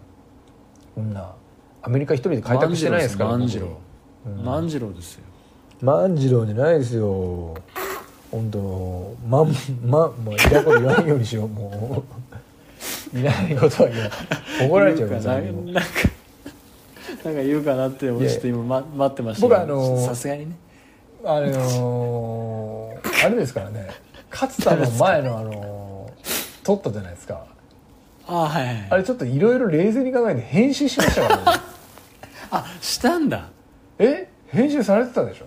Speaker 1: こんなアメリカ一人で開拓してないですから
Speaker 2: 万次郎
Speaker 1: 僕
Speaker 2: 万次郎ですよ
Speaker 1: 万次郎じゃないですよ本当まんままあいらんこと言わんようにしようもういらないことは言わない怒られちゃうか
Speaker 2: 言
Speaker 1: ら
Speaker 2: うかな
Speaker 1: 残
Speaker 2: な
Speaker 1: 念
Speaker 2: んかなんか言うかなって
Speaker 1: い
Speaker 2: 俺
Speaker 1: や
Speaker 2: ちょっと今、ま、待ってました
Speaker 1: 僕あのー
Speaker 2: さすがにね
Speaker 1: あのー、あれですからね勝田の前のあのー、撮ったじゃないですか
Speaker 2: ああはいはい
Speaker 1: あれちょっといろいろ冷静に考えて編集しましたからね
Speaker 2: あしたんだ
Speaker 1: え編集されてたでし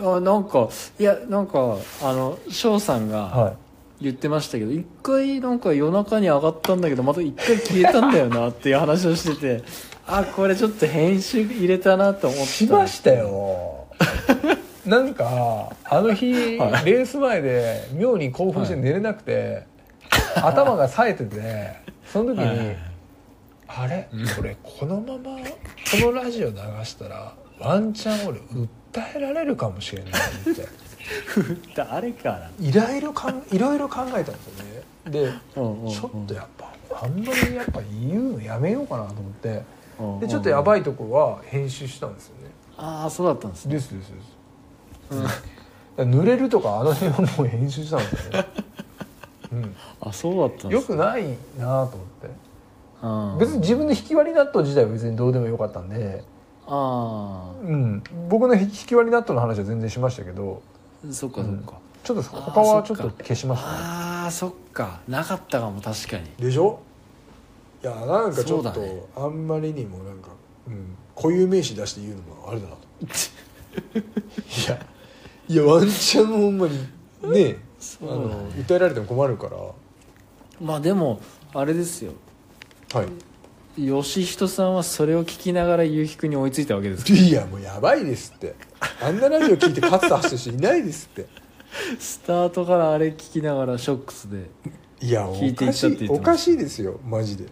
Speaker 1: ょ
Speaker 2: あなんかいやなんかあの翔さんが
Speaker 1: は
Speaker 2: 言ってましたけど一、回なんか夜中に上がったんだけどまた一回消えたんだよなっていう話をしててあこれちょっと編集入れたなと思
Speaker 1: い
Speaker 2: った
Speaker 1: しましたよなんかあの日、
Speaker 2: はい
Speaker 1: レース前で妙に興奮して寝れなくて、頭が冴えててその時に、
Speaker 2: はい
Speaker 1: あれこれこのままこのラジオ流したらワンチャン俺訴えられるかもしれないって。
Speaker 2: 誰から
Speaker 1: いろいろかんいろいろ考えたんですよねで
Speaker 2: うんうんうん
Speaker 1: ちょっとやっぱあんまりやっぱ言うのやめようかなと思って
Speaker 2: うんうんうん
Speaker 1: でちょっとやばいとこは編集したんですよね
Speaker 2: ああそうだったんですね
Speaker 1: ですですです、うん、濡れるとかあの辺はもう編集したんですよね、
Speaker 2: あそうだった
Speaker 1: うんん、
Speaker 2: で
Speaker 1: よ
Speaker 2: す
Speaker 1: くないなと思って
Speaker 2: うん
Speaker 1: 別に自分の引き割り納豆自体は別にどうでもよかったんで、
Speaker 2: あ
Speaker 1: うん、僕の引き割り納豆の話は全然しましたけど
Speaker 2: あそっかそっか、
Speaker 1: ちょっと他
Speaker 2: あ
Speaker 1: は
Speaker 2: ー
Speaker 1: ち
Speaker 2: そ
Speaker 1: ょ
Speaker 2: っ
Speaker 1: っ
Speaker 2: か
Speaker 1: と消しましたね
Speaker 2: ああそっかなかったかも確かに
Speaker 1: でしょいやなんかちょっ
Speaker 2: そうだ
Speaker 1: と、
Speaker 2: ね
Speaker 1: あんまりにもなんか、うん、固有名詞出して言うのもあれだな といやいやワンチャンほんまにねえあ
Speaker 2: そう
Speaker 1: の訴えられても困るから
Speaker 2: まあでもあれですよ
Speaker 1: はい
Speaker 2: 義人さんはそれを聞きながら結城くんに追いついたわけ ですか
Speaker 1: いやもうやばいですってあんなラジオ聞いて勝田走る人いないですって
Speaker 2: らスタートからあれ聞きながらショックスで
Speaker 1: いやお
Speaker 2: 聞いてい
Speaker 1: か
Speaker 2: っ
Speaker 1: し
Speaker 2: たって
Speaker 1: い
Speaker 2: 言ってました
Speaker 1: おかしいですよマジで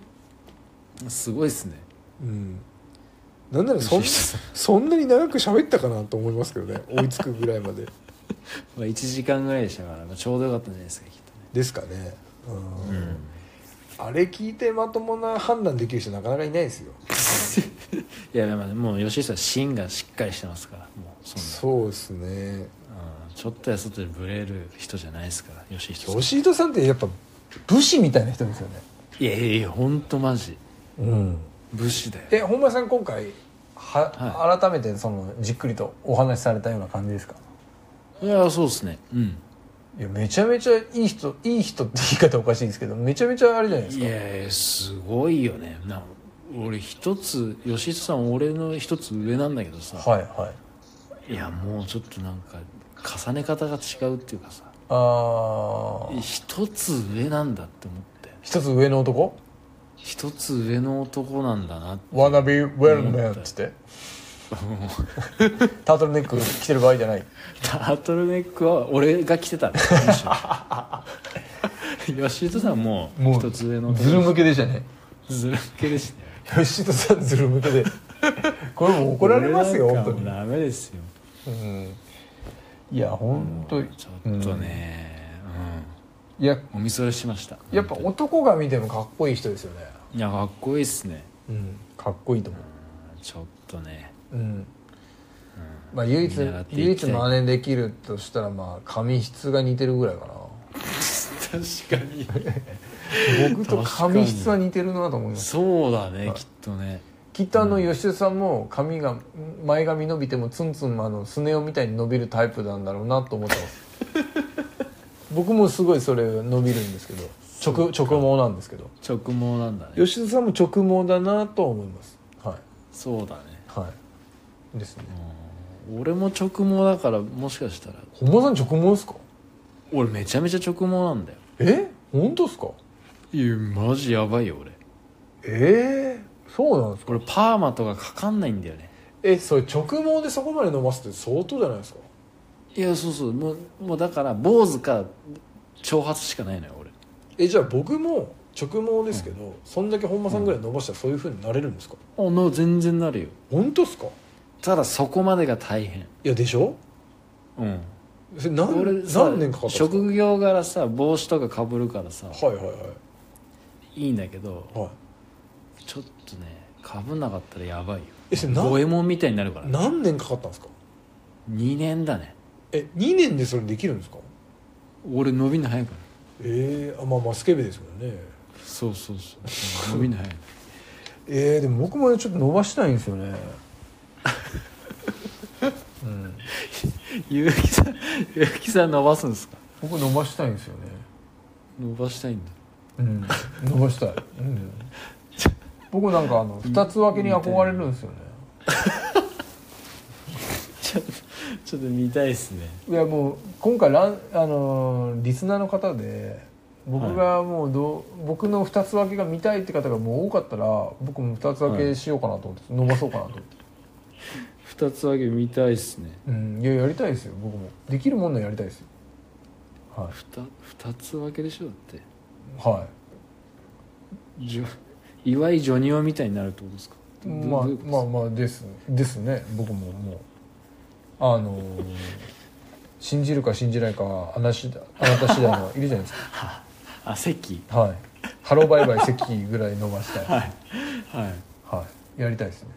Speaker 1: す
Speaker 2: ごいですね
Speaker 1: うんなんならそんそんなに長く喋ったかなと思いますけどね追いつくぐらいまで
Speaker 2: まあ1時間ぐらいでしたから、まあ、ちょうどよかったんじゃないですかきっ
Speaker 1: ですかねうん、
Speaker 2: とね、
Speaker 1: あれ聞いてまともな判断できる人なかなかいないですよ
Speaker 2: いやまあもう吉井さん芯がしっかりしてますからもうそんな
Speaker 1: そうですね
Speaker 2: うんちょっとやそっとでブレる人じゃないですから吉井人さん
Speaker 1: 吉井戸さんってやっぱ武士みたいな人ですよね
Speaker 2: いやいやいや本当マジ
Speaker 1: うん
Speaker 2: 武士だよ
Speaker 1: え本間さん今回は、
Speaker 2: は
Speaker 1: 改めてそのじっくりとお話しされたような感じですか
Speaker 2: いやそうですねうん
Speaker 1: いやめちゃめちゃいい人いい人って言い方おかしいですけどめちゃめちゃあれじゃないです
Speaker 2: い
Speaker 1: か
Speaker 2: やいやすごいよねな俺一つ吉井さん俺の一つ上なんだけどさ、
Speaker 1: はいはい
Speaker 2: いやもうちょっとなんか重ね方が違うっていうかさ
Speaker 1: あー
Speaker 2: 一つ上なんだって思って
Speaker 1: 一つ上の男
Speaker 2: 一つ上の男なんだなって
Speaker 1: wanna be well man っつってタートルネック着てる場合じゃない
Speaker 2: タートルネックは俺が着てた むしろ吉井戸さんはもう
Speaker 1: もう
Speaker 2: 一つ上の男
Speaker 1: ずる向けでしたね
Speaker 2: ずるっけでしたね
Speaker 1: 吉田さんずる向け でこれもう怒られますよ
Speaker 2: 俺なん
Speaker 1: 本当
Speaker 2: かもう
Speaker 1: に、
Speaker 2: ダメですよ
Speaker 1: うん、いや本当に
Speaker 2: ちょっとね
Speaker 1: いや
Speaker 2: うんお見それしました
Speaker 1: やっぱ男が見てもかっこいい人ですよね、
Speaker 2: いやかっこいいっすね
Speaker 1: うん、かっこいいと思
Speaker 2: ちょっとね
Speaker 1: う、うんまあ、唯一
Speaker 2: 見習っていきたい
Speaker 1: 唯一真似できるとしたらまあ髪質が似てるぐらいかな
Speaker 2: 確かに
Speaker 1: 僕と髪質は似てるなと思います
Speaker 2: そうだね、きっとね
Speaker 1: きっとあの吉田さんも髪が前髪伸びてもツンツンあのスネ夫みたいに伸びるタイプなんだろうなと思ってます 僕もすごいそれ伸びるんですけど直直毛なんですけど
Speaker 2: 直毛なんだね
Speaker 1: 吉田さんも直毛だなと思いますはい
Speaker 2: そうだね、
Speaker 1: はいですね
Speaker 2: うん俺も直毛だからもしかしたら
Speaker 1: 本間さん直毛ですか
Speaker 2: 俺めちゃめちゃ直毛なんだよ
Speaker 1: え本当ですか
Speaker 2: いやマジやばいよ俺
Speaker 1: ええそうなんですか
Speaker 2: 俺パーマとかかかんないんだよね
Speaker 1: えそれ直毛でそこまで伸ばすって相当じゃないですか
Speaker 2: いやそうそうもうもうだから坊主か長髪しかないのよ俺
Speaker 1: えじゃあ僕も直毛ですけど、そんだけ本間さんぐらい伸ばしたらそういうふうになれるんですか、
Speaker 2: あな全然なるよ
Speaker 1: 本当ですか
Speaker 2: ただそこまでが大変
Speaker 1: いやでしょ
Speaker 2: うん
Speaker 1: それ何
Speaker 2: 俺さ
Speaker 1: 何年かかったんですか
Speaker 2: 職業柄さ帽子とかかぶるからさ
Speaker 1: はいはいはい
Speaker 2: いいんだけど
Speaker 1: はい
Speaker 2: ちょっとねかぶんなかったらやばいよ
Speaker 1: えそれ
Speaker 2: 五
Speaker 1: 何
Speaker 2: 右衛門みたいになるから
Speaker 1: 何年かかったんですか
Speaker 2: 2年だね
Speaker 1: え二2年でそれできるんですか
Speaker 2: 俺伸びんの早くなる
Speaker 1: ええあまあまあスケベですもんね
Speaker 2: そうそうそう 伸びんの早く
Speaker 1: ええでも僕もちょっと伸ばしたいんですよ ねうん
Speaker 2: 結城さん結城さん伸ばすんですか
Speaker 1: 僕伸ばしたいんですよね
Speaker 2: 伸ばしたいんだ
Speaker 1: うん伸ばしたい、うん、僕なんかあ の2つ分けに憧れるんですよね
Speaker 2: ちょちょっと見たいですね
Speaker 1: いやもう今回ラン、あのーリスナーの方で僕がもうどう、僕の2つ分けが見たいって方がもう多かったら僕も2つ分けしようかなと思って、伸ばそうかなと思って、
Speaker 2: 2つ上げ見たいですね
Speaker 1: うん、いややりたいですよ僕もできるもんならやりたいですよは
Speaker 2: 2, 二つ分けでしょだって
Speaker 1: い、は
Speaker 2: ジョ岩井ジョニオみたいになるってことですか
Speaker 1: い、
Speaker 2: ど
Speaker 1: まあ
Speaker 2: どういうこと
Speaker 1: まあまあですですね僕ももうあのー信じるか信じないかはあなしだあなた次第のいるじゃないです
Speaker 2: あ席
Speaker 1: かはいハローバイバイ席ぐらい伸ばしたい、
Speaker 2: はいは
Speaker 1: はい、やりたいですね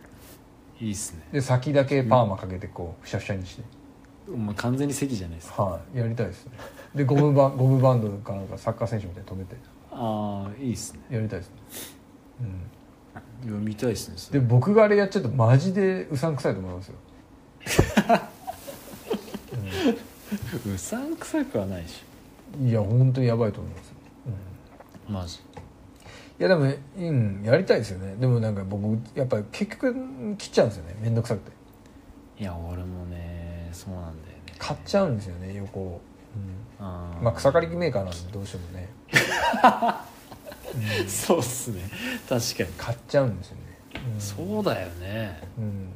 Speaker 2: いいいっすね
Speaker 1: で先だけパーマかけてこうふしゃふしゃにして、
Speaker 2: もう完全に席じゃないですか
Speaker 1: はい、やりたいですねでゴムバン ゴムバンドかなんかサッカー選手みたいに止めて
Speaker 2: ああいいっすね
Speaker 1: やりたいですね、うん、
Speaker 2: いや見たいっすねそ
Speaker 1: で
Speaker 2: れ
Speaker 1: 僕があれやっちゃうとマジでうさんくさいと思いますよ、
Speaker 2: うさんくさくはないでし
Speaker 1: うんいや本当にやばいと思いますよ、うん、い
Speaker 2: ょマジ
Speaker 1: やでも、うん、やりたいですよねでもなんか僕やっぱり結局切っちゃうんですよね面倒くさくて
Speaker 2: いや俺もねそうなんだよね
Speaker 1: 買っちゃうんですよね横を、う
Speaker 2: うん
Speaker 1: まあ草刈り機メーカーなんでどうしてもね
Speaker 2: そうっすね確かに、
Speaker 1: 買っちゃうんですよね、
Speaker 2: そうだよね
Speaker 1: うんうん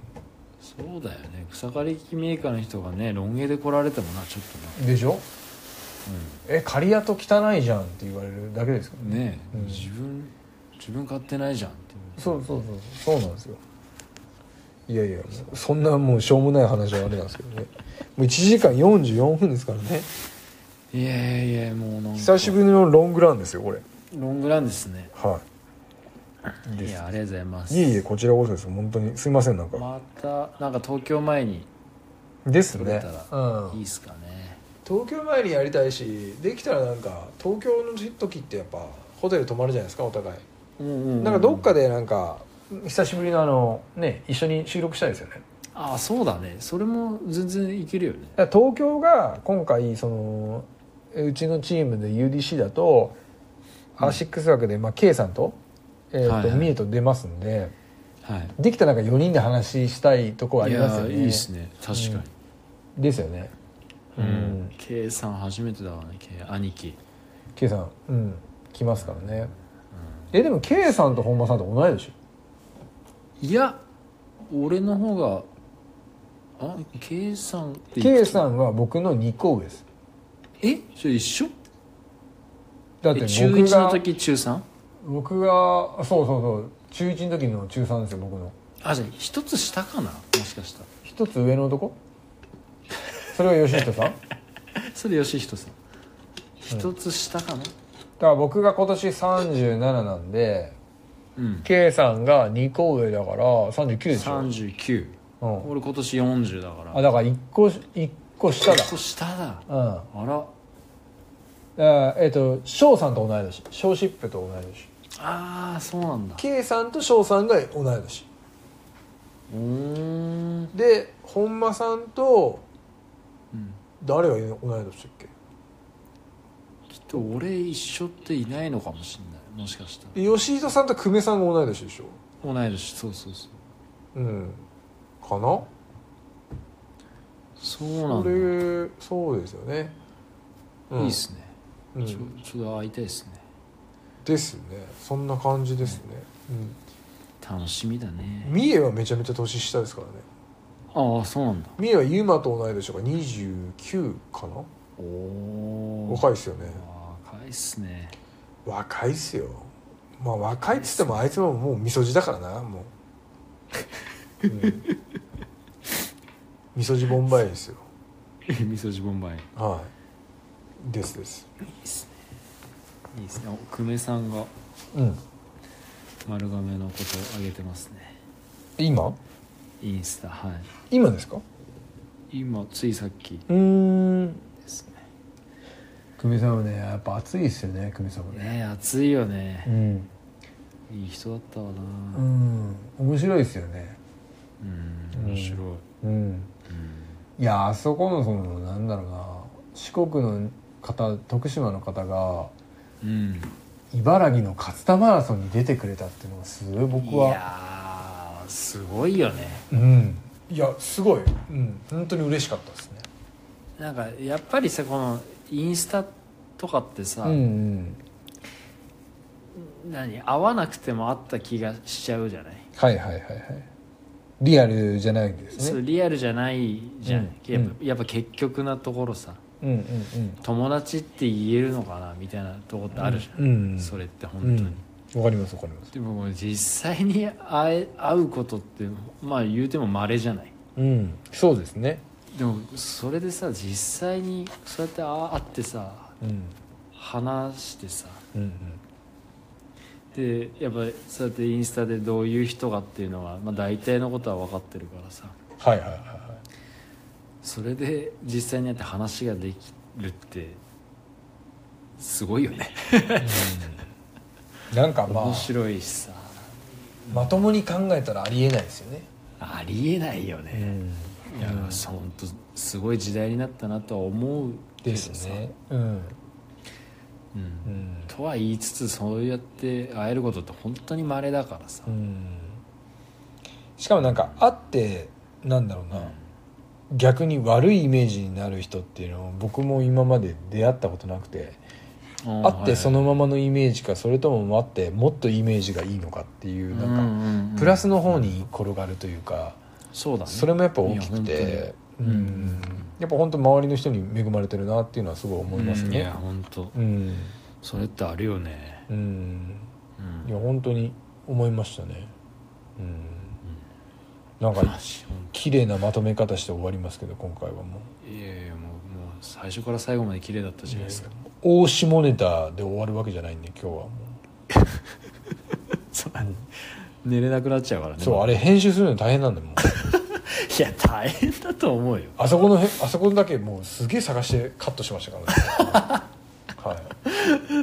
Speaker 2: そうだよね草刈り機メーカーの人がねロン毛で来られてもなちょっとな
Speaker 1: でしょえ刈り跡汚いじゃんって言われるだけですけど
Speaker 2: うん、ねえ、
Speaker 1: うん
Speaker 2: 自分自分買ってないじゃんって
Speaker 1: そうそうそうそうなんですよいやいやもうそんなもうしょうもない話はあれなんですけどねもう1時間44分ですからね
Speaker 2: いやいやいやもうなんか
Speaker 1: 久しぶりのロングランですよこれ
Speaker 2: ロングランですね
Speaker 1: はい
Speaker 2: やありがとうございます
Speaker 1: いいえいえこちらこそです本当にすいませんなんか、
Speaker 2: またなんか東京前に
Speaker 1: です
Speaker 2: 撮れ
Speaker 1: ね
Speaker 2: たら、
Speaker 1: うん
Speaker 2: いいっすかね、
Speaker 1: 東京前にやりたいしできたらなんか東京の時ってやっぱホテル泊まるじゃないですかお互い
Speaker 2: うんうんうん
Speaker 1: なんかどっかでなんか久しぶりのあのね一緒に収録したいですよね
Speaker 2: あそうだねそれも全然いけるよね
Speaker 1: だから東京が今回そのえうちのチームで UDC だと
Speaker 2: うん
Speaker 1: アーシックス枠で、まあ、K さんと,、えーと
Speaker 2: はいはい
Speaker 1: ミエと出ますんで
Speaker 2: はい
Speaker 1: できたらなんか4人で話したいとこはありますよね
Speaker 2: いやいいっすね確かに
Speaker 1: ですよねう、
Speaker 2: うんん K さん初めてだわね K 兄貴
Speaker 1: K さんうん来ますからね、えでも K さんと本間さんと同い年
Speaker 2: いや俺の方があ K さんってい
Speaker 1: K さんは僕の2個上です
Speaker 2: えそれ一緒
Speaker 1: だっ
Speaker 2: え
Speaker 1: て
Speaker 2: 中
Speaker 1: 僕
Speaker 2: 1の
Speaker 1: が
Speaker 2: 時中 3?
Speaker 1: 僕がそうそうそう中1の時の中3ですよ僕の
Speaker 2: あじゃあ一つ下かなもしかしたら
Speaker 1: 一つ上の男それは吉人さん だか
Speaker 2: それ吉人さん一つ下かな
Speaker 1: ら僕が今年37なんで
Speaker 2: うん、
Speaker 1: K さんが2個上だから39でしょ、
Speaker 2: 39
Speaker 1: うん、
Speaker 2: 俺今年40だから
Speaker 1: あだから1個一個下だ
Speaker 2: 一個下だ
Speaker 1: うんあ
Speaker 2: あら
Speaker 1: えっ、と翔さんと同い年翔シップと同い年
Speaker 2: ああそうなんだ
Speaker 1: K さんと翔さんが同い年
Speaker 2: うーん
Speaker 1: で本間さんと
Speaker 2: うん
Speaker 1: 誰が同い年だっけ
Speaker 2: きっと俺一緒っていないのかもしれないもしかしたら
Speaker 1: で吉井さんと久米さんが同い年でしょ
Speaker 2: 同い年そうそうそう
Speaker 1: うんかな
Speaker 2: そうな
Speaker 1: そ
Speaker 2: ん
Speaker 1: れそうですよね、う
Speaker 2: だ
Speaker 1: ん
Speaker 2: いいっすね、
Speaker 1: うん
Speaker 2: ちょちょっと会いたいっすね
Speaker 1: ですねそんな感じですね、
Speaker 2: 楽しみだ
Speaker 1: うん、
Speaker 2: ね
Speaker 1: 三重はめちゃめちゃ年下ですからね
Speaker 2: ああそうなんだ
Speaker 1: 三重はユマと同い年が29かな
Speaker 2: おお
Speaker 1: 若いですよね
Speaker 2: 若いっすね
Speaker 1: 若いっすよまあ若いっつってもあいつももうみそじだからなもう、うん、みそじボンバイですよ
Speaker 2: 味噌汁ボンバイい
Speaker 1: はいですです
Speaker 2: いっすねいいっすねお久米さんが
Speaker 1: うん
Speaker 2: 丸亀のことをあげてますね
Speaker 1: 今
Speaker 2: インスタはい
Speaker 1: 今ですか
Speaker 2: 今ついさっき
Speaker 1: うーん
Speaker 2: ですね
Speaker 1: 久米さんはねやっぱ暑いですよね久米さんも
Speaker 2: ねえ暑いよ
Speaker 1: う
Speaker 2: ね
Speaker 1: ん
Speaker 2: いい人だったわな
Speaker 1: うん面白いですよね
Speaker 2: うん面白い、
Speaker 1: うん
Speaker 2: うん
Speaker 1: いやあそこのそのなんだろうな四国の方徳島の方が
Speaker 2: うん、
Speaker 1: 茨城の勝田マラソンに出てくれたっていうのがすごい僕
Speaker 2: い
Speaker 1: は
Speaker 2: やーすごいよね
Speaker 1: うんいやすごい、うん、本当に嬉しかったですね
Speaker 2: なんかやっぱりさこのインスタとかってさ、
Speaker 1: うん
Speaker 2: 何合わなくてもあった気がしちゃうじゃない、
Speaker 1: はいはいはいはいリアルじゃないんです
Speaker 2: それ
Speaker 1: ね
Speaker 2: リアルじゃないじゃ
Speaker 1: う
Speaker 2: ん、
Speaker 1: ん
Speaker 2: やっぱ
Speaker 1: う
Speaker 2: やっぱ結局なところさ
Speaker 1: うんうんうん
Speaker 2: 友達って言えるのかなみたいなとこってあるじゃん、
Speaker 1: うん
Speaker 2: それって本
Speaker 1: う
Speaker 2: 当
Speaker 1: ん
Speaker 2: に、
Speaker 1: わかりますわかります
Speaker 2: でも実際に会え会うことってまあ言うても稀じゃない
Speaker 1: うんそうですね
Speaker 2: でもそれでさ実際にそうやってあ会ってさ
Speaker 1: うん
Speaker 2: 話してさ
Speaker 1: うん
Speaker 2: でやっぱりそうやってインスタでどういう人がっていうのは、まあ、大体のことは分かってるからさ
Speaker 1: はいはいはいは
Speaker 2: それで実際にやって話ができるってすごいよね、
Speaker 1: いなんかまあ
Speaker 2: 面白いしさ
Speaker 1: まともに考えたらありえないですよね
Speaker 2: ありえないよ
Speaker 1: う
Speaker 2: ね、
Speaker 1: ん
Speaker 2: いやそう本当すごい時代になったなとは思うけ
Speaker 1: で
Speaker 2: ど
Speaker 1: す
Speaker 2: さ
Speaker 1: ねうん
Speaker 2: う、
Speaker 1: うんん
Speaker 2: とは言いつつそうやって会えることって本当に稀だからさ、
Speaker 1: うんしかもなんか会ってなんだろうな逆に悪いイメージになる人っていうのは僕も今まで出会ったことなくてあってそのままのイメージかそれともあってもっとイメージがいいのかっていうなんか
Speaker 2: ん
Speaker 1: プラスの方に転がるというか
Speaker 2: そうだね
Speaker 1: それもやっぱ大きく
Speaker 2: いや
Speaker 1: てう
Speaker 2: 本当に
Speaker 1: んやっぱ本当周りの人に恵まれてるなっていうのはすごい思います
Speaker 2: い
Speaker 1: ね
Speaker 2: や。本当
Speaker 1: うん
Speaker 2: それってあるよね
Speaker 1: うん
Speaker 2: うん
Speaker 1: いや本当に思いましたねうんなんか
Speaker 2: マジ本
Speaker 1: 綺麗なまとめ方して終わりますけど今回はもう
Speaker 2: 当いやいやもうもう最初から最後まで綺麗だったじゃないですか
Speaker 1: 大下ネタで終わるわけじゃないんで今日はも
Speaker 2: そう寝れなくなっちゃうから
Speaker 1: う
Speaker 2: ね
Speaker 1: そうあれ編集するの大変なんだよもう
Speaker 2: いや大変だと思うよ
Speaker 1: あそこのへあそこだけもうすげえ探してカットしましたから ねはい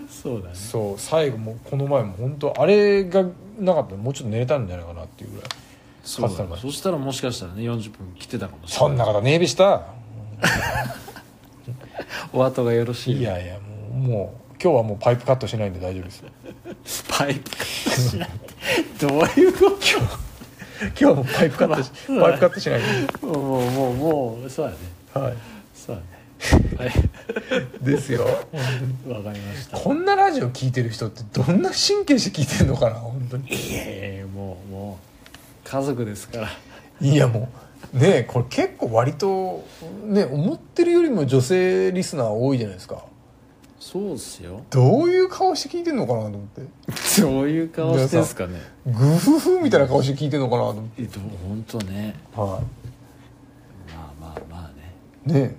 Speaker 2: そうだね
Speaker 1: そう最後もこの前も本当あれがなかったらもうちょっと寝れたんじゃないかなっていうぐらい
Speaker 2: そうだ
Speaker 1: 勝つため
Speaker 2: ね
Speaker 1: に
Speaker 2: そしたらもしかしたらね40分来てたかもしれ
Speaker 1: そ
Speaker 2: ない
Speaker 1: んな方ねえべした
Speaker 2: お後がよろしい
Speaker 1: いやいやもうもう今日はもうパイプカットしないんで大丈夫です
Speaker 2: パイプカットしないってどういうこ
Speaker 1: 今日はもうパイプカットしパイプカットしないんで
Speaker 2: ともうもうもうそうだね
Speaker 1: は
Speaker 2: そうだね
Speaker 1: いですよ
Speaker 2: はいわかりました
Speaker 1: こんなラジオ聞いてる人ってどんな神経して聞いてるのかな本当に
Speaker 2: いやいやもうもう家族ですから
Speaker 1: いやもうねえこれ結構割とね思ってるよりも女性リスナー多いじゃないですか
Speaker 2: そうっす よ
Speaker 1: どういう顔して聞いてんのかなと思って
Speaker 2: どういう顔してんすかね
Speaker 1: グフフみたいな顔して聞いてんのかなと思って
Speaker 2: えどう本当ね
Speaker 1: は
Speaker 2: まあまあまあね
Speaker 1: いねえ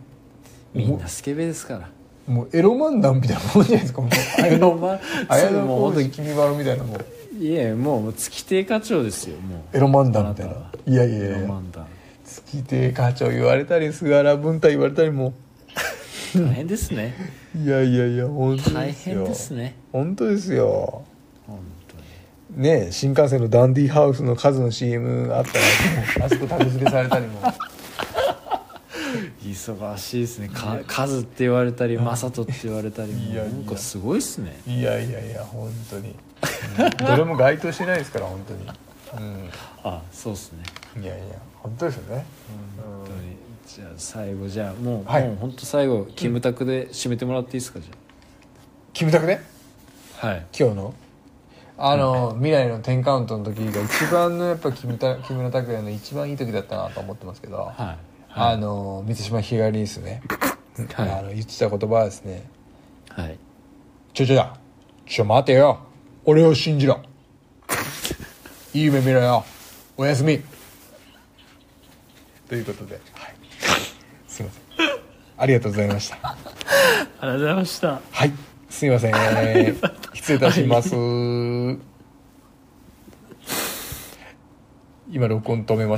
Speaker 2: みんなスケベです から
Speaker 1: もうもうエロ漫談みたいなもんじゃないですかもう
Speaker 2: エロ漫
Speaker 1: 綾
Speaker 2: そ
Speaker 1: 野
Speaker 2: うもう
Speaker 1: 剛
Speaker 2: 本当
Speaker 1: 君
Speaker 2: に
Speaker 1: 君まろみたいなもう
Speaker 2: いやもう月亭課長ですよもう
Speaker 1: エロ漫談みたいな
Speaker 2: あ
Speaker 1: いやい
Speaker 2: エロ
Speaker 1: やいや
Speaker 2: 漫談
Speaker 1: 月亭課長言われたり菅原文太言われたりも
Speaker 2: 大変ですね
Speaker 1: いやいやいや本当
Speaker 2: 大
Speaker 1: ですよ
Speaker 2: 変ですね
Speaker 1: 本当ですよ
Speaker 2: 本当に
Speaker 1: ねえ新幹線のダンディハウスの数の CM あったらあそこタグ付けされたりも
Speaker 2: 忙しいですねか数って言われたりマサトって言われたりも
Speaker 1: いやいや
Speaker 2: なんかすごいっすね
Speaker 1: いやいやいや本当にうんどれも該当してないですから本当に
Speaker 2: あそうっすね
Speaker 1: うんいやいや本当ですよね
Speaker 2: 本当にじゃあ最後じゃあもう、
Speaker 1: はい
Speaker 2: もう本当最後キムタクで締めてもらっていいですかじ
Speaker 1: キムタクね
Speaker 2: ゃあはい
Speaker 1: 今日のあの未来の10カウントの時が一番のやっぱキムタ 木村拓哉の一番いい時だったなと思ってますけど、
Speaker 2: はい
Speaker 1: あの満島ひかりですね、
Speaker 2: はい
Speaker 1: あの言ってた言葉はですね
Speaker 2: はい
Speaker 1: 「ちょちょだちょ待てよ俺を信じろ」「いい夢見ろよおやすみ」ということで、はい、すいませんありがとうございました
Speaker 2: ありがとうございました
Speaker 1: はいすいません失礼いたします今録音止めました